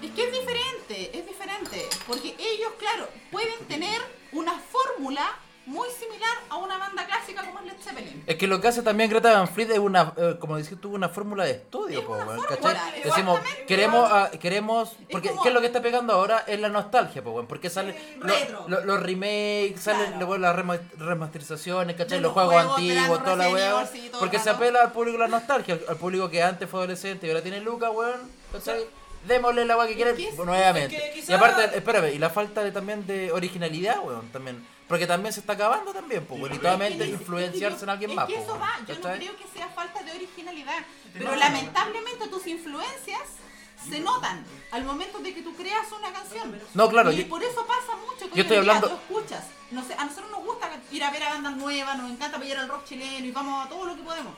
S5: Es que es diferente, es diferente, porque ellos, claro, pueden tener una fórmula muy similar a una banda clásica como es Led Zeppelin.
S1: Es que lo que hace también Greta Van Fleet es una, eh, como decís tú, una fórmula de estudio,
S5: Es
S1: po,
S5: una
S1: weón,
S5: fórmula,
S1: ¿cachai?
S5: exactamente.
S1: Decimos, queremos, ah, queremos, porque
S5: como-
S1: ¿qué es lo que está pegando ahora? Es la nostalgia, po, weón, porque salen lo-
S5: retro.
S1: lo- los remakes, salen
S5: Claro.
S1: le- weón, las rema- remasterizaciones, ¿cachai?
S5: De
S1: Los
S5: los
S1: juegos
S5: juegos,
S1: antiguos,
S5: Grand
S1: toda la
S5: Resident Evil,
S1: weón,
S5: sí, todo el
S1: porque se
S5: rato.
S1: apela al público la nostalgia, al- al público que antes fue adolescente y ahora tiene lucas, weón, ¿cachai? Démosle la weá que quieren
S5: que es-
S1: nuevamente.
S3: es que quizá-
S1: Y aparte, espérame, y la falta de, también de originalidad, weón, también. Porque también se está acabando también, pues, weón, y
S5: Es que
S1: totalmente
S5: ni- es
S1: influenciarse
S5: que
S1: en
S5: yo-
S1: alguien
S5: es
S1: más,
S5: que
S1: po,
S5: eso
S1: weón,
S5: va, yo no
S1: ¿cachai?
S5: creo que sea falta de originalidad. Pero
S4: pasa,
S5: lamentablemente tus influencias se notan al momento de que tú creas una canción.
S1: No, claro,
S5: Y
S1: yo-
S5: por eso pasa mucho que
S1: yo
S5: hoy en
S1: estoy
S5: día
S1: hablando-
S5: tú escuchas. No sé, a nosotros nos gusta ir a ver a bandas nuevas, nos encanta apoyar al rock chileno y vamos a todo lo que podemos.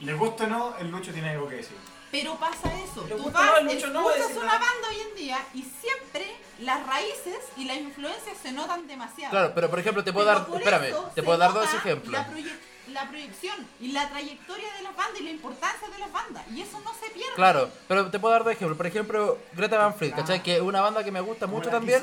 S4: Le gusta o no, el Lucho tiene algo que decir.
S5: Pero pasa eso.
S3: Le
S5: Tú
S3: gusta más
S5: vas,
S3: el mucho,
S5: escuchas
S3: no voy a decir
S5: una
S3: nada.
S5: banda hoy en día y siempre las raíces y las influencias se notan demasiado.
S1: Claro, pero por ejemplo, te puedo
S5: Pero
S1: dar,
S5: por
S1: espérame,
S5: eso
S1: te
S5: se
S1: puedo dar
S5: nota
S1: dos ejemplos.
S5: La, proye- la proyección y la trayectoria de las bandas y la importancia de las bandas. Y eso no se pierde.
S1: Claro, pero te puedo dar dos ejemplos. Por ejemplo, Greta Van Fleet, ¿cachai? Que es una banda que me gusta mucho también,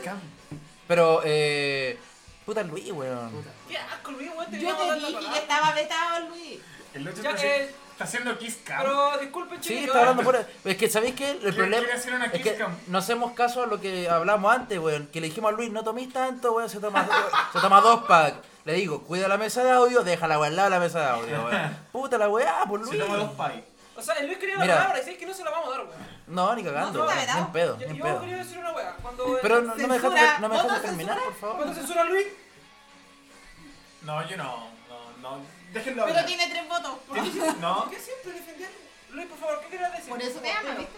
S1: pero eh... Puta Luis, weón.
S3: Qué asco, Luis, weón, te
S5: Yo
S3: vamos a dar
S5: te
S3: la
S5: dije que
S3: palabra.
S5: estaba vetado, Luis.
S4: El Lucho
S3: Ya
S4: está,
S3: que-
S4: haci- está haciendo Kiss Cam.
S3: Pero disculpen,
S1: Sí,
S3: chicos.
S1: está hablando por... Es que, ¿sabéis qué? El problema
S4: quiere hacer una
S1: es que
S4: kiss cam.
S1: no hacemos caso a lo que hablamos antes, weón. Que le dijimos a Luis, no toméis tanto, weón, se toma, se toma dos packs. Le digo, cuida la mesa de audio, déjala, weón, al lado de la mesa de audio,
S4: [LAUGHS]
S1: weón. Puta la weá, por
S4: Se
S1: Luis.
S4: toma dos pay.
S3: O sea, el Luis quería la
S1: Mira.
S3: palabra y dice que no se la vamos a dar, weón.
S1: No, ni cagando,
S5: No,
S1: weón.
S5: está
S1: Ni en
S5: vedado.
S1: pedo,
S3: Yo,
S1: ni en
S3: yo
S1: pedo.
S3: quería decir una weá. Cuando.
S1: Pero no, no me
S5: Censura,
S1: dejaste, no me dejaste
S5: voto
S1: terminar, por
S5: censura.
S1: favor.
S3: Cuando censura Luis,
S4: No, yo no. No, no. Déjenlo
S5: Pero
S4: hablar.
S5: tiene tres votos.
S4: No.
S3: ¿por qué siempre defender? Luis, por favor, ¿qué querías decir?
S5: Por eso te
S3: Contigo.
S5: aman, ¿viste?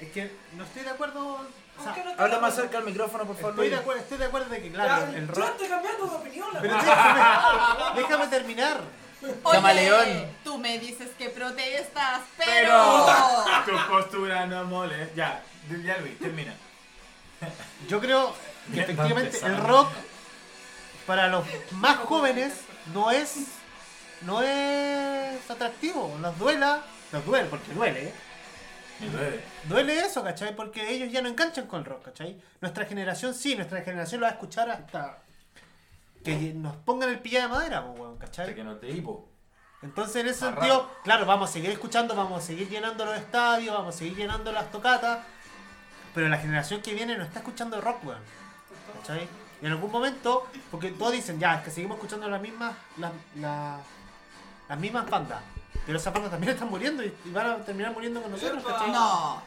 S2: Es que no estoy de acuerdo. o
S3: ¿Por
S2: sea,
S3: qué no te
S1: Habla
S3: amas?
S1: más cerca al micrófono, por favor,
S2: estoy,
S1: Luis.
S2: de acuerdo, estoy de acuerdo de que,
S3: Ya,
S2: claro, el
S3: Yo
S2: rock.
S3: estoy cambiando de opinión, la
S2: Pero
S3: verdad.
S2: déjame, déjame terminar.
S5: Oye,
S1: Camaleón.
S5: Tú me dices que protestas,
S4: Pero-
S5: pero.
S4: Tu postura no mole. Ya, ya Luis, termina.
S2: Yo creo que
S4: Ya
S2: efectivamente
S4: está
S2: el
S4: empezando.
S2: rock para los más jóvenes no es no es atractivo. Nos duela, nos duele porque duele. ¿eh? Duele eso, ¿cachai? Porque ellos ya no enganchan con el rock, ¿cachai? Nuestra generación sí, nuestra generación lo va a escuchar hasta que nos pongan el pilla de madera, po, weón,
S4: Hasta que
S2: ¿cachai?
S4: no te hipo.
S2: Entonces en ese
S4: Agarrado.
S2: sentido, claro, vamos a seguir escuchando, vamos a seguir llenando los estadios, vamos a seguir llenando las tocatas, pero la generación que viene no está escuchando rock, weón. ¿Cachai? Y en algún momento, porque todos dicen, ya, es que seguimos escuchando las mismas, las, las, las mismas bandas. Pero esas bandas también están muriendo y, y van a terminar muriendo con nosotros,
S3: Epa.
S2: ¿cachai?
S5: No.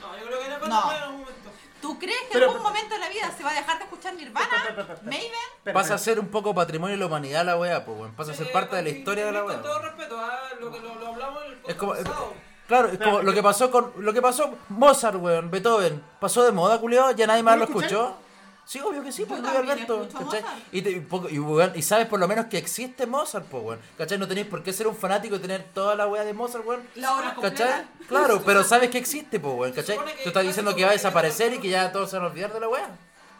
S3: No, yo creo que no,
S5: No.
S3: no. en algún momento.
S5: ¿Tú crees que en
S2: Pero-
S5: algún momento de la vida se va a dejar de escuchar Nirvana?
S2: Espera, espera, espera.
S5: Maiden.
S2: Espera,
S1: Pasa a
S2: espera.
S1: ser un poco patrimonio de la humanidad la weá, pues weón. Pasa a ser
S3: Eh,
S1: parte de la
S3: y-
S1: historia de la
S3: y
S1: weá.
S3: Con todo respeto, ah, lo que lo, lo hablamos en el
S1: Es
S3: podcast
S1: como.
S3: pasado.
S1: Claro, es como lo que pasó con. Lo que pasó. Mozart, weón, Beethoven. Pasó de moda, culiao, ya nadie más
S2: ¿Tú
S1: lo
S2: lo
S1: escuchó. Sí, obvio que sí,
S5: Yo
S1: pues,
S5: también
S1: obvio, Alberto.
S5: escucho a
S1: ¿cachai?
S5: Mozart.
S1: Y, te- y poco- y, weón, y sabes por lo menos que existe Mozart, pues, weón. ¿Cachai? No tenéis por qué ser un fanático y tener toda la weá de Mozart, weón.
S5: La obra
S1: ¿Cachai?
S5: completa.
S1: Claro, pero sabes que existe, pues, weón, ¿cachai?
S3: supone que
S1: Tú estás
S3: casi
S1: diciendo
S3: como
S1: que va a
S3: que ya
S1: desaparecer
S3: no-
S1: y que ya todos se van a olvidar de la weá.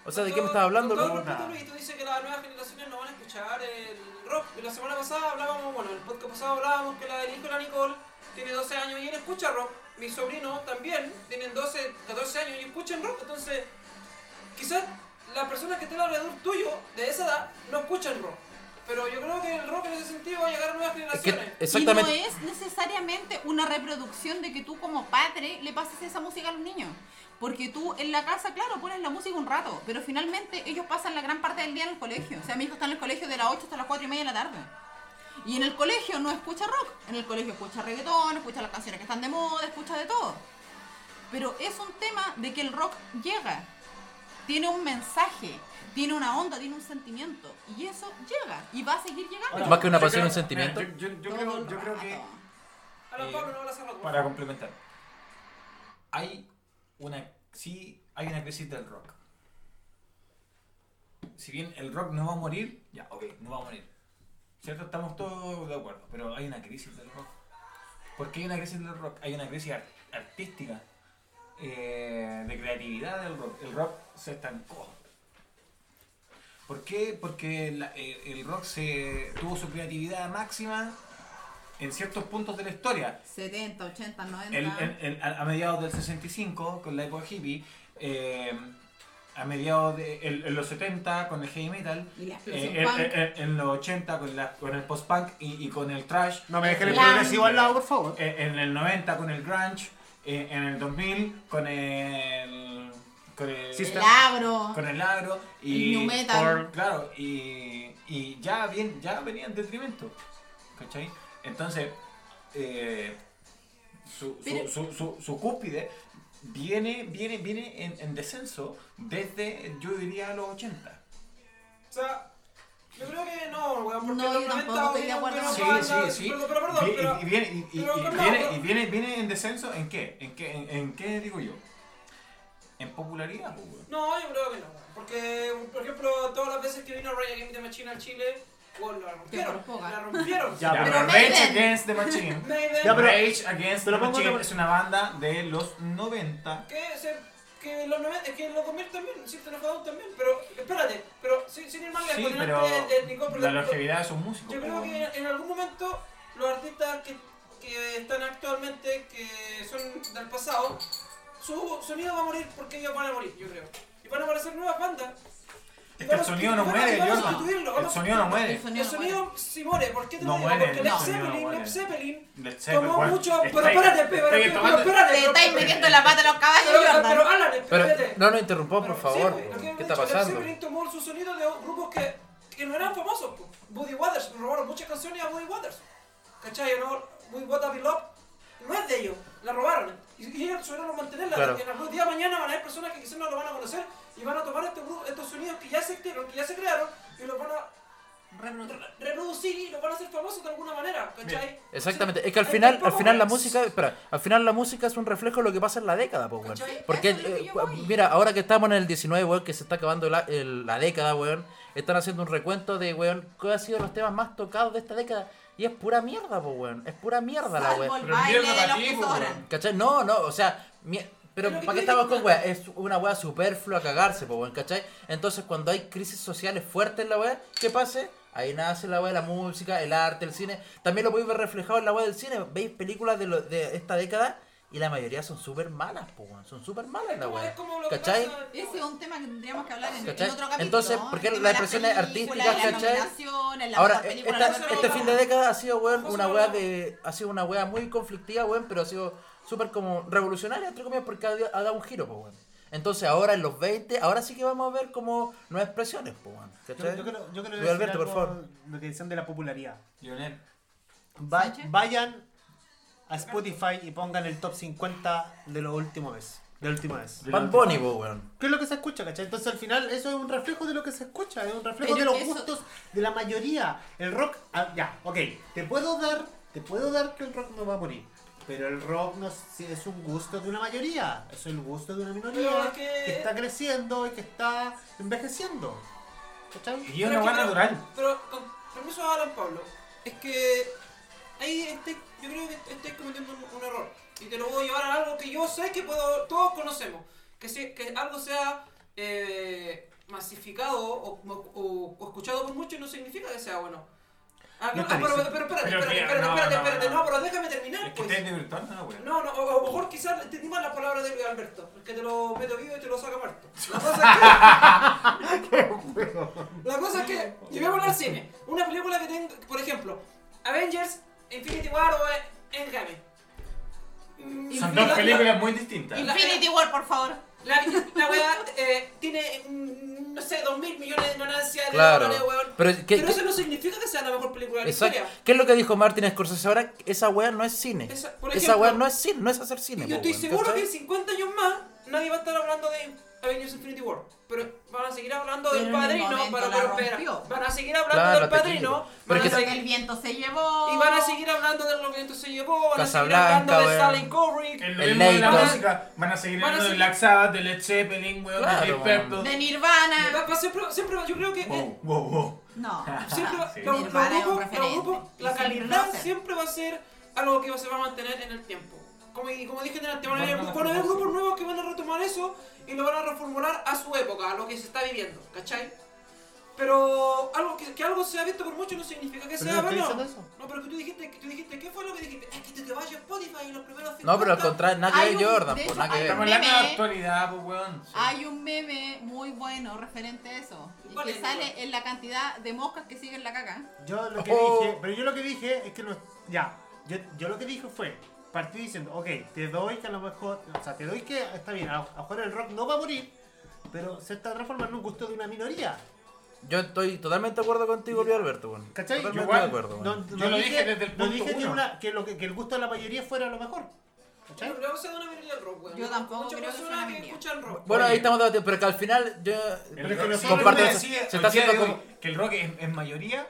S1: O sea, ¿de qué me
S3: Con
S1: estás
S3: todo-
S1: hablando,
S3: con todo
S1: Luis?
S3: respeto, Luis, tú dices que las nuevas generaciones no van a escuchar el rock. Y la semana pasada hablábamos, bueno, en el podcast pasado hablábamos que la de Nicola Nicole tiene 12 años y él escucha rock. Mis sobrinos también tienen 12, 14 años y escuchan rock. Entonces, quizás las personas que estén alrededor tuyo de esa edad no escuchan rock. Pero yo creo que el rock en ese sentido va a llegar a nuevas
S1: Es que- eh,
S3: generaciones.
S1: exactamente.
S5: Y no es necesariamente una reproducción de que tú como padre le pases esa música a los niños. Porque tú en la casa, claro, pones la música un rato, pero finalmente ellos pasan la gran parte del día en el colegio. O sea, mi hijo está en el colegio de las 8 hasta las 4 y media de la tarde. Y en el colegio no escucha rock, en el colegio escucha reggaetón, escucha las canciones que están de moda, escucha de todo. Pero es un tema de que el rock llega, tiene un mensaje, tiene una onda, tiene un sentimiento. Y eso llega y va a seguir llegando.
S1: Más que una
S4: Yo
S1: pasión,
S4: creo-
S1: un sentimiento.
S4: mira, Yo, yo- yo
S5: Todo
S4: creo,
S5: el
S4: yo creo que
S5: rato.
S3: A los
S4: Eh,
S3: Pablo no van a hacer rock. por
S4: para complementar, hay una sí hay una crisis del rock. Si bien el rock no va a morir, ya, ok, no va a morir. ¿Cierto? Estamos todos de acuerdo, pero hay una crisis del rock. ¿Por qué hay una crisis del rock? Hay una crisis ar- artística, eh, de creatividad del rock. El rock se estancó. ¿Por qué? Porque la- eh, el rock se tuvo su creatividad máxima en ciertos puntos de la historia.
S5: 70, 80, 90.
S4: El- el- el- a a mediados del 65, con la época hippie, eh, a mediados de el- en los 70 con el heavy metal,
S5: y la explosión
S4: eh, en,
S5: punk.
S4: en- en los 80 con, la, con el post-punk y, y con el trash, Eh,
S2: No me dejen el
S5: La-
S2: progresivo al lado, por favor.
S4: en el 90 con el grunge, eh, en el 2000 con el... Con el
S2: Sí,
S5: el
S2: está-
S5: abro.
S4: con el agro
S5: El
S4: y
S5: nu metal.
S4: por- claro y, y ya bien ya venía en detrimento ¿cachai? entonces eh, su, su-
S5: Pero-
S4: su- su- su cúspide viene viene viene en, en descenso desde yo diría los 80
S3: O sea, yo creo que no, weón, porque
S5: No,
S3: en los
S5: yo
S3: 90
S5: tampoco estoy de
S3: hubieron
S5: acuerdo.
S3: buenas
S5: Sí,
S3: bandas, Pero, pero perdón,
S4: Vi-
S3: pero...
S4: y, y viene, y- y-
S3: pero
S4: y
S3: perdón,
S4: viene,
S3: pero-
S4: y viene- viene en descenso en qué en qué en, en qué digo yo en popularidad pues, weón.
S3: No, yo creo que no, weón, porque, por ejemplo, todas las veces que vino Ryan Against the Machine al Chile, weón, la rompieron,
S5: proponga.
S3: la rompieron.
S2: Ya, pero
S4: Ya, pero
S5: Maiden.
S4: Rage Against the Machine
S3: [LAUGHS] Maiden,
S2: Ya, pero-
S4: Rage Against the
S2: pero pongo
S4: Machine
S2: otra-
S4: es una banda de los 90.
S3: que, se, que en los 90, que en los 2000 también, System of a Down también, pero, espérate, pero sin, sin ir más
S4: Sí,
S3: lejos, delante
S4: pero
S3: de- de Nicole,
S4: la
S3: perdón,
S4: longevidad de sus músicos.
S3: Yo creo que en algún momento los artistas que, que están actualmente, que son del pasado, su sonido va a morir porque ellos van a morir, yo creo. Y van a aparecer nuevas bandas.
S4: Es que el sonido no muere,
S3: Jordan.
S4: Jordan. El sonido no muere.
S5: El sonido
S3: El
S5: no
S3: sonido sí muere, ¿por qué te
S4: No
S3: lo digo?
S4: muere,
S3: Porque
S4: el
S3: Led
S4: sonido no
S3: Zeppelin,
S4: muere.
S3: Led Zeppelin
S4: Led Zeppelin,
S3: tomó
S4: bueno,
S3: mucho, pero
S4: estoy-
S3: espérate,
S4: estoy
S3: pero espérate, pero
S4: tomando-
S3: espérate.
S5: Te estáis metiendo la pata a los caballos,
S3: Pero, pero, pero
S5: Jordan.
S3: Alan,
S1: Pero
S3: espérate.
S1: no nos interrumpamos, por
S3: Pero sí,
S1: favor.
S3: pues, lo que
S1: ¿Qué
S3: hemos
S1: está
S3: dicho, Led
S1: pasando?
S3: Zeppelin tomó su sonido de grupos que, que no eran famosos. po. Buddy Waters, robaron muchas canciones a Buddy Waters. ¿Cachai? No, We What Be Love no es de ellos, la robaron. Y, y ellos suelen mantenerla.
S1: Claro.
S3: En algún día de mañana van a haber personas que quizás este no lo van a conocer y van a tomar estos, grupos- estos sonidos que ya se existieron, que ya se crearon y los van a
S5: Reprodu-
S3: re- reproducir y los van a hacer famosos de alguna manera, ¿cachai?
S1: Exactamente,
S3: Sí.
S1: es que al
S3: Hay
S1: final,
S3: tan
S1: al
S3: poco,
S1: final la
S3: weón.
S1: música, espera, al final la música es un reflejo de lo que pasa en la década, pues, weón.
S5: ¿Cachai?
S1: Porque,
S5: Eso es lo que
S1: eh,
S5: yo voy.
S1: mira, ahora que estamos en el 19, weón, que se está acabando la, el- la década, weón, están haciendo un recuento de, weón, cuáles han sido los temas más tocados de esta década. Y es pura mierda, pues, weón, es pura mierda la
S5: Salvo
S1: weón.
S5: el
S4: Pero
S5: baile de
S4: mierda pa'
S5: los
S4: ti,
S5: que
S4: po,
S5: sobran.
S4: weón.
S1: ¿Cachai? No, no, o sea, mie- pero
S3: Pero que
S1: ¿para qué
S3: tiene
S1: estamos
S3: que-
S1: con weá? Es una weá superflua a cagarse, pues, weón, ¿cachai? Entonces, cuando hay crisis sociales fuertes en la weá, ¿qué pase? Ahí nace la weá de la música, el arte, el cine. También lo podéis ver reflejado en la weá del cine. Veis películas de, lo- de esta década y la mayoría son súper malas, pues, weón. Son súper malas la
S3: Como-
S1: weá.
S3: es como lo que
S1: ¿Cachai?
S3: pasa-
S5: Ese es un tema que tendríamos que hablar en, en
S1: ¿Cachai?
S5: otro capítulo.
S1: Entonces,
S5: ¿no?
S1: ¿por qué
S5: El tema
S1: la
S5: de las
S1: expresión es
S5: películas,
S1: artística,
S5: las
S1: cachai?
S5: nominaciones, la
S1: Ahora,
S5: mejor
S1: e-
S5: película,
S1: esta-
S5: la mejor
S1: este
S5: película.
S1: fin de década ha sido, weón,
S3: José
S1: una
S3: Manuel.
S1: weá de. Ha sido una weá muy conflictiva, weón, pero ha sido súper como revolucionaria, entre comillas, porque ha, ha dado un giro, pues, weón. Entonces ahora en los 20, ahora sí que vamos a ver como nuevas expresiones, pues, weón.
S2: Yo,
S1: ¿cachai?
S2: yo creo, yo creo
S1: Luis
S2: decir
S1: Alberto, por
S2: algo
S1: favor.
S2: Lo que decían de la popularidad.
S4: Lionel.
S2: Va-
S5: Sánchez.
S2: vayan a Spotify y pongan el top 50 de los últimos meses. Del último mes.
S4: Yo
S1: Bad
S4: no-
S1: Bunny, pues, weón.
S2: ¿Qué es lo que se escucha, cachai? Entonces al final eso es un reflejo de lo que se escucha, es un reflejo
S5: Pero
S2: de los
S5: eso-
S2: gustos de la mayoría. El rock, ah, ya, ok, te puedo dar, te puedo dar que el rock no va a morir. Pero el rock no es, es un gusto de una mayoría, es el gusto de una
S3: Pero
S2: minoría
S3: es que-
S2: que está creciendo y que está envejeciendo. ¿Cachai?
S4: Y es una
S3: Pero es
S4: weá
S3: que,
S4: natural.
S3: Pero, pero con permiso a Alan Pablo, es que ahí estoy- yo creo que estoy cometiendo un, un error. Y te lo voy a llevar a algo que yo sé que puedo, todos conocemos. Que, si- que algo sea eh, masificado o, o- o escuchado por muchos no significa que sea bueno. Ah,
S2: No
S3: ah,
S2: te
S3: pero,
S2: dice.
S3: pero espérate,
S4: Pero
S3: espérate,
S4: que-
S3: espérate,
S4: no,
S3: espérate,
S4: no,
S3: espérate,
S4: no.
S3: no, pero déjame terminar.
S4: Es que
S3: pues.
S4: estáis divirtiendo, no, weón.
S3: No, no, o, o mejor quizás entendí mal las palabras de Luis Alberto, que te lo meto vivo y te lo saca muerto. La cosa
S1: [LAUGHS]
S3: es que. la cosa es que. Llevémoslo al cine. Una película que tengo. Por ejemplo, Avengers, Infinity War o eh, Endgame. Mm,
S5: Son
S3: y
S4: Dos
S3: la-
S4: películas muy distintas.
S3: Y la-
S5: Infinity War, por favor.
S3: La, la weá eh, tiene, mm, no sé, 2.000 millones de ganancias de
S1: Claro.
S3: dólares, weón.
S1: Pero, ¿qué-
S3: Pero
S1: qué-
S3: eso no significa que sea la mejor película de la
S1: Exacto.
S3: historia.
S1: ¿Qué es lo que dijo Martin Scorsese ahora? Esa weá no es cine.
S3: Esa-
S1: Esa,
S3: por ejemplo,
S1: weá no es cine, no es hacer cine.
S3: Yo
S1: po,
S3: estoy
S1: weón,
S3: seguro
S1: ¿cachai?
S3: que en 50 años más nadie va a estar hablando de Avengers Infinity War. Pero van a seguir hablando
S5: Pero
S3: del
S5: en el
S3: padrino.
S5: momento
S3: Pero,
S5: la
S3: pero, espera,
S5: rompió.
S3: van a seguir hablando
S1: Claro,
S3: del
S1: te
S3: padrino.
S1: entiendo. Pero
S3: Van a
S1: es que-
S5: Porque
S3: seguir-
S5: el viento se llevó.
S3: y van a seguir hablando de lo que entonces se llevó. Van a seguir
S1: Casablanca,
S3: hablando de
S1: weón.
S3: Stanley Kubrick.
S4: El
S1: El
S4: ritmo de la
S1: Leighton.
S4: música. Van a seguir
S3: Van a
S4: hablando de
S3: seguir-
S4: Black Sabbath, de Led Zeppelin, weón,
S1: Claro,
S4: de Deep
S1: weón.
S4: Purple.
S5: De Nirvana.
S3: Va- va- siempre, siempre va- yo creo que. eh,
S4: Wow, wow, wow.
S5: No.
S3: Siempre va-
S4: Sí.
S3: los- los
S5: Nirvana es un
S3: grupos- los
S5: referente.
S3: grupos-
S5: Y
S3: la
S5: Sigur
S3: calidad
S5: Rós.
S3: siempre va a ser algo que se va a mantener en el tiempo. Como, y como dije delante, van a haber,
S4: Van a
S3: van a haber
S4: reformular.
S3: grupos nuevos que van a retomar eso y lo van a reformular a su época, a lo que se está viviendo, ¿cachai? Pero algo que, que algo sea visto por muchos no significa que
S2: Pero
S3: sea
S2: yo estoy
S3: bueno.
S2: diciendo eso.
S3: No, pero que tú dijiste, que tú dijiste, ¿qué fue lo que dijiste? Es que te, te vayas a Spotify y los primeros 50.
S1: No, pero al contrario, nada que
S5: Hay
S1: ver
S5: un-
S1: Jordan,
S5: de
S1: pues
S5: hecho,
S1: nada que
S5: hay
S1: ver.
S4: Estamos hablando de
S5: Meme.
S4: actualidad, pues, weón.
S5: Hay un meme muy bueno referente a eso. Y
S3: ¿Cuál
S5: que
S3: es?
S5: sale en la cantidad de moscas que siguen la caca.
S2: Yo lo que
S1: Oh.
S2: dije, pero yo lo que dije es que no, ya, yo, yo lo que dije fue, partí diciendo, ok, te doy que a lo mejor, o sea, te doy que está bien, a a lo mejor el rock no va a morir, pero se está transformando en un gusto de una minoría,
S1: Yo estoy totalmente de acuerdo contigo, Luis Alberto, weón.
S2: ¿cachai?
S1: Totalmente
S4: Igual,
S1: de acuerdo, weón.
S2: No,
S4: Yo
S2: no
S4: lo dije desde el
S2: no
S4: punto
S2: dije que,
S4: uno.
S2: una- que lo que, que el gusto de la mayoría fuera lo mejor,
S3: Yo
S4: Eh,
S2: ¿cachai?
S3: no creo que sea una minoría del rock, weón.
S5: Yo tampoco
S3: Muchas
S5: creo que sea
S3: personas
S5: una
S3: que
S5: minoría.
S3: escuchan rock.
S1: Bueno,
S4: Oye.
S1: ahí estamos debatiendo, pero que al final yo
S4: El
S2: Pero
S4: rock-
S2: que
S4: si
S2: comparto
S4: alguien
S1: eso.
S4: decide
S1: Se
S4: hoy
S1: está
S4: día
S1: haciendo
S4: de hoy
S1: como-
S4: que el rock es en mayoría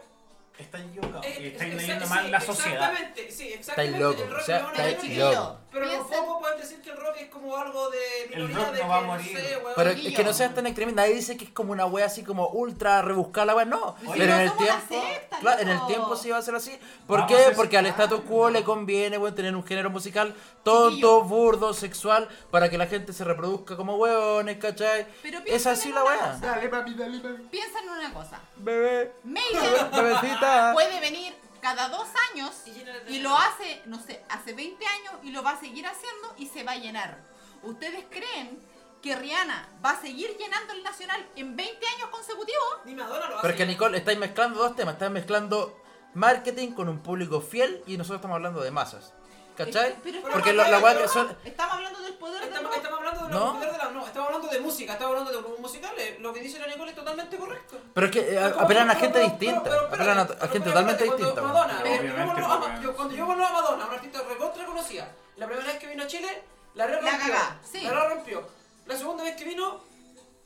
S4: está equivocado.
S3: Eh,
S4: Y está
S3: exa-
S4: leyendo
S3: sí,
S4: mal la sociedad.
S3: Exactamente, sí,
S1: [LAUGHS] estáis
S3: exactamente.
S1: locos.
S3: el
S1: O
S3: rock
S1: sea,
S3: no es una
S1: estáis
S3: minoría.
S5: minoría.
S1: locos.
S3: Pero los
S5: Piensen-
S3: pocos pueden decir que el rock es como algo de
S4: El
S3: minoría
S4: rock
S3: de
S4: no
S3: que,
S4: va a morir.
S3: sé, weón.
S1: Pero
S5: Chiquillo.
S1: es que no seas tan extremo, nadie dice que es como una wea así como ultra rebuscada la wea, no.
S5: Si
S1: pero
S5: no
S1: en el
S5: somos la
S1: tiempo,
S5: secta,
S1: claro, en el
S5: loco.
S1: tiempo sí va a ser así. ¿Por
S4: Vamos a
S1: qué?
S4: ser
S1: Porque al
S4: secta.
S1: status quo le conviene weón, tener un género musical tonto,
S5: Chiquillo.
S1: burdo, sexual, para que la gente se reproduzca como hueones, ¿cachai?
S5: Pero
S1: es
S5: piensen
S1: así
S5: en
S1: la
S5: una
S1: wea.
S5: cosa.
S2: Dale, papi, dale, papi.
S5: Piensa en una cosa.
S1: Bebé,
S5: Maiden
S1: [LAUGHS] bebecita.
S5: puede venir cada dos años
S3: Y llena de-
S5: y lo hace, no sé, hace 20 años y lo va a seguir haciendo y se va a llenar. ¿Ustedes creen que Rihanna va a seguir llenando el nacional en 20 años consecutivos?
S3: Ni Madonna lo hace.
S1: Pero es que Nicole, estáis mezclando dos temas, estáis mezclando marketing con un público fiel y nosotros estamos hablando de masas. ¿Cachai?
S5: Pero estamos
S1: Porque lo-
S5: hablando
S1: la
S5: de
S1: wea que
S5: rock,
S1: son...
S5: Estamos hablando del poder del
S3: Estamos,
S5: rock.
S3: estamos hablando de
S1: ¿No?
S3: la mujer de la- no, estamos hablando de música, estamos hablando de grupos musicales. eh, Lo que dice la Nicole es totalmente correcto.
S1: Pero es que eh,
S3: Pero como-
S1: apelan a
S3: pero-
S1: gente
S3: pero-
S1: distinta,
S3: pero- pero
S1: apelan a, a
S3: espérate,
S1: gente
S3: pero
S1: totalmente
S3: espérate,
S1: distinta.
S3: cuando
S1: weón.
S3: Madonna,
S4: Pero
S3: eh, yo
S4: obviamente,
S3: conozco a-
S4: weón.
S3: yo- Cuando yo conozco a Madonna, una artista recontra conocida, la primera vez que vino a Chile, la re
S5: La
S3: rompió.
S5: cagá, sí.
S3: La re rompió. La segunda vez que vino,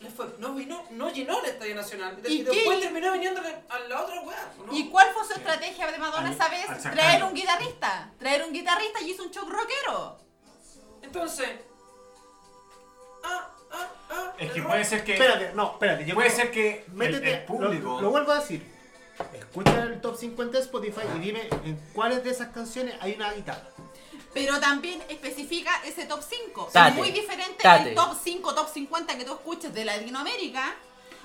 S3: le fue- no, vino, no llenó el Estadio Nacional.
S5: ¿Y
S3: Y después
S5: qué?
S3: terminó viniendo a la otra weá. ¿no?
S5: ¿Y cuál fue su estrategia de Madonna
S4: Al-
S5: esa vez?
S4: al sacar-
S5: Traer un guitarrista. Traer un guitarrista y hizo un show rockero.
S3: Entonces. Ah, ah, ah.
S4: Es que
S3: error.
S4: puede ser que.
S2: Espérate, no, espérate. Yo
S4: Puede
S2: creo-
S4: ser que el- el,
S2: Métete,
S4: público.
S2: Lo, lo vuelvo a decir. Escucha el top 50 de Spotify y dime en cuáles de esas canciones hay una guitarra.
S5: Pero también especifica ese top 5.
S1: Tate,
S5: es muy diferente
S1: tate.
S5: el top 5, top 50 que tú escuches de Latinoamérica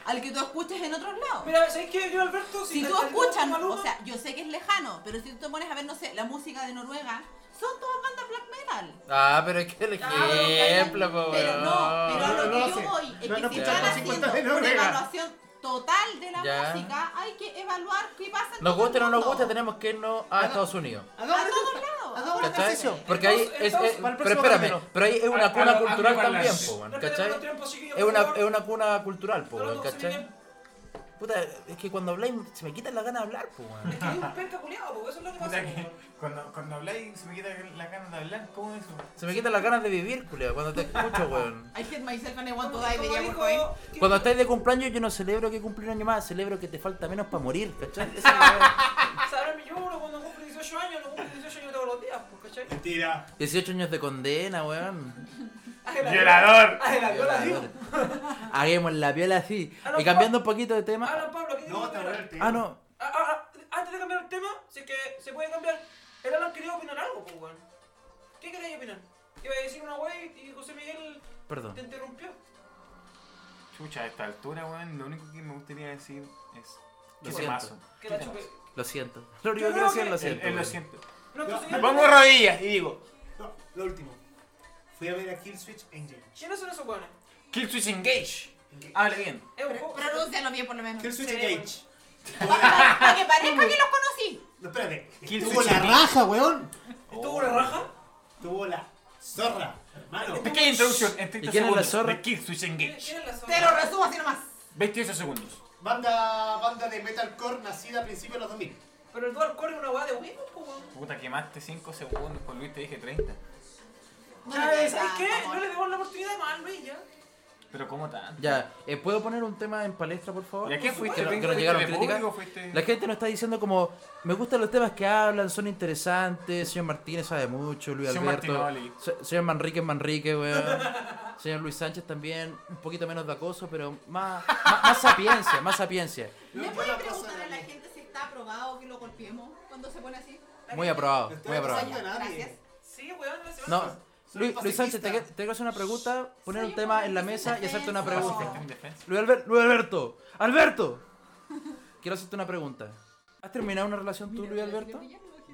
S5: al que tú escuches en otros lados.
S3: Mira, ¿sabes qué? Yo, Alberto,
S5: si
S3: te-
S5: tú
S3: te-
S5: escuchas,
S3: te-
S5: o sea, yo sé que es lejano, pero si tú te pones a ver, no sé, la música de Noruega, son todas bandas black metal.
S1: Ah, pero es que el
S5: Ah, pero que hay-
S1: ejemplo, po,
S5: Pero no, pero a
S2: No,
S5: lo
S2: no
S5: que
S2: lo
S5: yo
S2: sé.
S5: voy es
S2: No, no
S5: que si
S1: escuchas
S5: están
S1: los
S2: 50 de
S5: haciendo una
S2: Noruega.
S5: evaluación total de la
S1: Ya.
S5: música, hay que evaluar qué pasa en
S1: Nos
S5: todo el
S1: gusta o no nos
S5: mundo.
S1: gusta, tenemos que irnos a Estados Unidos.
S2: Hagamos
S5: A todos
S2: una-
S5: lados.
S2: Hagamos una
S1: ¿Cachai?
S2: concesión.
S1: Porque ahí es, es-
S3: Entonces,
S2: para el
S1: pero
S2: próximo
S1: espérame,
S2: capítulo.
S1: pero ahí es
S4: A-
S1: una
S4: a
S1: cuna
S4: los
S1: cultural también,
S4: angloparlantes.
S1: po, weón,
S3: No
S1: ¿cachai?
S3: tenemos los tiempos, chiquillos,
S1: Es
S3: por
S1: una,
S3: favor.
S1: es una cuna cultural, po,
S3: No lo
S1: weón,
S3: consumen
S1: ¿cachai?
S3: bien.
S1: Puta, es que cuando habláis se me quitan las ganas de hablar, po, weón.
S3: Es que hay un penca culiao, porque eso es lo que pasa.
S4: Puta que- Cuando, cuando habláis, se me quita la gana de hablar. ¿Cómo es eso?
S1: Se me quitan las ganas de vivir, culiao, cuando te escucho, weón.
S5: I hit myself and I want to
S3: Como
S5: die de
S3: dijo-
S5: Jaguar Cohen.
S3: ¿Qué-
S1: Cuando estáis de cumpleaños, yo no celebro que cumplí un año más, celebro que te falta menos para morir, ¿cachai? Esa es la weá.
S3: Sabrá mi yo uno cuando cumple 18 años, no cumple 18 años todos los días, pues, ¿cachai?
S2: Mentira.
S1: 18 años de condena, weón.
S4: ¡Violador!
S3: Ah, la viola, digo.
S1: Hagamos la piola así.
S3: Alan
S1: Y cambiando un poquito de tema.
S3: Alan Pablo, ¿qué
S2: No,
S3: dijo?
S2: está bueno el tema.
S1: Ah, no.
S3: Ah, ah, ah, Antes de cambiar el tema, si es que se puede cambiar, el Alan quería opinar algo, pues, weón. ¿Qué queréis opinar? Iba a decir una wey y José Miguel
S1: Perdón.
S3: te interrumpió.
S4: Chucha, a esta altura, weón, lo único que me gustaría decir es.
S1: Lo
S4: Qué
S1: siento.
S4: temazo.
S3: Que
S4: Qué
S3: la chupe.
S4: temazo.
S1: Lo siento. Lo
S3: Yo
S1: único que
S3: creo
S1: decía
S3: que-
S1: es lo
S4: Él-
S1: siento.
S4: él Eh, lo
S1: weón.
S4: siento.
S3: No,
S2: Yo-
S3: entonces,
S4: Me pongo rodillas y digo:
S2: No, lo último. Fui a ver a Kill Switch Engage.
S3: ¿Quiénes son esos weones?
S4: Kill Switch Engage. Hable bien.
S3: Es un juego.
S5: Pronúncialo bien por lo menos.
S2: Kill Switch
S3: Sí,
S2: Engage.
S5: Para para que parezca que los conocí.
S2: No, espérate.
S4: Kill
S2: Tuvo
S4: Switch
S2: la
S4: Engage.
S2: raja, weón.
S3: ¿Tuvo una raja?
S2: Tuvo la zorra, hermano.
S4: Pequeña introducción en 30
S1: ¿Y quién es la
S4: segundos
S1: zorra?
S4: de Kill Switch
S3: ¿Quién
S4: Engage.
S3: quién es la zona?
S5: Te lo resumo así nomás.
S4: 28 segundos.
S2: Banda, banda de metalcore nacida a principios de los 2000.
S3: Pero el dual core es una weá de Windows, pues, weón.
S4: Puta, quemaste 5 segundos. Con Luis te dije 30.
S5: No
S3: Ya,
S5: le digas
S3: Ah, ¿Sabes qué?
S5: tanto, amor.
S3: No le demos la oportunidad más al Luis, ya.
S4: Pero ¿cómo tan?
S1: Ya, eh, ¿puedo poner un tema en palestra, por favor?
S4: ¿Y a qué fuiste?
S1: Que no-
S4: Luis?
S1: que no
S4: ¿Fuiste
S1: llegaron
S4: de
S1: críticas.
S4: público o fuiste-
S1: La gente nos está diciendo como, me gustan los temas que hablan, son interesantes, señor Martínez sabe mucho, Luis
S4: Señor
S1: Alberto,
S4: Martinoli.
S1: se- señor Manrique es Manrique, weón, [LAUGHS] señor Luis Sánchez también, un poquito menos de acoso, pero más, más, más sapiencia, más sapiencia,
S5: ¿Le
S2: Yo
S5: puedes
S2: la
S5: preguntar
S2: paso
S5: a la
S2: de-
S5: gente si está aprobado que lo golpeemos cuando se pone así?
S1: muy aprobado,
S2: No estoy
S1: muy aprobado.
S2: acosando a nadie.
S5: Gracias.
S3: Sí, weón, la
S1: No,
S3: semana.
S2: Soy
S1: Luis, Luis
S2: pacifista.
S1: Sánchez, te, que- te quiero hacer una pregunta, poner
S5: Soy
S1: un
S5: un
S1: tema en la
S5: pacifista
S1: mesa y hacerte una
S5: indefenso.
S1: pregunta.
S4: en defensa.
S1: Luis, Albert- Luis Alberto, Alberto, quiero hacerte una pregunta. ¿Has terminado una relación tú, Luis Alberto?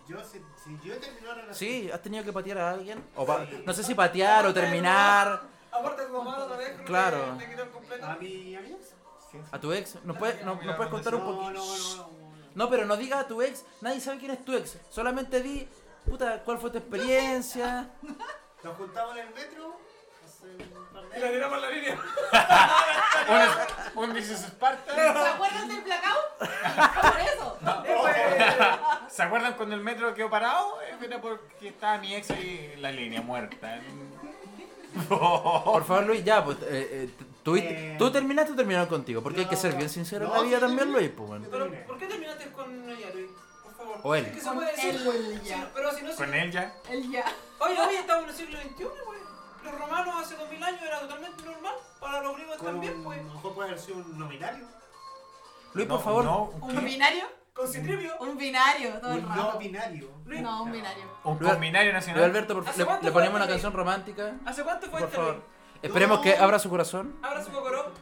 S2: Yo, si, si yo he terminado la relación.
S1: Sí, has tenido que patear a alguien. O pa- no sé si patear o terminar.
S3: Aparte de tu mamá otra vez, creo que
S1: Claro.
S3: te quitó el completo.
S2: ¿A mi amigo? Sí.
S1: A tu ex. ¿Nos puedes, no- nos puedes contar
S2: No,
S1: un
S2: no, no,
S1: poquito?
S2: no, no.
S1: No, pero no digas a tu ex. Nadie sabe quién es tu ex. Solamente di, puta, cuál fue tu experiencia.
S2: Nos juntamos en el metro hace un par de
S3: Y la
S2: años.
S3: tiramos en la línea.
S4: Un, un dice Esparta.
S5: ¿Se acuerdan del blackout? Por eso.
S4: [LAUGHS] ¿Se acuerdan cuando el metro quedó parado? Eh, Era porque estaba mi ex ahí en la línea muerta.
S1: Por favor, Luis, ya, pues. eh, eh, tú,
S2: Eh.
S1: tú terminaste o terminaron contigo. Porque hay que
S2: No,
S1: ser
S2: no.
S1: bien sincero en
S2: No,
S1: la vida
S2: sí,
S1: también,
S2: terminé.
S1: Luis, pues. bueno.
S3: Pero, ¿por qué terminaste con ella, Luis? Por favor.
S1: O él.
S3: Es que se puede decir.
S5: él,
S3: Sí,
S5: ya.
S3: pero si no se-
S4: Con él ya.
S5: El ya.
S3: Oye, hoy estamos en el siglo XXI, güey. Los romanos hace 2000 años era totalmente normal. Para los griegos
S2: Con
S3: también,
S2: un- a
S3: pues.
S2: lo mejor puede haber sido un nominario.
S1: Luis,
S4: No,
S1: por favor.
S4: No,
S5: ¿Un
S4: ¿qué?
S5: binario?
S3: Con Citripio.
S5: Un binario, todo el
S2: Un no
S5: rato.
S2: binario.
S5: No, un binario.
S4: un combinario
S1: Luis
S4: nacional.
S1: Alberto, por
S3: ¿Hace
S1: favor. Le,
S3: cuánto
S1: le
S3: fue
S1: ponemos una
S3: este
S1: canción romántica.
S3: ¿Hace cuánto fue
S1: Por
S3: este, Luis?
S1: favor. Esperemos que abra su corazón.
S3: Ahora su cocoró.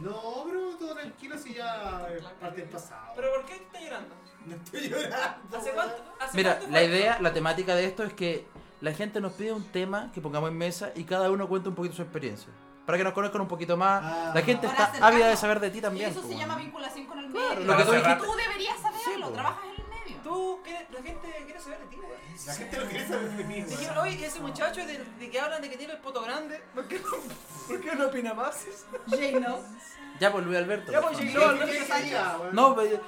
S2: No, bro, todo tranquilo si ya es parte del pasado.
S3: ¿Pero por qué estás llorando?
S2: No estoy llorando.
S3: ¿Hace cuánto? hace
S1: Mira,
S3: cuánto fue
S1: la
S3: esto?
S1: idea, la temática de esto es que la gente nos pide un tema que pongamos en mesa y cada uno cuenta un poquito su experiencia. Para que nos conozcan un poquito más.
S2: Ah.
S1: la gente
S5: Para
S1: está
S5: acercarnos.
S1: ávida de saber de ti
S5: Y
S1: también.
S5: eso
S1: pues,
S5: se
S1: bueno.
S5: llama vinculación con el
S1: Claro,
S5: medio.
S1: lo
S4: que tú dijiste.
S5: tú deberías
S1: Sí, pues.
S5: saberlo,
S1: po.
S5: trabajas en el medio.
S3: Tú, quieres- la gente quiere saber de ti, güey.
S2: La gente no quiere saber de mí.
S3: Dijeron, oye, ese muchacho de, de que hablan de que tiene el poto grande, [LAUGHS] ¿por qué no, por qué no opina más?
S5: Jane, ¿no?
S1: Ya pues Luis Alberto.
S3: Ya,
S1: por
S3: pues,
S1: favor.
S3: no,
S2: ¿Qué
S3: no,
S2: quieres que diga, weón?
S1: No, pe-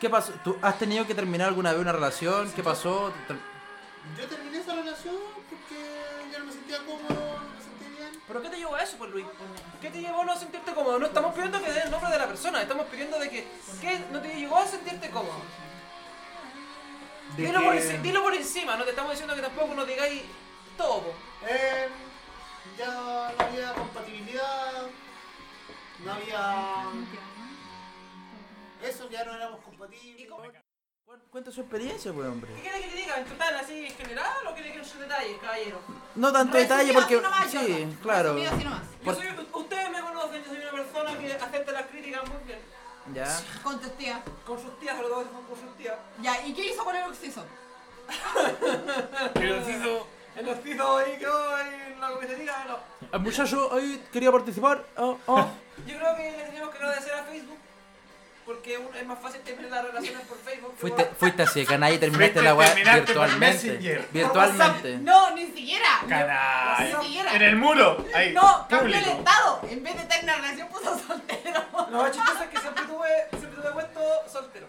S1: ¿qué pasó? ¿Tú has tenido que terminar alguna vez una relación? ¿Qué pasó? Te-
S2: Yo terminé esa relación porque yo no me sentía cómodo, no me sentía bien.
S3: ¿Pero qué te llevó a eso, pues Luis? ¿Qué te llevó a no sentirte cómodo? No estamos pidiendo que dé el nombre de la persona, estamos pidiendo de que ¿qué no te llevó a sentirte cómodo?
S2: De
S3: Dilo, por,
S2: que-
S3: enci- dilo por encima, no te estamos diciendo que tampoco nos digáis todo. po.
S2: Eh, ya no había compatibilidad, no había... Eso ya no éramos compatibles.
S6: Cuenta su experiencia, pues, hombre.
S3: ¿Qué quiere que te diga? ¿En total, así en general o quiere que nos detalles, caballero?
S6: No tanto
S5: Resumido
S6: detalle porque.
S5: así nomás,
S6: Sí,
S5: Jonathan.
S6: claro.
S5: Resumido así nomás.
S3: Yo
S6: Por-
S3: soy, u- ustedes me conocen, yo soy una persona que acepta las críticas muy bien.
S6: Ya.
S5: Contestea.
S3: Con sus tías, sobre todo que son con sus tías.
S5: Ya, ¿y qué hizo con el oxiso?
S3: El hospicio ahí que hoy, en la comisaría, no.
S6: El muchacho hoy quería participar. Oh, oh.
S3: Yo creo que le tenemos que agradecer a Facebook. Porque un- es más fácil tener las relaciones por Facebook. que
S1: Fuiste,
S3: por-
S1: fuiste así, canalla, y terminaste
S4: Fuiste,
S1: la weá
S4: terminaste por
S1: virtualmente.
S4: Messenger.
S1: Virtualmente.
S5: No, ni siquiera.
S4: Canal.
S5: Ni siquiera.
S4: En el muro. Ahí.
S5: No, cambió el
S4: público.
S5: estado. En vez de estar en una relación puso soltero.
S3: Lo más chistoso es que siempre tuve, siempre tuve puesto soltero.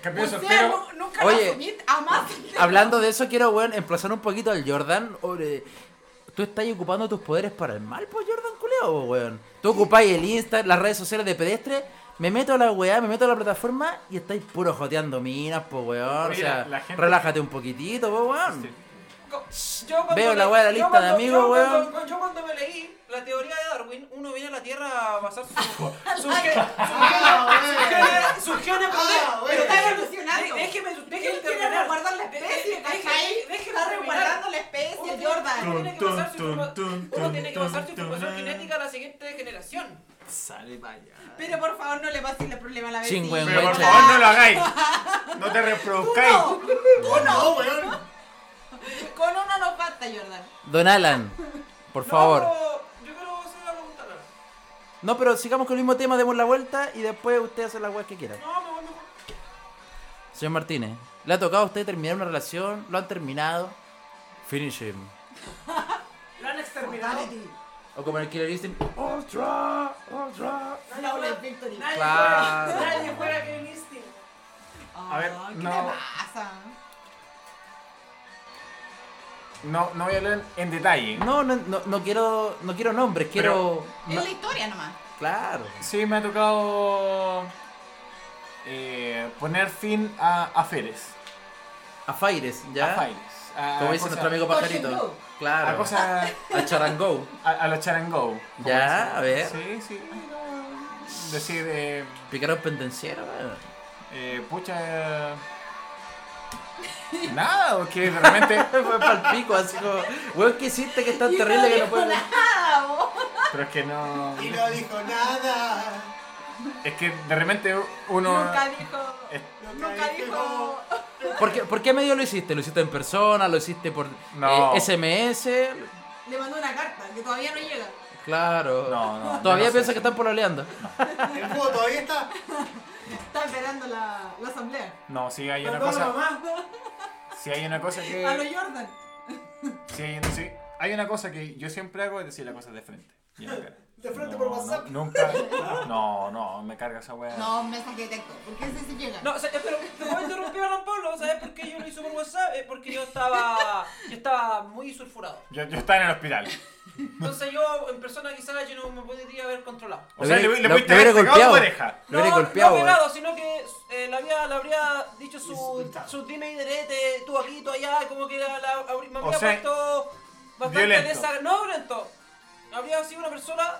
S4: Campeón
S5: o sea,
S4: soltero.
S5: nu- nunca
S1: Oye.
S5: lo asumí, jamás.
S1: Hablando de eso, quiero, weón, emplazar un poquito al Jordan. Oye, Tú estás ocupando tus poderes para el mal, pues, Jordan Culeo, weón. Tú ocupáis el Insta, las redes sociales de pedestre. Me meto a la weá, me meto a la plataforma y estáis puro joteando minas, pues, weón. O
S4: Oye,
S1: sea,
S4: la- la gente-
S1: relájate un poquitito, pues, weón.
S4: Sí.
S3: Co- Yo cuando
S1: Veo la
S3: le-
S1: weá de la
S3: yo
S1: lista
S3: cuando-
S1: de amigos,
S3: yo cuando-
S1: weón.
S3: cuando- Yo cuando me leí la teoría de Darwin, uno viene a la Tierra a basar su, su, su,
S5: [LAUGHS]
S2: Ah,
S3: [LAUGHS] su- su genes poder.
S2: Ah,
S3: Pero
S2: bueno.
S5: Está
S3: déjame-
S5: evolucionando.
S3: de- déjeme, déjeme
S5: Él quiere
S3: terminar.
S5: resguardar la
S3: De-
S5: especie,
S3: de- déjeme-
S5: ¿cachai?
S3: déjeme
S5: Está
S3: terminar.
S5: resguardando la
S3: Uno
S5: especie,
S3: tiene- uno
S5: Jordan.
S3: tiene que pasar su
S4: Tun,
S3: informa-
S4: tun,
S3: uno
S4: tun,
S3: tiene que pasar su
S4: tun,
S3: información
S4: tun.
S3: genética a la siguiente generación.
S6: Sale vaya.
S5: Pero por favor no le pases el problema a la
S1: Sin
S5: vecina.
S1: huevo.
S4: Pero por favor no lo hagáis. No te reproduzcáis.
S5: Tú no, tú no. Con uno no basta, Jordan.
S1: Don Alan, por favor.
S3: No, yo quiero hacer una pregunta rara.
S1: No, pero sigamos con el mismo tema, demos la vuelta y después usted hace la weá que quiera.
S3: No, me voy mejor.
S1: Señor Martínez, ¿le ha tocado a usted terminar una relación? ¿Lo han terminado? Finish him.
S3: Lo han exterminado.
S1: O como en el Killer Instinct, ¡Ultra! ¡Ultra!
S5: Flawless victory.
S3: Nadie
S1: Claro.
S3: fuera, nadie fuera que viniste.
S5: A
S4: ver,
S5: ¿Qué
S4: no.
S5: te pasa?
S4: No, no voy a hablar en detalle.
S1: No, no, no, no quiero, no quiero nombres, quiero...
S5: Es la historia nomás.
S1: Claro.
S4: Sí, me ha tocado eh, poner fin a aferes.
S1: A Faires,
S4: A
S1: ¿ya?
S4: faires. A
S1: Como dice
S4: cosas-
S1: nuestro amigo
S5: Ocean
S1: Pajarito.
S5: Go.
S1: Claro.
S4: A cosas.
S1: Al charangó.
S4: A, a los charango. como
S1: Ya,
S4: dicen.
S1: a ver.
S4: Sí, sí. no. Decir, eh,
S1: Picaros pendencieros, weón.
S4: eh, pucha. eh, Nada, porque realmente.
S1: Fue pa'l pico, así como... Weón, ¿qué hiciste que es tan terrible que no puedo...
S5: Nada, vos.
S4: Pero es que no.
S2: Y no dijo nada.
S4: Es que de repente uno.
S5: Nunca dijo.
S4: es-
S5: Nunca dijo.
S1: ¿Por qué, ¿Por qué medio lo hiciste? ¿Lo hiciste en persona? ¿Lo hiciste por
S4: No.
S1: eh, SMS?
S5: Le mandó una carta que todavía no llega.
S1: Claro.
S4: No, no, yo
S1: Todavía
S4: no sé.
S1: piensa que están pololeando.
S2: El foto todavía está.
S5: Está esperando la, la asamblea.
S4: No, si hay una
S2: Perdón,
S4: cosa.
S2: mamá.
S4: Si hay una
S5: [LAUGHS]
S4: cosa
S5: A lo
S4: que.
S5: Jordan.
S4: Si hay, si hay una cosa que yo siempre hago es decir las cosas de frente. y en la
S3: [LAUGHS]
S4: cara.
S2: De frente
S4: No,
S2: por
S4: no,
S2: WhatsApp.
S4: nunca. No, no, me carga esa wea.
S5: No, mensaje de texto. ¿Por qué ese sí llega?
S3: No, o sea, pero te voy a interrumpir a Don Pablo, ¿sabes por qué yo lo hice por WhatsApp? Es porque yo estaba, yo estaba muy sulfurado.
S4: Yo, yo estaba en el hospital.
S3: Entonces yo en persona quizás yo no me podría haber controlado.
S4: O sea,
S1: hubiera-
S4: le, le,
S1: lo-
S4: pudiste
S1: lo hubiera
S4: haber pegado
S1: golpeado.
S4: tu oreja.
S1: Lo hubiera
S3: no,
S1: golpeado,
S3: no
S1: weón.
S3: pegado, sino que eh, le, había, le habría dicho su, su dime y derete, tú aquí, tú allá, como que la, la- habría- me
S4: O
S3: habría
S4: sea,
S3: puesto bastante
S4: violento.
S3: desag- No, violento. Habría sido una persona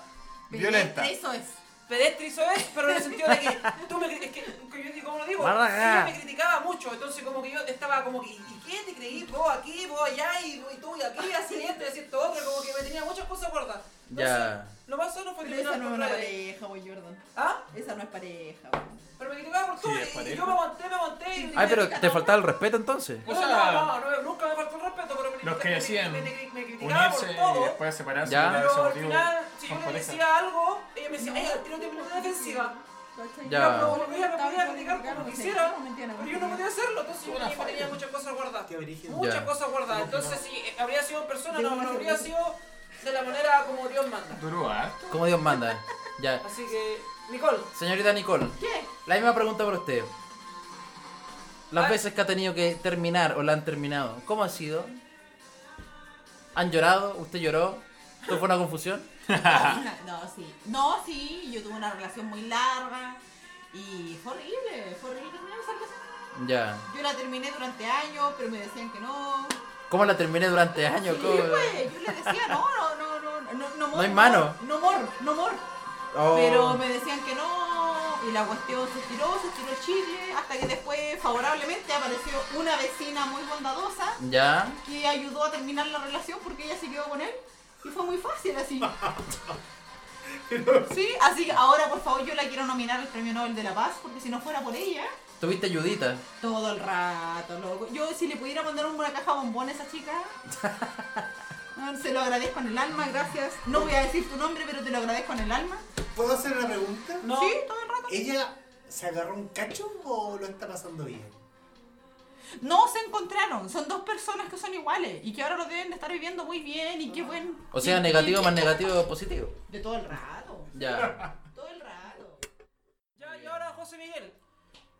S4: Violenta.
S5: Eso es.
S3: pedestre y soez, pero en el sentido de que tú me cri- es que, que yo digo, como lo digo,
S1: Barraga.
S3: yo me criticaba mucho, entonces como que yo estaba como que, ¿y qué te creí? Vos aquí, vos allá, y, y tú y aquí, así esto y así esto otro, como que me tenía muchas cosas gordas. Entonces,
S1: Ya.
S3: Lo más solo fue
S5: Pero
S3: que
S5: esa no es una
S3: no
S5: pareja, vos, Jordan.
S3: ¿Ah?
S5: Esa no es pareja, vos.
S3: Pero me criticaba por todo
S4: Sí, es
S3: y- y,
S4: pareja.
S3: yo me aguanté, me aguanté y
S1: Ay, pero te faltaba el respeto entonces.
S3: O sea, no, no, no, nunca me faltó el respeto, pero me,
S4: Los que
S3: me-
S4: decían
S3: me, me- me criticaba
S4: Unirse
S3: por
S4: y
S3: todo.
S4: después separarse
S1: Ya.
S4: por ese
S3: Pero al
S4: motivo
S3: final, si yo
S4: son
S3: le
S4: pareja.
S3: decía algo, ella me decía, ella tiene una defensiva.
S1: Ya.
S3: Yo no podía, me podía criticar como quisiera, pero yo no podía hacerlo, entonces yo tenía, tenía muchas cosas guardadas. Muchas
S1: Ya.
S3: cosas guardadas, entonces si eh, habría sido en persona, no, no habría sido de la manera como Dios manda.
S4: Durúa,
S3: [LAUGHS]
S4: ¿eh?
S1: Como Dios manda. Ya.
S3: Así que, Nicole,
S1: Señorita Nicole,
S5: [LAUGHS] ¿Qué?
S1: la misma pregunta para usted. Las
S3: Ay.
S1: veces que ha tenido que terminar o la han terminado, ¿cómo ha sido? ¿Han llorado? ¿Usted lloró? ¿Esto fue una confusión?
S5: No, sí. No, sí, yo tuve una relación muy larga y fue horrible, fue horrible terminar esa relación.
S1: Ya.
S5: Yo la terminé durante años, pero me decían que no.
S1: ¿Cómo la terminé durante años?
S5: Sí,
S1: ¿Cómo?
S5: güey, yo le decía, no, no, no, no, no, no, more,
S1: No hay mano.
S5: No more, no more.
S1: Oh.
S5: Pero me decían que no, y la cuestión se estiró, se estiró el chicle, hasta que después, favorablemente, apareció una vecina muy bondadosa
S1: Ya.
S5: que ayudó a terminar la relación porque ella se quedó con él. Y fue muy fácil
S1: [LAUGHS]
S5: así. Sí, así que ahora por favor yo la quiero nominar al Premio Nobel de la Paz porque si no fuera por ella,
S1: Tuviste ayudita.
S5: todo el rato, loco. Yo si le pudiera mandar una caja de bombones a esa chica,
S1: [LAUGHS]
S5: ah, se lo agradezco en el alma, gracias. No voy a decir tu nombre, pero te lo agradezco en el alma.
S2: ¿Puedo hacer una pregunta?
S7: No.
S5: Sí, todo el rato.
S2: ¿Ella se agarró un cacho o lo está pasando bien?
S5: No se encontraron, son dos personas que son iguales y que ahora lo deben de estar viviendo muy bien y qué buen...
S1: O sea,
S5: y-
S1: negativo
S5: y-
S1: más negativo positivo.
S5: De todo el rato,
S1: Ya.
S5: todo el rato.
S3: Ya, y ahora José Miguel.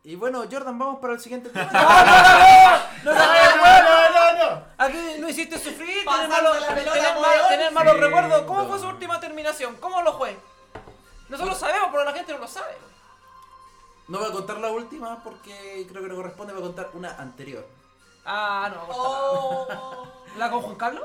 S1: Y bueno, Jordan, vamos para el siguiente tema.
S3: No, no,
S2: Ah, no, no, no!
S3: Aquí no hiciste sufrir, tener
S5: Pasando
S3: malos,
S5: la pelota,
S3: tener
S5: por
S3: malos-
S5: Dios.
S3: tener malos
S4: Sí,
S3: recuerdos. ¿Cómo fue
S4: no.
S3: su última terminación? ¿Cómo lo fue? Nosotros sabemos, pero la gente no lo sabe.
S1: No voy a contar la última porque creo que no corresponde, voy a contar una anterior.
S3: Ah, no. corta
S5: Oh.
S3: nada. ¿La con Juan Carlos?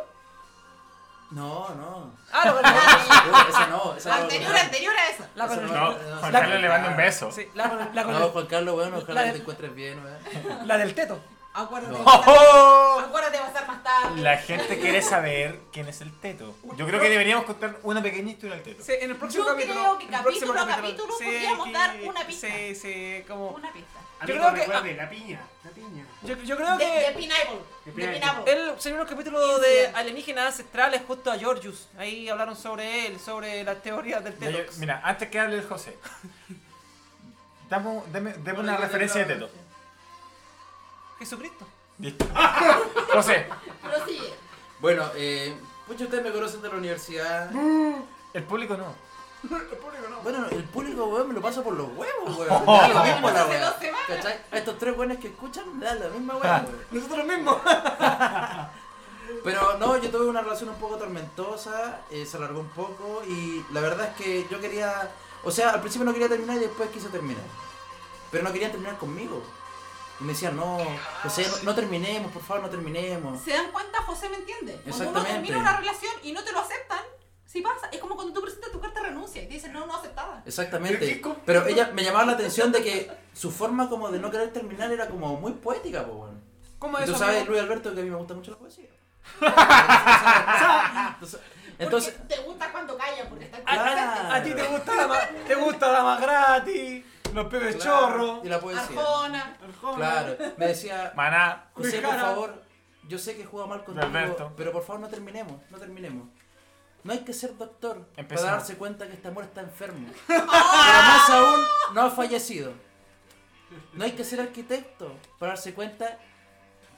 S1: No, no.
S3: Ah, la con
S4: [LAUGHS]
S3: Juan Carlos.
S1: Esa no, esa
S5: La
S1: no.
S5: anterior, anterior a esa.
S3: La con-
S4: No, Juan Carlos le manda un beso.
S3: Sí, la con- la con
S1: No, Juan Carlos, bueno, ojalá
S3: La-
S1: que te encuentres bien, weón.
S3: el- la del teto.
S5: Acuérdate,
S1: No.
S5: va a estar-
S4: ¡Oh!
S5: acuérdate, va a estar más tarde.
S4: La gente quiere saber quién es el teto. Yo creo que deberíamos contar una pequeña historia del teto.
S3: Sí, en el próximo
S5: Yo
S3: capítulo.
S5: creo que
S3: en el próximo
S5: capítulo a capítulo podríamos dar una pista.
S3: Sí, sí, como.
S5: Una pista.
S2: Amigo,
S3: creo que-
S2: recuerde, la piña, la piña.
S3: Yo, yo creo
S5: De, de
S3: que.
S5: Pineapple.
S2: De
S5: De
S2: Pineapple.
S5: Pineapple.
S3: Él salió un capítulo de alienígenas ancestrales justo a Georgius. Ahí hablaron sobre él, sobre las teorías del
S4: Ya,
S3: teto.
S4: yo- Mira, antes que hable el José, damos, deme, deme una referencia de teto.
S3: Jesucristo.
S4: Listo. [LAUGHS] José,
S5: Pero sigue.
S1: Bueno, eh, muchos de ustedes me conocen de la universidad.
S4: el público no.
S1: Bueno, el público, weón, me lo pasa por los huevos, weón.
S4: Oh.
S1: Me da lo mismo la
S5: Hace
S1: weá.
S5: dos semanas.
S1: ¿Cachai? A estos tres weones que escuchan me dan la misma weá, weón.
S3: Nosotros mismos.
S1: [LAUGHS] Pero no, yo tuve una relación un poco tormentosa, eh, se alargó un poco y la verdad es que yo quería, o sea, al principio no quería terminar y después quise terminar. Pero no querían terminar conmigo. Y me decían, no, José, no, no terminemos, por favor, no terminemos.
S5: ¿Se dan cuenta? José me entiende. Cuando uno
S1: Exactamente.
S5: termina una relación y no te lo aceptan, si pasa. Es como cuando tú presentas tu carta de renuncia y te dicen, no, no aceptada.
S1: Exactamente. Pero ella me llamaba la atención de que su forma como de no querer terminar era como muy poética, pues bueno.
S3: ¿Cómo
S1: Y
S3: es
S1: tú
S3: eso?
S1: sabes,
S3: amigo?
S1: Luis Alberto, que a mí me gusta mucho la
S3: [LAUGHS]
S1: poesía. Entonces, entonces Ah,
S5: Porque te gusta cuando callan porque están
S3: A,
S1: Claro.
S5: presentes.
S3: a- a ti te gusta la más, te gusta la más gratis, los pebes chorro.
S1: Y la poesía.
S5: Arjona.
S1: Claro. Me decía,
S4: Maná.
S1: José, por
S3: Cara.
S1: favor, yo sé que juega mal contigo,
S4: Alberto.
S1: pero por favor no terminemos, no terminemos. No hay que ser doctor
S4: Empezamos.
S1: para darse cuenta que este amor está enfermo. Pero más aún, no ha fallecido. No hay que ser arquitecto para darse cuenta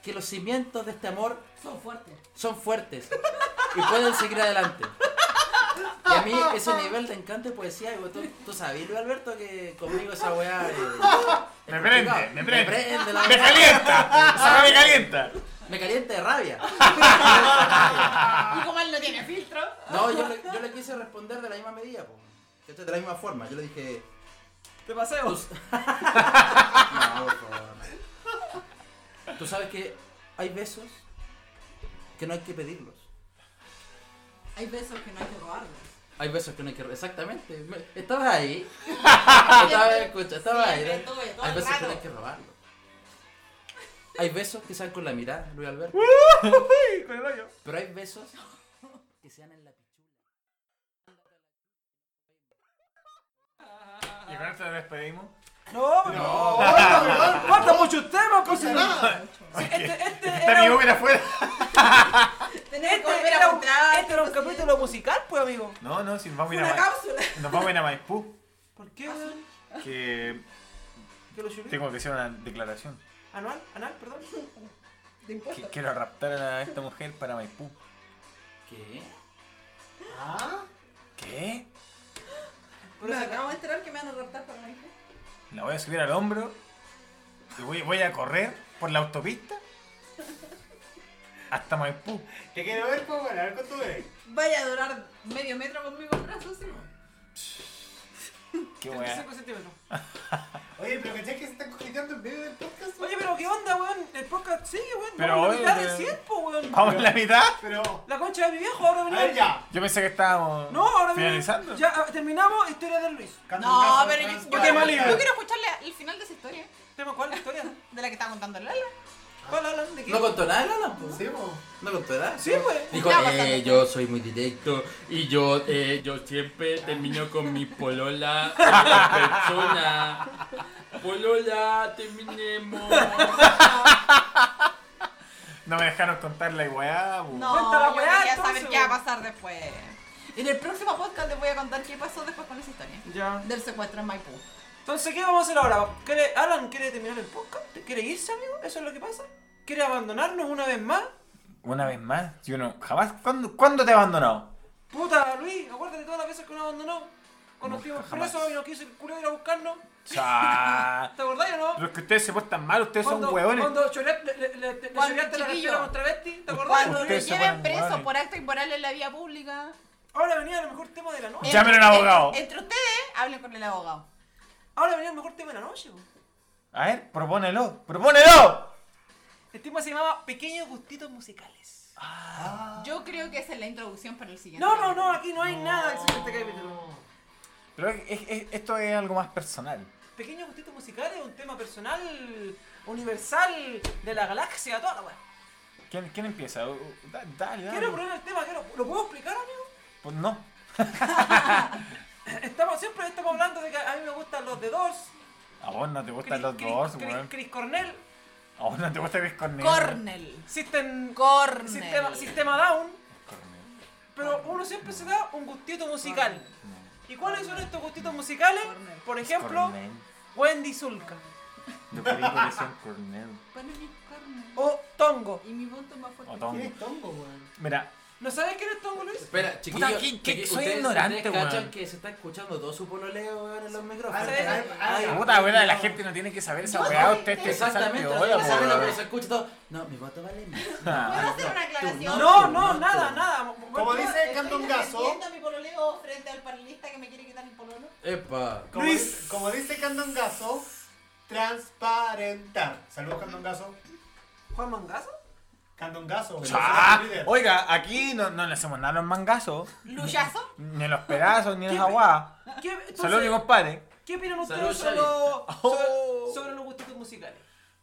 S1: que los cimientos de este amor
S5: Son fuertes.
S1: son fuertes y pueden seguir adelante. Y a mí ese nivel de encanto y poesía, digo, tú, tú sabes, Luis Alberto, que conmigo esa weá... eh, es
S4: Me prende,
S1: complicado.
S4: me prende.
S1: la
S4: ¡Me calienta! ¡Esa me calienta!
S1: me calienta de rabia. Ah.
S5: Y como él no tiene filtro.
S1: No, yo le, yo le quise responder de la misma medida, po. ¿Cachai? De la misma forma. Yo le dije.
S3: Te paseo.
S1: [LAUGHS] No, por favor. Tú sabes que hay besos que no hay que pedirlos.
S5: Hay besos que no hay que robarlos.
S1: Hay besos que no hay que. Exactamente. Me- Estabas
S5: [LAUGHS]
S1: ahí. Estaba, escucha, estaba ahí.
S5: Siempre estuve, todo
S1: Hay
S5: el
S1: besos que no hay
S5: rato.
S1: que robarlos. Hay besos que sean con la mirada, Luis Alberto. Pero hay besos que sean en la pichula.
S4: Y con esto nos despedimos.
S3: No, no, no, falta muchos temas, pues.
S1: Ah.
S3: Sí,
S4: [LAUGHS]
S3: Este, este
S4: Está mi
S3: era, un-
S4: Uber afuera.
S5: Tenés que
S3: este,
S5: volver
S3: era
S5: a
S3: un,
S5: comprar.
S3: este era un capítulo musical, pues, amigo.
S4: No, no, si nos vamos a ir a
S5: Una
S4: Ma-
S5: cápsula.
S4: Nos vamos a ir a Maipú.
S3: ¿Por
S5: Ah,
S3: qué? weón?
S4: Que
S3: ¿Qué lo lloré?
S4: tengo que hacer una declaración.
S3: Anual, anal, perdón.
S5: Te importa.
S4: Que quiero raptar a esta mujer para Maipú.
S1: ¿Qué?
S2: ¿Ah?
S4: ¿Qué?
S5: Me acabo de enterar que me van a raptar para mi hija.
S4: La voy a subir al hombro y voy, voy a correr por la autopista hasta Maipú.
S2: Te quiero ver, pues, bueno, a ver cuánto ves.
S5: Vaya a durar medio metro conmigo en brazos, sí.
S4: Qué wea.
S3: 35 centímetros.
S2: Oye, pero ¿cachai que se están coqueteando en medio del podcast?
S3: Oye, pero ¿qué onda, weón? El podcast sigue, weón.
S4: Pero
S3: Vamos a
S4: oye,
S3: la mitad
S4: weón.
S3: del 100, po, pues, weón.
S4: ¿Vamos en la mitad?
S2: Pero,
S3: La concha de mi viejo, ahora
S2: a
S3: venía.
S2: ver ya.
S4: Yo pensé que estábamos
S3: No, ahora viene.
S4: finalizando.
S3: Ya ah, terminamos historia de Luis.
S5: No, pero yo, yo-
S2: Yo
S3: qué
S5: yo
S3: mal
S5: quiero
S3: idea.
S5: escucharle el final de esa historia,
S3: ¿Tema cuál historia?
S5: de la que estaba contando Lala.
S3: ¿Cuál hablan? ¿De qué?
S6: No contó nada, Alan, po.
S2: Sí, po.
S6: No contó nada.
S3: Sí, pues.
S8: Dijo,
S5: Estaba pasando.
S8: eh, yo soy muy directo y yo, eh, yo siempre termino con mi polola en persona. Polola, terminemos.
S4: No me dejaron contar la pues. weá. bu.
S5: No,
S3: Cuenta la
S5: yo
S3: weá,
S5: quería
S3: entonces,
S5: saber qué va a
S3: weón.
S5: pasar después. En el próximo podcast les voy a contar qué pasó después con esa historia.
S3: Ya.
S5: Del secuestro en Maipú.
S3: Entonces, ¿qué vamos a hacer ahora? ¿Quiere, Alan quiere terminar el podcast? ¿Quiere irse, amigo? ¿Eso es lo que pasa? ¿Quiere abandonarnos una vez más?
S4: Una vez más, yo no. Jamás. ¿Cuándo, cuándo te he abandonado?
S3: Puta, Luis, acuérdate de todas las veces que nos abandonó. Cuando
S4: Nunca,
S3: fuimos
S4: jamás.
S3: presos y nos quiso el culo ir a buscarnos. [LAUGHS]
S4: Cha.
S3: ¿Te acordás o no?
S4: Pero es que ustedes se portan mal, ustedes
S3: Cuando-
S4: son hueones.
S3: Cuando chole- le, le, le, le
S5: Cuando
S3: choreaste la
S5: chiquillo.
S3: cartera a un travesti, ¿te acordás?
S5: Cuando lo
S4: Ustedes se
S5: lleven
S4: ponen
S5: preso
S4: guanes.
S5: por acto inmoral en la vía pública.
S3: Ahora venía el mejor tema de la noche.
S4: Llamen a un
S5: Entre-
S4: abogado.
S5: Entre ustedes, hablen con el abogado.
S3: Ahora venía el mejor tema de la noche. po.
S4: A ver, propónelo, propónelo.
S3: El tema se llamaba Pequeños Gustitos Musicales.
S4: Ah,
S5: Yo creo que esa es la introducción para el siguiente.
S3: No, no, no,
S5: capítulo.
S3: aquí no hay nada que se este capítulo.
S4: Pero es- es- esto es algo más personal.
S3: Pequeños Gustitos Musicales, un tema personal, universal, de la galaxia, toda la weá.
S4: ¿Quién, quién empieza? Uh, uh, da- Dale, dale.
S3: Quiero poner el tema, quiero, ¿lo puedo explicar, amigo?
S4: Pues no.
S3: Estamos siempre estamos hablando de que a mí me gustan los de Doors.
S4: A vos no te gustan
S3: Chris-
S4: los
S3: Chris-
S4: dos,
S3: Chris-
S4: weón.
S3: Chris Cornell,
S4: A vos no te gusta Chris Cornell.
S5: Cornell.
S3: System,
S5: Cornell.
S3: sistema, sistema Down,
S4: Cornell.
S3: pero uno siempre se da un gustito musical. ¿Y cuáles son estos gustitos musicales? Por ejemplo,
S4: Cornell.
S3: Wendy Zulka
S4: Yo quería que decían
S3: [LAUGHS]
S4: Cornell.
S5: Bueno, mi Cornell.
S3: o Tongo.
S5: Y mi voto más fuerte.
S4: O Tongo.
S2: ¿Quién es Tongo, weón?
S4: Mira,
S3: ¿No sabes quién es Tongo, Luis?
S1: Espera, chiquillos.
S4: ¿qué- qué-
S1: chiqui-
S4: soy
S1: ustedes-
S4: ignorante,
S1: ustedes cachan
S4: weón.
S1: que se está escuchando todo su pololeo weón, en los
S2: Ah,
S1: micrófonos.
S3: ¿sabes?
S2: ah, ah, ah,
S4: puta weón, la gente no tiene que saber esa
S5: No,
S4: weá.
S5: no,
S4: Ustedes te
S1: Exactamente,
S4: sacan
S1: así
S4: piola,
S1: que saben,
S4: weón.
S1: pero se escucha todo. No, mi voto vale más.
S5: ¿Puedo
S4: Ah,
S5: hacer una aclaración?
S3: No, no, nada, nada.
S2: Como dice
S5: Estoy
S2: Candongazo.
S5: defendiendo a mi pololeo frente al panelista que me quiere quitar el pololo.
S1: Epa.
S2: Como,
S3: Luis.
S2: como dice Candongazo, transparentar. Saludos, Candongazo.
S3: Juan Mangazo.
S2: Candongazo.
S4: Cha.
S2: el líder.
S4: Oiga, aquí no, no le hacemos nada a los mangazos,
S5: Luyazo.
S4: ni a los pedazos, ni a las aguas.
S3: ¿Qué, entonces,
S4: Saludos, mi compadre.
S3: ¿Qué opinan
S1: Salud,
S3: ustedes sobre,
S1: Xavi.
S3: los-
S4: Oh.
S3: sobre, sobre los gustitos musicales?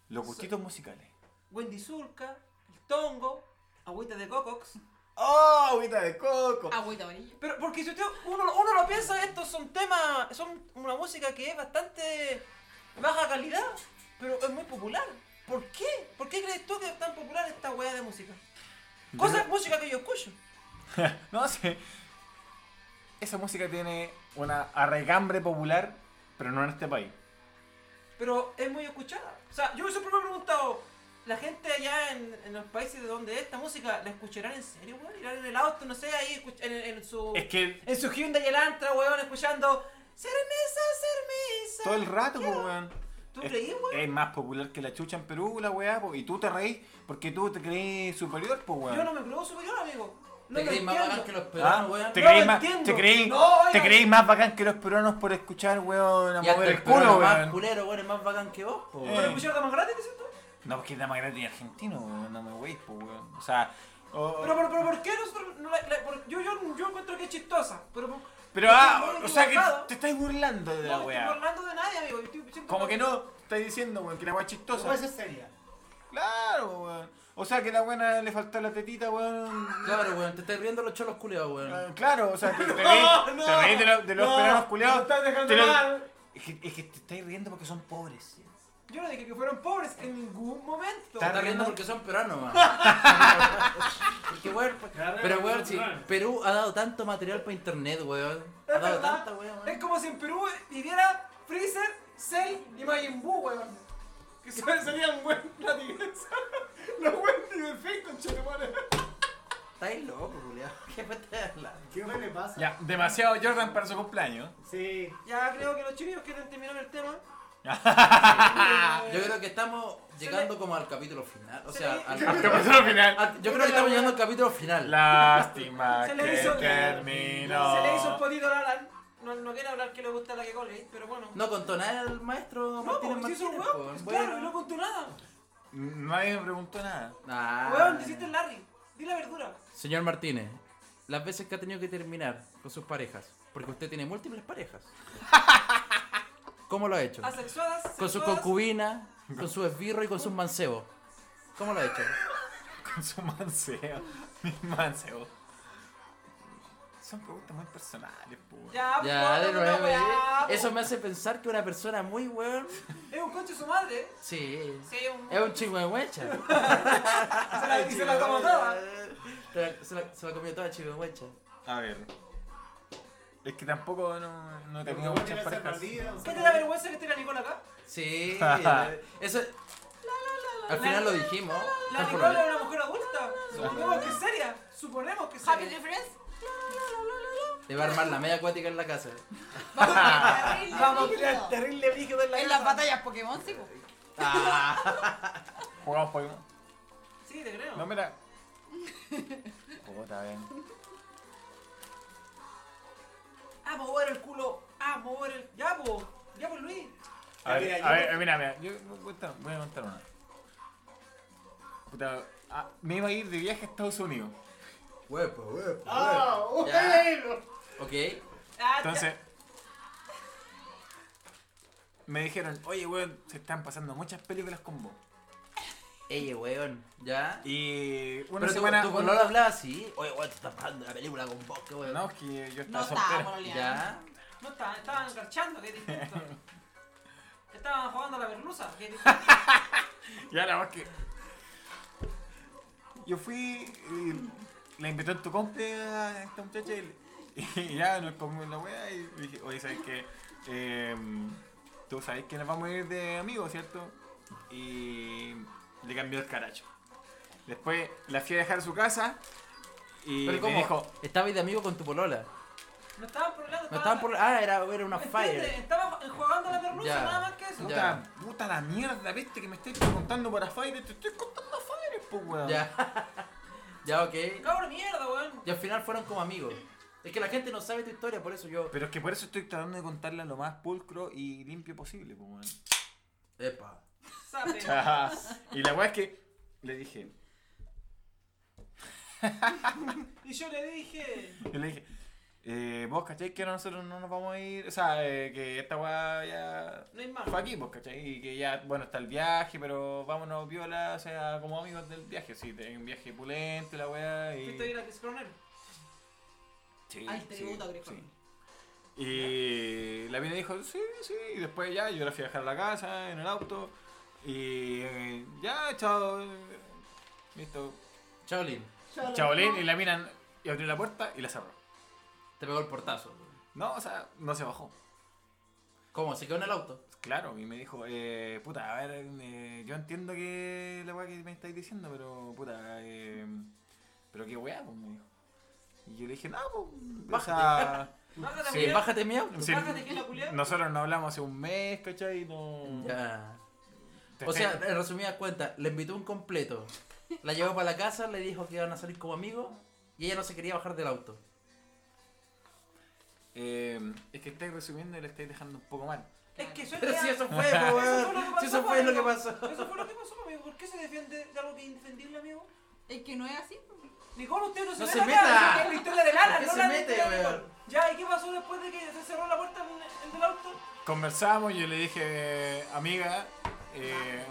S4: Los gustitos musicales.
S3: Wendy Zulka, el tongo, agüita de cocox.
S4: ¡Oh, agüita de coco!
S5: Agüita amarilla.
S3: Pero porque si usted, uno, uno lo piensa, estos son temas, son una música que es bastante baja calidad, pero es muy popular. ¿Por qué? ¿Por qué crees tú que es tan popular esta weá de música? Cosa, música que yo escucho.
S4: No sé. Esa música tiene una arraigambre popular, pero no en este país.
S3: pero es muy escuchada. O sea, yo siempre me he preguntado, la gente allá en, en los países de donde es esta música, ¿la escucharán en serio, weón? ¿Irán en el auto, no sé, ahí escuch- en, en su...
S4: Es que
S3: En su Hyundai Elantra, weón, escuchando... Cermesa, cermesa.
S4: todo el rato, po, weón.
S3: ¿Tú
S4: Es-
S3: creí, weón?
S4: Es más popular que la chucha en Perú, la weá, po, y tú te reís porque tú te crees superior, pues weón.
S3: Yo no me creo superior, amigo. No
S1: Te
S3: lo
S1: crees más
S3: entiendo.
S1: bacán que los
S4: Ah,
S1: peruanos, weón.
S4: ¿Te
S3: No
S4: creí
S3: lo
S4: más,
S3: entiendo.
S4: te creí-
S3: No, oiga.
S4: te creí más bacán que los peruanos por escuchar, weón, a
S1: Y hasta
S4: mover
S1: el
S4: el culo,
S1: más
S4: weón?
S1: culero, weón, es más bacán que vos, po,
S3: ¿Pero
S4: Eh.
S1: weón.
S3: escuchar Damas Gratis, dices tú?
S4: No, porque es más grande y argentino, weón, no me weis, po, weón. O sea,
S1: Oh.
S4: o-
S3: Pero, pero, pero, ¿por qué nosotros no la- la- por- yo, yo, yo encuentro que es chistosa, pero... por-
S4: pero,
S3: porque
S4: ah,
S3: es muy
S4: o sea que
S3: equivocado.
S4: te estás burlando de la
S3: No me
S4: weá.
S3: estoy burlando de nadie, amigo. yo estoy- siempre-
S4: Como que no, estás diciendo, weón, que la weá es
S2: No puede
S4: chistosa.
S2: ser seria.
S4: Claro, weón. O sea que la buena le faltó la tetita, weón.
S1: Claro, weón, te estás riendo los cholos culeados, weón.
S4: Eh, Claro, o
S3: [LAUGHS]
S4: sea, que te reís te reís de, los- de los peruanos culiados. te lo- es, que, es que te estáis riendo porque son pobres.
S3: Yo no dije que fueron pobres en ningún momento.
S1: Te
S4: Está
S1: estás riendo
S4: riendo-
S1: porque son peruanos, weón.
S3: [LAUGHS]
S1: Porque, weón, pues- pero weón, sí, Perú ha dado tanto material para internet, weón. Ha
S3: Es
S1: dado
S3: verdad.
S1: tanta, weón.
S3: Es como si en Perú viviera Freezer, Cell y Majin Buu, weón. Que se- serían buen latigazos. [LAUGHS] Los Wendy del Face, conchetumare.
S1: Estáis loco, culeado. [LAUGHS] ¿Qué me estás hablando?
S2: ¿Qué le pasa?
S4: Ya, demasiado Jordan para su cumpleaños.
S2: Sí.
S3: Ya creo que los chinos quieren terminar el tema.
S1: Ah, Yo creo que estamos llegando como al capítulo final. O
S3: Ah, Se [LAUGHS]
S1: sea,
S3: le-
S1: al,
S4: [LAUGHS] Al capítulo final.
S1: [LAUGHS] al- yo creo que estamos llegando al capítulo final.
S4: Lástima
S3: Ah, Se
S4: que
S3: le hizo-
S4: terminó.
S3: Se le hizo el potito a Alan. No, no quiere hablar que le gusta la que colgate, pero bueno.
S1: No contó nada el maestro
S3: No,
S1: Martínez
S3: porque si hizo un
S1: Martínez,
S3: weón,
S1: pues,
S3: pues,
S1: bueno.
S3: claro, y no contó nada.
S4: Nadie me preguntó nada. [LAUGHS]
S1: Ah.
S3: Weón, hiciste el Larry. Di la verdura.
S1: Señor Martínez, las veces que ha tenido que terminar con sus parejas, porque usted tiene múltiples
S3: [LAUGHS]
S1: parejas. ¿Cómo lo ha hecho?
S3: Asexuadas.
S1: Con sus
S3: sexuadas.
S1: concubinas, con sus esbirros y con sus mancebos. ¿Cómo lo ha hecho?
S4: Con su manceo. Mi manceo. Son preguntas muy personales, pues.
S3: Ya, pues,
S1: Ya, de
S3: no, no,
S1: nuevo. ¿eh?
S3: weá, pues.
S1: Eso
S3: po.
S1: me hace pensar que una persona muy weón.
S3: Es un conche su madre.
S1: Sí.
S3: Sí, es un.
S1: Es un chingüengüecha.
S3: Se la, y se la tomó toda.
S1: Se la- Se la, se la comió toda chingüengüecha.
S4: A ver. Es que tampoco no, no he tenido
S2: Tiene
S4: muchas
S2: esa
S4: parejas.
S2: mordida, o
S3: ¿Qué
S2: sea,
S3: te da vergüenza que esté la Nicole acá? [LAUGHS]
S1: Sí. Eso. Al final lo dijimos.
S3: La
S1: Tal por
S3: Nicole
S1: lo-
S3: es una mujer adulta. Supongamos que es seria. Suponemos que es
S5: Happy
S3: seria.
S5: Difference.
S1: Le va a armar la media acuática en la casa.
S3: [LAUGHS]
S5: Vamos a tener
S3: Vamos a tirar terrible brígido en la
S5: En
S3: casa.
S5: las batallas Pokémon, sí, po.
S4: Jugamos Pokémon.
S3: Sí, te creo. [LAUGHS]
S4: No, mira. Puta, ven.
S3: Ah, mover el culo. Ah, mover el. Ya, po. Ya, pues Luis.
S4: A
S2: Mira,
S4: ver,
S2: yo-
S4: a ver, mira, mira. Yo voy a contar, voy a contar una. Puta, ah, me iba a ir de viaje a Estados Unidos.
S1: Huepo, huepo.
S2: Ah,
S1: Ya.
S2: bueno.
S1: Ok.
S3: Ah, ya.
S4: Entonces, me dijeron, oye, weón, se están pasando muchas películas con vos.
S1: Ey, weón. Ya.
S4: Y una
S1: Pero
S4: semana.
S1: tú, tú no lo hablabas así. Oye, weón, te estás pagando la película con vos, qué weón.
S4: No, es que yo
S5: No
S4: estaba
S5: está,
S4: soltero.
S5: pololeando.
S1: Ya.
S3: No estaban, estaban garchando, que
S1: [LAUGHS]
S3: es distinto. estaban jugando a la merluza, que es distinto.
S4: Y ahora más que. Yo fui. y la invitó en tu compra a esta muchacha y, [LAUGHS] y ya nos comimos la wea y dije, oye, ¿sabes qué? Em, Tú sabes que nos vamos a ir de amigos, ¿cierto? Y le cambió el caracho. Después la fui a dejar a su casa y
S1: Pero
S4: me
S1: ¿cómo?
S4: dijo,
S1: Estabas de amigo con tu polola.
S3: No estaban por el lado,
S1: No estaban por. Ah, era, era una
S3: ¿Entiendes?
S1: fire.
S3: Estaban jugando a la merluza,
S1: Ya.
S3: nada más que eso.
S1: Ya.
S4: Puta, puta la mierda, viste que me estáis preguntando para Fire, te estoy contando Fire, pues weón.
S1: Ya. [LAUGHS] ya, ok.
S3: Cabrón, mierda, weón.
S1: Y al final fueron como amigos. Es que la gente no sabe tu historia, por eso yo.
S4: Pero es que por eso estoy tratando de contarla lo más pulcro y limpio posible, pues weón.
S1: Epa.
S3: Sape.
S4: Ajá. y la weá es que le dije,
S3: Y yo le dije.
S4: yo le dije, eh, vos cachai que ahora nosotros no nos vamos a ir, o sea, eh, que esta weá ya
S3: No hay más.
S4: fue aquí, vos cachai, y que ya, bueno, está el viaje, pero vámonos viola, o sea, como amigos del viaje, sí, hay un viaje pulente, la weá, y...
S3: Fuiste a ir a Chris Cornell.
S4: Sí,
S5: Al tributo a Chris
S4: sí.
S5: Cornell.
S4: Y la mina dijo, sí, sí, y después ya, yo la fui a dejar a la casa, en el auto, y eh, ya, chao, eh, listo,
S1: Chaolin,
S4: chabolín, y la mina, y abrió la puerta y la cerró.
S1: te pegó el portazo.
S4: No, o sea, no se bajó.
S1: ¿Cómo? ¿Se quedó en el auto?
S4: Claro, y me dijo, eh, puta, a ver, eh, yo entiendo que la weá que me estáis diciendo, pero puta, eh, pero qué weá, pues me dijo. Y yo le dije, no, pues, o
S1: [LAUGHS]
S4: sea,
S3: Bájate,
S4: Sí,
S3: weón.
S1: Bájate de mi auto.
S4: sí,
S3: Bájate, que la culiá.
S4: nosotros no hablamos hace un mes, ¿cachai? No.
S1: Ya.
S4: Te
S1: O sea,
S4: estoy-
S1: en resumidas cuentas, le invitó un completo. La llevó para la casa, le dijo que iban a salir como amigos y ella no se quería bajar del auto.
S4: eh, es que estáis resumiendo y le estáis dejando un poco mal.
S3: Es que yo
S1: Pero
S3: te-
S1: si eso fue, po, weón. Si eso fue lo que pasó.
S3: Eso fue lo que pasó, amigo. ¿Por qué se defiende de algo que es indefendible, amigo?
S5: Es que no es así, po.
S3: Nicole, usted no se,
S1: No
S3: meta
S1: se
S3: acá,
S1: meta.
S3: esa Es la historia de Lana,
S1: ¿Por qué
S3: no
S1: se
S3: la de
S1: mete,
S3: historia de
S1: weón?
S3: Nicole. Ya, ¿y qué pasó después de que se cerró la puerta en, en del auto?
S4: Conversamos, yo le dije, amiga, eh,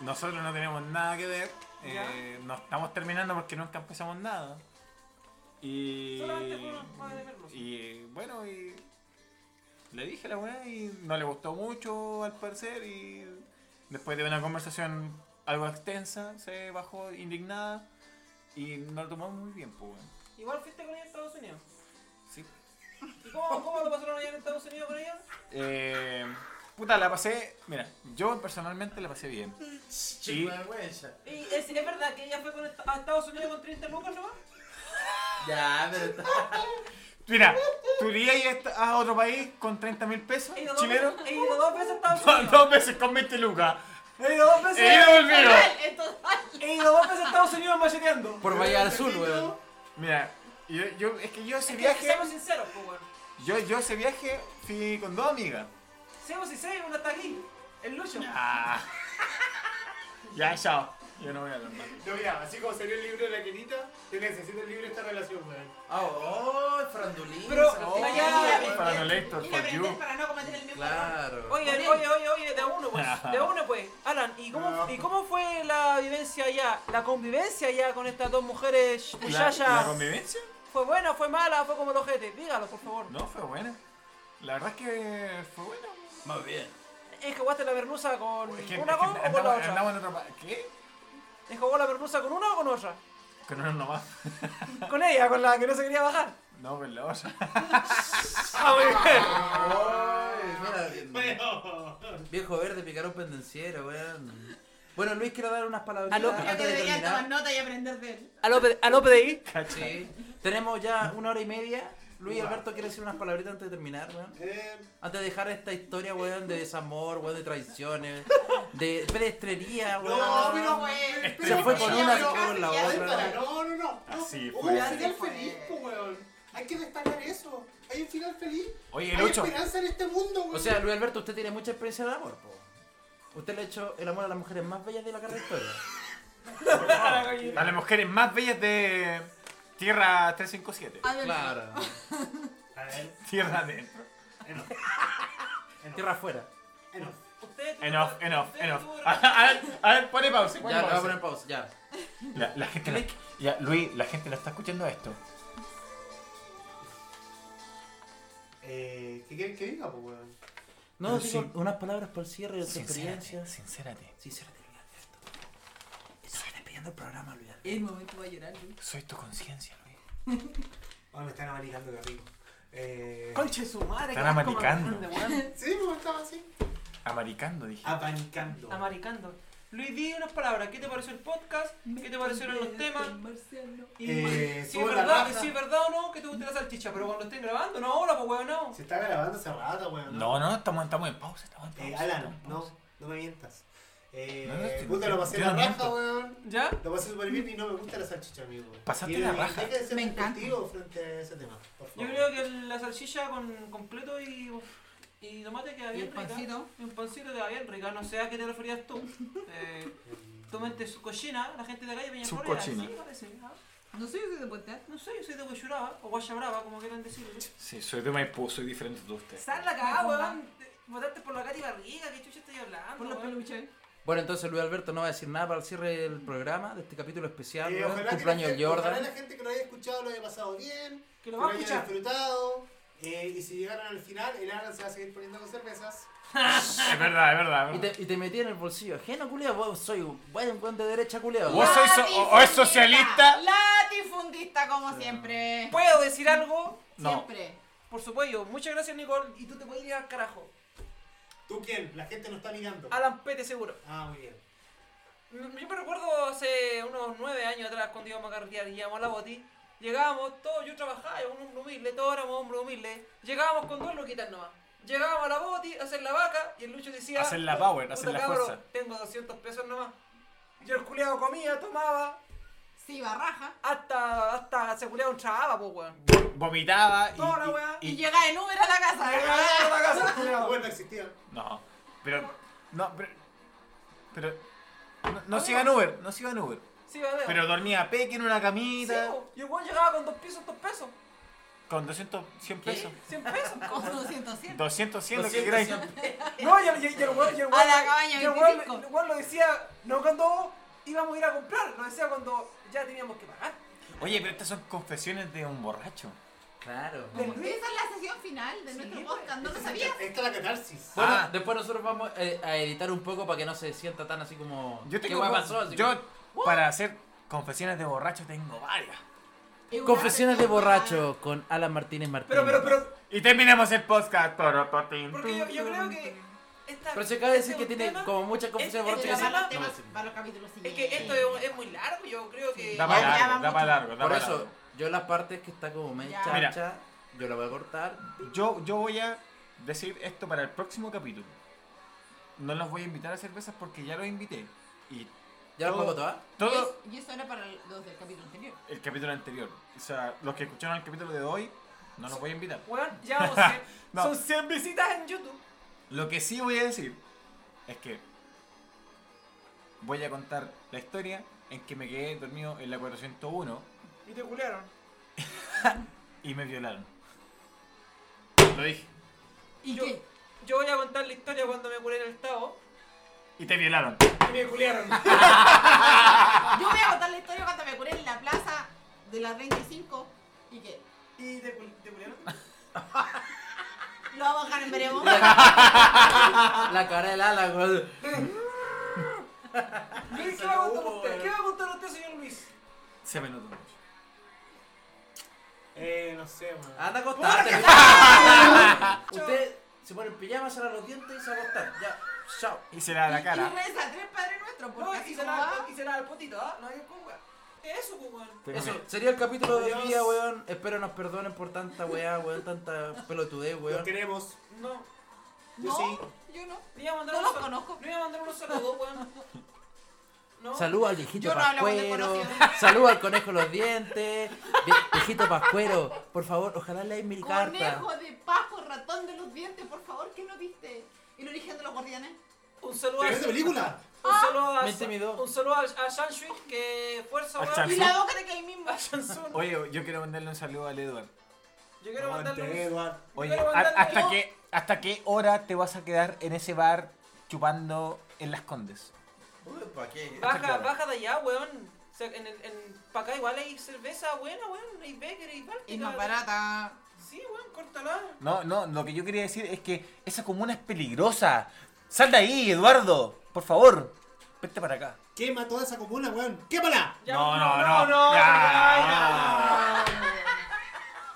S4: nosotros no tenemos nada que ver, eh, no estamos terminando porque nunca empezamos nada. Y,
S3: Solamente fue una forma de vernos.
S4: y bueno, y le dije a la weá y no le gustó mucho al parecer y después de una conversación algo extensa se bajó indignada y no lo tomó muy bien, pues weón.
S3: Igual fuiste con ella a Estados Unidos.
S4: Sí.
S3: ¿Y cómo, cómo lo pasaron allá en Estados Unidos con ella?
S4: Eh, puta, la pasé. Mira, yo personalmente la pasé bien. Y,
S3: ¿Y es, es verdad que ella fue con est- a Estados Unidos con 30 lucas nomás?
S1: Ya, pero está-
S4: mira, ¿Tú irías a a otro país con 30 mil pesos
S3: He ido dos
S4: chilenos?
S3: veces- he ido dos veces a Estados
S4: [LAUGHS] Dos-
S3: Unidos.
S4: Dos veces con 20 lucas.
S3: He ido dos veces.
S4: He ido y volvido.
S5: En total.
S3: He ido dos veces a Estados Unidos macheteando.
S1: [LAUGHS] Por Bahía del Sur, weón.
S4: Mira, yo, yo- es que yo ese
S3: Es que
S4: viaje,
S3: Seamos sinceros, pues, weón.
S4: yo, yo ese viaje fui con dos amigas.
S3: Seamos sinceros, uno está aquí. El Lucho.
S4: Ah.
S3: [LAUGHS]
S4: Ya, chao. Yo no voy a hablar más.
S2: No, mira, así como salió el libro de la quinita, yo necesito el libro de esta relación, weón.
S1: Ah,
S6: Oh, frandulín.
S3: Pero,
S6: oh,
S3: allá-
S4: Para no lector,
S5: Y
S4: for you.
S5: aprender para no cometer el mismo error.
S1: Claro.
S3: Oye, oye, oye, oye, de a uno [LAUGHS] pues, de a uno pues. Alan, ¿y cómo,
S2: No.
S3: ¿y cómo fue la vivencia allá, la convivencia allá con estas dos mujeres
S4: La,
S3: muchachas?
S4: la convivencia
S3: ¿Fue buena, fue mala, fue como el ojete? Dígalo, por favor.
S4: no fue buena. La verdad es que fue buena.
S1: Más bien.
S3: ¿Es que jugaste la merluza con
S4: Es que,
S3: una
S4: es que
S3: con, o con la
S4: andamos,
S3: otra?
S4: andamos en otro pa- ¿Qué?
S3: ¿Es que jugó la merluza con una o con otra?
S4: Con uno nomás.
S3: Con ella, con la que no se quería bajar.
S4: No, con la [LAUGHS] otra.
S1: Ay, mira, viejo verde, picarón pendenciero, weón. Bueno, Luis, quiero dar unas palabras
S3: Aló.
S5: Creo que
S1: antes de
S5: deberían tomar
S1: terminar.
S5: nota y aprender de él.
S3: A Lope, a Lope de ahí.
S1: Sí. Tenemos ya una hora y media. Luis Alberto quiere decir unas palabritas antes de terminar, weón. Antes de dejar esta historia, weón, de desamor, weón, de traiciones, de pedestrería, weón.
S2: No, pero,
S5: fue.
S1: Se fue con
S5: Ya,
S1: una, se
S5: pues,
S1: fue
S5: pero
S1: con la
S5: ya,
S1: otra.
S5: para.
S2: No, no, no.
S4: Así
S2: no.
S4: fue.
S2: Hubo un final
S5: Fue.
S2: feliz, po, weón. Hay que destacar eso. Hay un final feliz.
S4: Oye,
S2: Hay
S4: Lucho.
S2: esperanza en este mundo, weón.
S1: O sea, Luis Alberto, usted tiene mucha experiencia de amor, po. Usted le ha hecho el amor a las mujeres más bellas de la carrera de historia.
S4: A las mujeres más bellas de Tierra 357.
S5: A ver,
S1: Claro.
S2: a ver,
S4: Tierra adentro.
S2: enough.
S1: Tierra afuera.
S2: Enough.
S3: Ustedes tuvieron-
S4: Enough, enough,
S3: ustedes
S4: enough.
S3: tuvieron-
S4: A, a ver, a ver, pone pausa. pone
S1: Ya, le voy a
S4: pausa.
S1: poner pausa, ya.
S4: La, la gente no-
S1: Click.
S4: ya, Luis, la gente no está escuchando esto.
S2: Eh, ¿Qué quieren que diga, po, weón?
S1: No,
S4: Pero
S1: digo,
S4: sí.
S1: unas palabras para el cierre de tu
S4: Sincérate,
S1: experiencia.
S4: sincérate.
S1: Sincérate, Luis Alberto. Estás despidiendo el programa, Luis Alberto.
S5: El momento va a llorar. Luis.
S4: Soy tu conciencia, Luis.
S2: Oh, me están abanicando de rico. Eh...
S3: Conche su madre.
S4: Están
S3: qué asco,
S4: amaricando.
S3: maricando, weón.
S2: Sí, pues estaba así.
S4: Amaricando, dije.
S2: Ah, Abanicando.
S3: Amaricando. Luis, di unas palabras. ¿Qué te pareció el podcast? ¿Qué te parecieron los temas?
S5: Marciano.
S3: Y
S2: Eh,
S3: si, es
S2: sube la
S3: verdad,
S2: raja.
S3: si es verdad o no que te gusta la salchicha, pero cuando estén grabando, no ahora, pues weón, no.
S2: Se está grabando hace rato, weón.
S4: No, no, estamos, estamos en pausa, estamos en pausa.
S2: Eh,
S4: estamos
S2: Alan,
S4: en
S2: no,
S4: pausa.
S2: no me mientas. Eh,
S4: No, no, estoy-
S2: puta, lo pasé
S4: yo
S2: la
S4: no
S2: raja,
S4: miento.
S2: weón.
S3: ¿Ya?
S2: Lo pasé súper bien y no me gusta la salchicha, amigo.
S4: Pasaste
S2: Y
S4: la
S2: me-
S4: raja.
S2: Deja de ser
S5: Me encanta.
S2: despectivo frente a ese tema, por favor.
S3: Yo creo que la salchicha con completo y, y tomate queda
S5: Y
S3: bien
S5: el
S3: rica.
S5: pancito.
S3: Y un pancito queda bien rica. No sé a qué te referías [LAUGHS] tú. Eh, tómate su cochina, la gente de la calle Peña
S4: Su
S3: Florida,
S4: cochina.
S3: Sí, parece. ¿ah?
S5: No sé yo qué te puente.
S3: No sé, yo soy de Guayuraba, o Guayabrava, como quieran decirle.
S4: Sí, soy de Maipú, soy diferente de usted.
S3: [LAUGHS] Sal la cagada, weón. Votarte por la Cati Barriga, qué chucha estoy hablando.
S5: Por los
S3: weón?
S5: peluches.
S1: Bueno, entonces Luis Alberto no va a decir nada para el cierre del programa, de este capítulo especial,
S2: Eh,
S1: weón,
S2: ojalá que
S1: cumpleaños
S2: la
S1: del
S2: gente-
S1: Jordan.
S2: Ojalá la gente que lo haya escuchado lo haya pasado bien,
S3: Que lo va a
S2: haya
S3: escuchar.
S2: disfrutado. eh, y si llegaron al final, el Alan se va a seguir poniendo con cervezas.
S4: Es verdad, es verdad.
S1: Y
S4: es verdad.
S1: te, y te metí en el bolsillo. Ajeno, culiao, vos soy un buen, buen de derecha, culiao.
S4: Vos sois so- o- o es socialista.
S5: Latifundista, como siempre.
S3: ¿Puedo decir algo?
S4: No.
S5: Siempre.
S3: Por supuesto. Muchas gracias, Nicole. Y tú te puedes ir al carajo.
S2: ¿Tú quién? La gente no está mirando.
S3: Alan Pete, seguro.
S2: Ah, muy bien.
S3: Mm, Yo me recuerdo hace unos nueve años atrás cuando íbamos a carretear y íbamos a la boti. Llegábamos todos, yo trabajaba, era un hombre humilde, todos éramos hombres humildes. Llegábamos con dos loquitas nomás. Llegábamos a la boti a hacer la vaca y el Lucho decía...
S4: Hacer la power,
S3: "Puta,
S4: hacer la
S3: cabro,
S4: fuerza".
S3: Tengo 200 pesos nomás. Yo el culiado comía, tomaba,
S5: Sí, barraja.
S3: hasta, hasta se culiado un traba, po,
S4: [LAUGHS]
S3: weón.
S4: Vomitaba y.
S3: Toda la
S4: y-
S3: weá.
S5: Y,
S4: y-
S5: llega en Uber a la casa.
S3: Llegaba a la casa, culiao.
S2: [LAUGHS] Bueno, existía.
S4: No, pero. No, pero. Pero. No, no sigan Uber, no sigan Uber.
S3: Sí, vale.
S4: Pero dormía Peque en una
S3: Sí,
S4: camita.
S3: po. y el weón llegaba con dos pisos, dos pesos.
S4: Con 200, 100 pesos.
S3: 100 pesos. po.
S5: Con 200 siempre.
S4: 200, 100, lo que queráis.
S3: No, y el, y el- y el weón- y el
S5: A
S3: weón-
S5: la cabaña
S3: y el weón-
S5: 25.
S3: el weón lo decía, no cuando íbamos a ir a comprar, lo decía cuando ya teníamos que pagar.
S4: Oye, pero estas son confesiones de un borracho.
S1: Claro.
S3: Del Luis.
S5: Esa es la sesión final de nuestro
S3: Sí,
S5: podcast. Ah, No lo sabías.
S2: Esta es la catarsis.
S1: Bueno,
S4: Ah.
S1: después nosotros vamos eh, a editar un poco para que no se sienta tan así como.
S4: Yo tengo.
S1: ¿Qué
S4: co-
S1: guay pasó? Así
S4: yo,
S1: como-
S4: para hacer confesiones de borracho, tengo varias.
S1: Confesiones de borracho con Alan Martínez Martínez.
S3: Pero, pero, pero,
S4: Y terminamos el podcast. Toro, patín.
S3: porque yo, yo creo que. Esta,
S1: Pero se acaba de decir
S3: este
S1: que tiene
S3: tema-
S1: como muchas confesiones de
S3: este
S5: Pero
S1: borracho.
S5: para los
S1: que sí. No,
S5: temas,
S1: sí.
S5: para los capítulos
S3: Es
S5: siguientes.
S3: que esto es, un- es muy largo, yo creo que.
S4: Da
S5: Ya,
S4: para
S5: ya va
S4: largo, da
S5: mucho.
S4: para largo. da
S1: Por
S4: pa'
S1: eso,
S4: largo.
S1: yo las partes que está como medio
S5: Ya.
S1: chacha, Yo la voy a cortar.
S4: Yo, yo voy a decir esto para el próximo capítulo. No los voy a invitar a cervezas porque ya los invité. Y
S1: Ya
S5: Oh.
S1: la
S4: Todo-
S1: pongo toda.
S4: todo
S5: Y eso era para los del capítulo anterior.
S4: el capítulo anterior. O sea, los que escucharon el capítulo de hoy, no los voy a invitar.
S3: Weón,
S4: [LAUGHS]
S3: ya vamos a hacer-
S4: No.
S3: Son 100 visitas en YouTube.
S4: Lo que sí voy a decir es que voy a contar la historia en que me quedé dormido en la 401
S3: Y te culearon.
S4: y me violaron. Lo dije.
S5: ¿Y
S3: Yo-
S5: qué?
S3: Yo voy a contar la historia cuando me curé en el Tao
S4: Y te violaron.
S3: y me
S5: [LAUGHS]
S3: culearon.
S5: Yo voy a contar la historia cuando me curé en la plaza de las 25 y que
S3: ¿Y te, cul- te culearon?
S5: [LAUGHS] lo vamos a dejar en veremos. Ah.
S1: La cara del ala, güey.
S3: Luis, ¿qué
S1: Se
S3: va a
S1: lo
S3: contar
S1: hubo,
S3: usted?
S1: weón.
S3: ¿Qué va a contar usted, señor Luis?
S4: Se me notó mucho.
S3: Eh, no sé, weón.
S1: Anda a acostarte. [LAUGHS] Usted se pone en pijama, cierra los dientes y se va a acostar. Ya, chao.
S4: Y se la da la
S5: Y
S4: cara.
S5: reza tres padres nuestros, porque
S3: No,
S5: así
S3: y se
S5: como
S3: la
S5: va.
S3: y se la da el potito, ¿ah? No hay con weón. ¿Qué es eso, pues, weón?
S1: Eso, sería el capítulo de hoy día,
S2: Adiós.
S1: weón. Espero nos perdonen por tanta weá, weón, tanta pelotudez,
S2: Los
S1: weón.
S2: queremos.
S3: No.
S5: No,
S2: sí.
S5: yo no.
S3: Le iba a mandar
S5: No
S3: unos
S5: los
S3: sal-
S5: conozco.
S3: Le iba a mandar unos saludos,
S5: [LAUGHS]
S3: weón. No.
S1: Saludos al viejito
S5: Yo no hablo con
S1: Pascuero.
S5: desconocidos.
S1: Saludos al conejo los dientes. Vie- Viejito Pascuero, por favor, ojalá leáis mi carta.
S5: Conejo de pajo, ratón de los dientes, por favor, ¿qué no viste? ¿El origen de los guardianes?
S3: Un saludo a.
S2: ¿Te ves de película?
S3: Un
S5: Ah.
S3: saludo a.
S7: Me intimidó.
S3: Un saludo a, a Shanshui, que fuerza,
S4: A
S3: weón.
S4: Shanshui.
S5: Y la boca te caí mismo.
S3: A Shansun.
S4: Oye, yo quiero mandarle un saludo al Edward.
S3: Yo quiero mandarle un
S2: Aguante, Edward.
S4: Oye,
S3: Quiero
S4: a-
S3: mandarle-
S4: ¿hasta qué, ¿hasta qué hora te vas a quedar en ese bar chupando en Las Condes?
S6: ¿Para qué?
S3: Baja,
S4: claro.
S3: baja de allá, weón. O sea, en el, en, pa' acá igual hay cerveza buena, weón. Hay Becker, hay Báltica.
S5: Y más barata.
S3: Sí, weón, córtala.
S4: No, no, lo que yo quería decir es que esa comuna es peligrosa. Sal de ahí, Eduardo. Por favor, vete para acá.
S2: Quema toda esa comuna, weón. ¡Quémala!
S3: Ya,
S4: No, no, no.
S3: no, no,
S4: Ya,
S3: ay,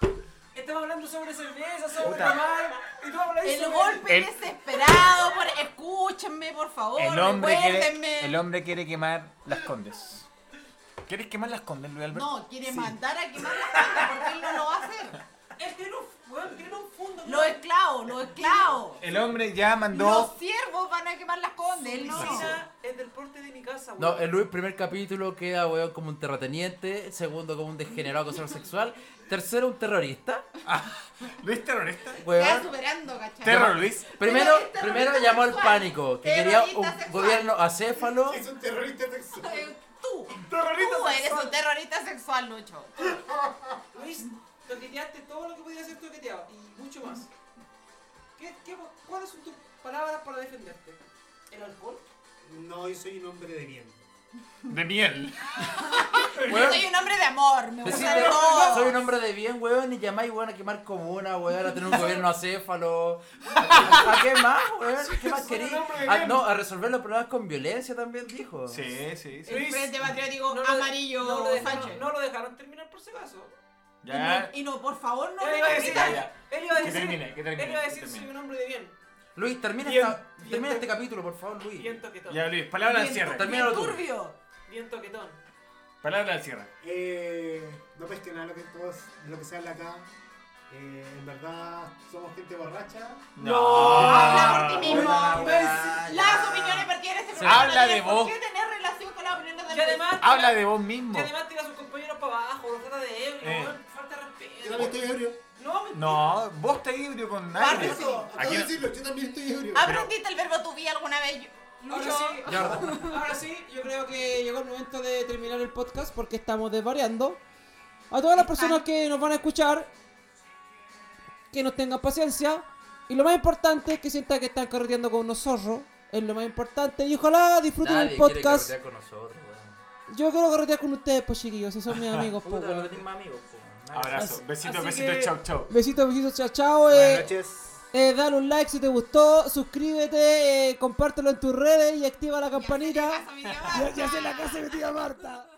S3: no. Estamos hablando sobre cerveza, sobre
S4: Puta.
S3: tomar. Y tú hablas
S5: El
S3: sobre-
S5: golpe
S4: El-
S5: desesperado, por... escúchenme, por favor,
S4: El hombre,
S5: Oh, recuérdenme.
S4: quiere, el hombre quiere quemar las condes. ¿Quieres quemar las condes, Luis Alberto?
S5: No, quiere mandar a quemar las plantas porque él no lo va a hacer. [LAUGHS]
S3: Él tiene un, weón, tiene un fondo.
S5: Los esclavos, los esclavos.
S4: El hombre ya mandó.
S5: Los siervos van a quemar las condes, él no.
S3: La piscina es del porte de mi casa, weón.
S4: eh.
S1: No, el Luis, primer capítulo queda, weón, como un terrateniente. Segundo, como un degenerado acosador sexual. Tercero, un terrorista.
S4: ¿Luis terrorista?
S5: Está
S1: Weón.
S5: superando, ¿cachai?
S4: Terror, Luis.
S1: Primero,
S5: Terrorista
S1: primero
S5: sexual.
S1: llamó al pánico, que quería un
S5: Terrorista sexual.
S1: gobierno acéfalo.
S2: Es un terrorista sexual.
S5: Eh, Tú,
S3: Terrorista
S5: tú eres
S3: sexual.
S5: un terrorista sexual, Lucho.
S3: Luis, toqueteaste todo lo que podías ser toqueteado y mucho más. ¿Qué, qué, ¿Cuáles son tus palabras para defenderte? ¿El alcohol?
S2: No, yo soy un hombre de bien.
S4: De miel.
S5: Yo
S1: Weón,
S5: soy un hombre de amor, me gusta
S1: Decirle, "Oh,
S5: el amor.
S1: soy un hombre de bien, weón, y llamáis, weón, a quemar comuna, weón, a tener un gobierno acéfalo. ¿A qué más, weón? ¿Qué más
S3: Soy un
S1: queréis?
S3: hombre de
S1: Ah,
S3: bien.
S1: no, a resolver los problemas con violencia también, dijo.
S4: Sí, sí, sí.
S5: El Frente Patriótico
S3: No lo-
S5: Amarillo
S3: no lo dejaron-
S5: Sánchez.
S3: no lo dejaron terminar por si acaso.
S4: Ya.
S5: Y no, por favor, no
S3: él
S5: me
S3: iba a decir,
S5: permitan.
S3: él iba a
S4: Que
S3: decir,
S4: termine, que termine,
S3: él iba a
S4: que
S3: decir
S4: termine.
S3: soy un hombre de bien.
S1: Luis, termina,
S4: Bien,
S1: esta-
S3: bien,
S1: termina
S3: bien.
S1: este capítulo, por favor, Luis.
S3: Bien toquetón.
S4: Ya, Luis, palabra al
S5: Bien
S4: cierre.
S5: tur-
S1: Termínalo
S5: bien
S1: tú.
S5: turbio.
S3: Bien toquetón.
S4: Palabra al cierre.
S2: Eh, no pesquen nada lo que, todos, lo que se habla acá. Eh, en verdad, somos gente borracha.
S5: Habla por ti mismo. Pues,
S1: Ah, weón,
S5: Las
S1: ya.
S5: opiniones vertidas en este
S4: habla
S5: no
S4: de
S5: tienen
S4: vos.
S5: ¿Por qué tener relación con las opiniones de
S3: Y además,
S4: Habla de vos mismo.
S3: y además tira a sus compañeros para abajo, los trata de ebrio,
S4: Eh.
S3: weón, falta de
S2: Yo también
S3: respeto.
S2: estoy ebrio.
S3: No, mentira.
S4: No, vos te hibrio con nadie.
S5: Barrio.
S2: Eso, acabo
S4: Aquí
S2: de
S4: no-
S2: decirlo, yo también estoy ebrio.
S5: ¿Aprendiste el verbo tu vida alguna vez,
S3: Ahora
S5: Lucho?
S3: sí,
S1: Ya,
S3: ahora sí,
S7: Yo creo que llegó el momento de terminar el podcast porque estamos desvariando. A todas las personas que nos van a escuchar, que nos tengan paciencia. Y lo más importante es que sientan que están correteando con nosotros. Es lo más importante. Y ojalá disfruten
S1: Nadie
S7: el
S1: quiere
S7: podcast.
S1: carretear con nosotros, weón.
S7: Yo quiero corretear con ustedes, pues chiquillos. Si son mis amigos, pues.
S1: [LAUGHS] Puta,
S7: weón.
S1: carretear más amigos, po.
S4: pues.
S1: Nadie-
S4: Abrazo.
S7: Así-
S4: Besitos,
S3: así
S4: besitos,
S3: que-
S4: chau, chau.
S7: Besitos, besitos, chao, chao.
S2: Buenas
S7: Eh,
S2: noches.
S7: eh, dale un like si te gustó. Suscríbete, eh, compártelo en tus redes y activa la
S5: Ya se le
S7: campanita.
S5: pasa mi
S7: Ya,
S5: llamada.
S7: ya se la casa de mi tía Marta.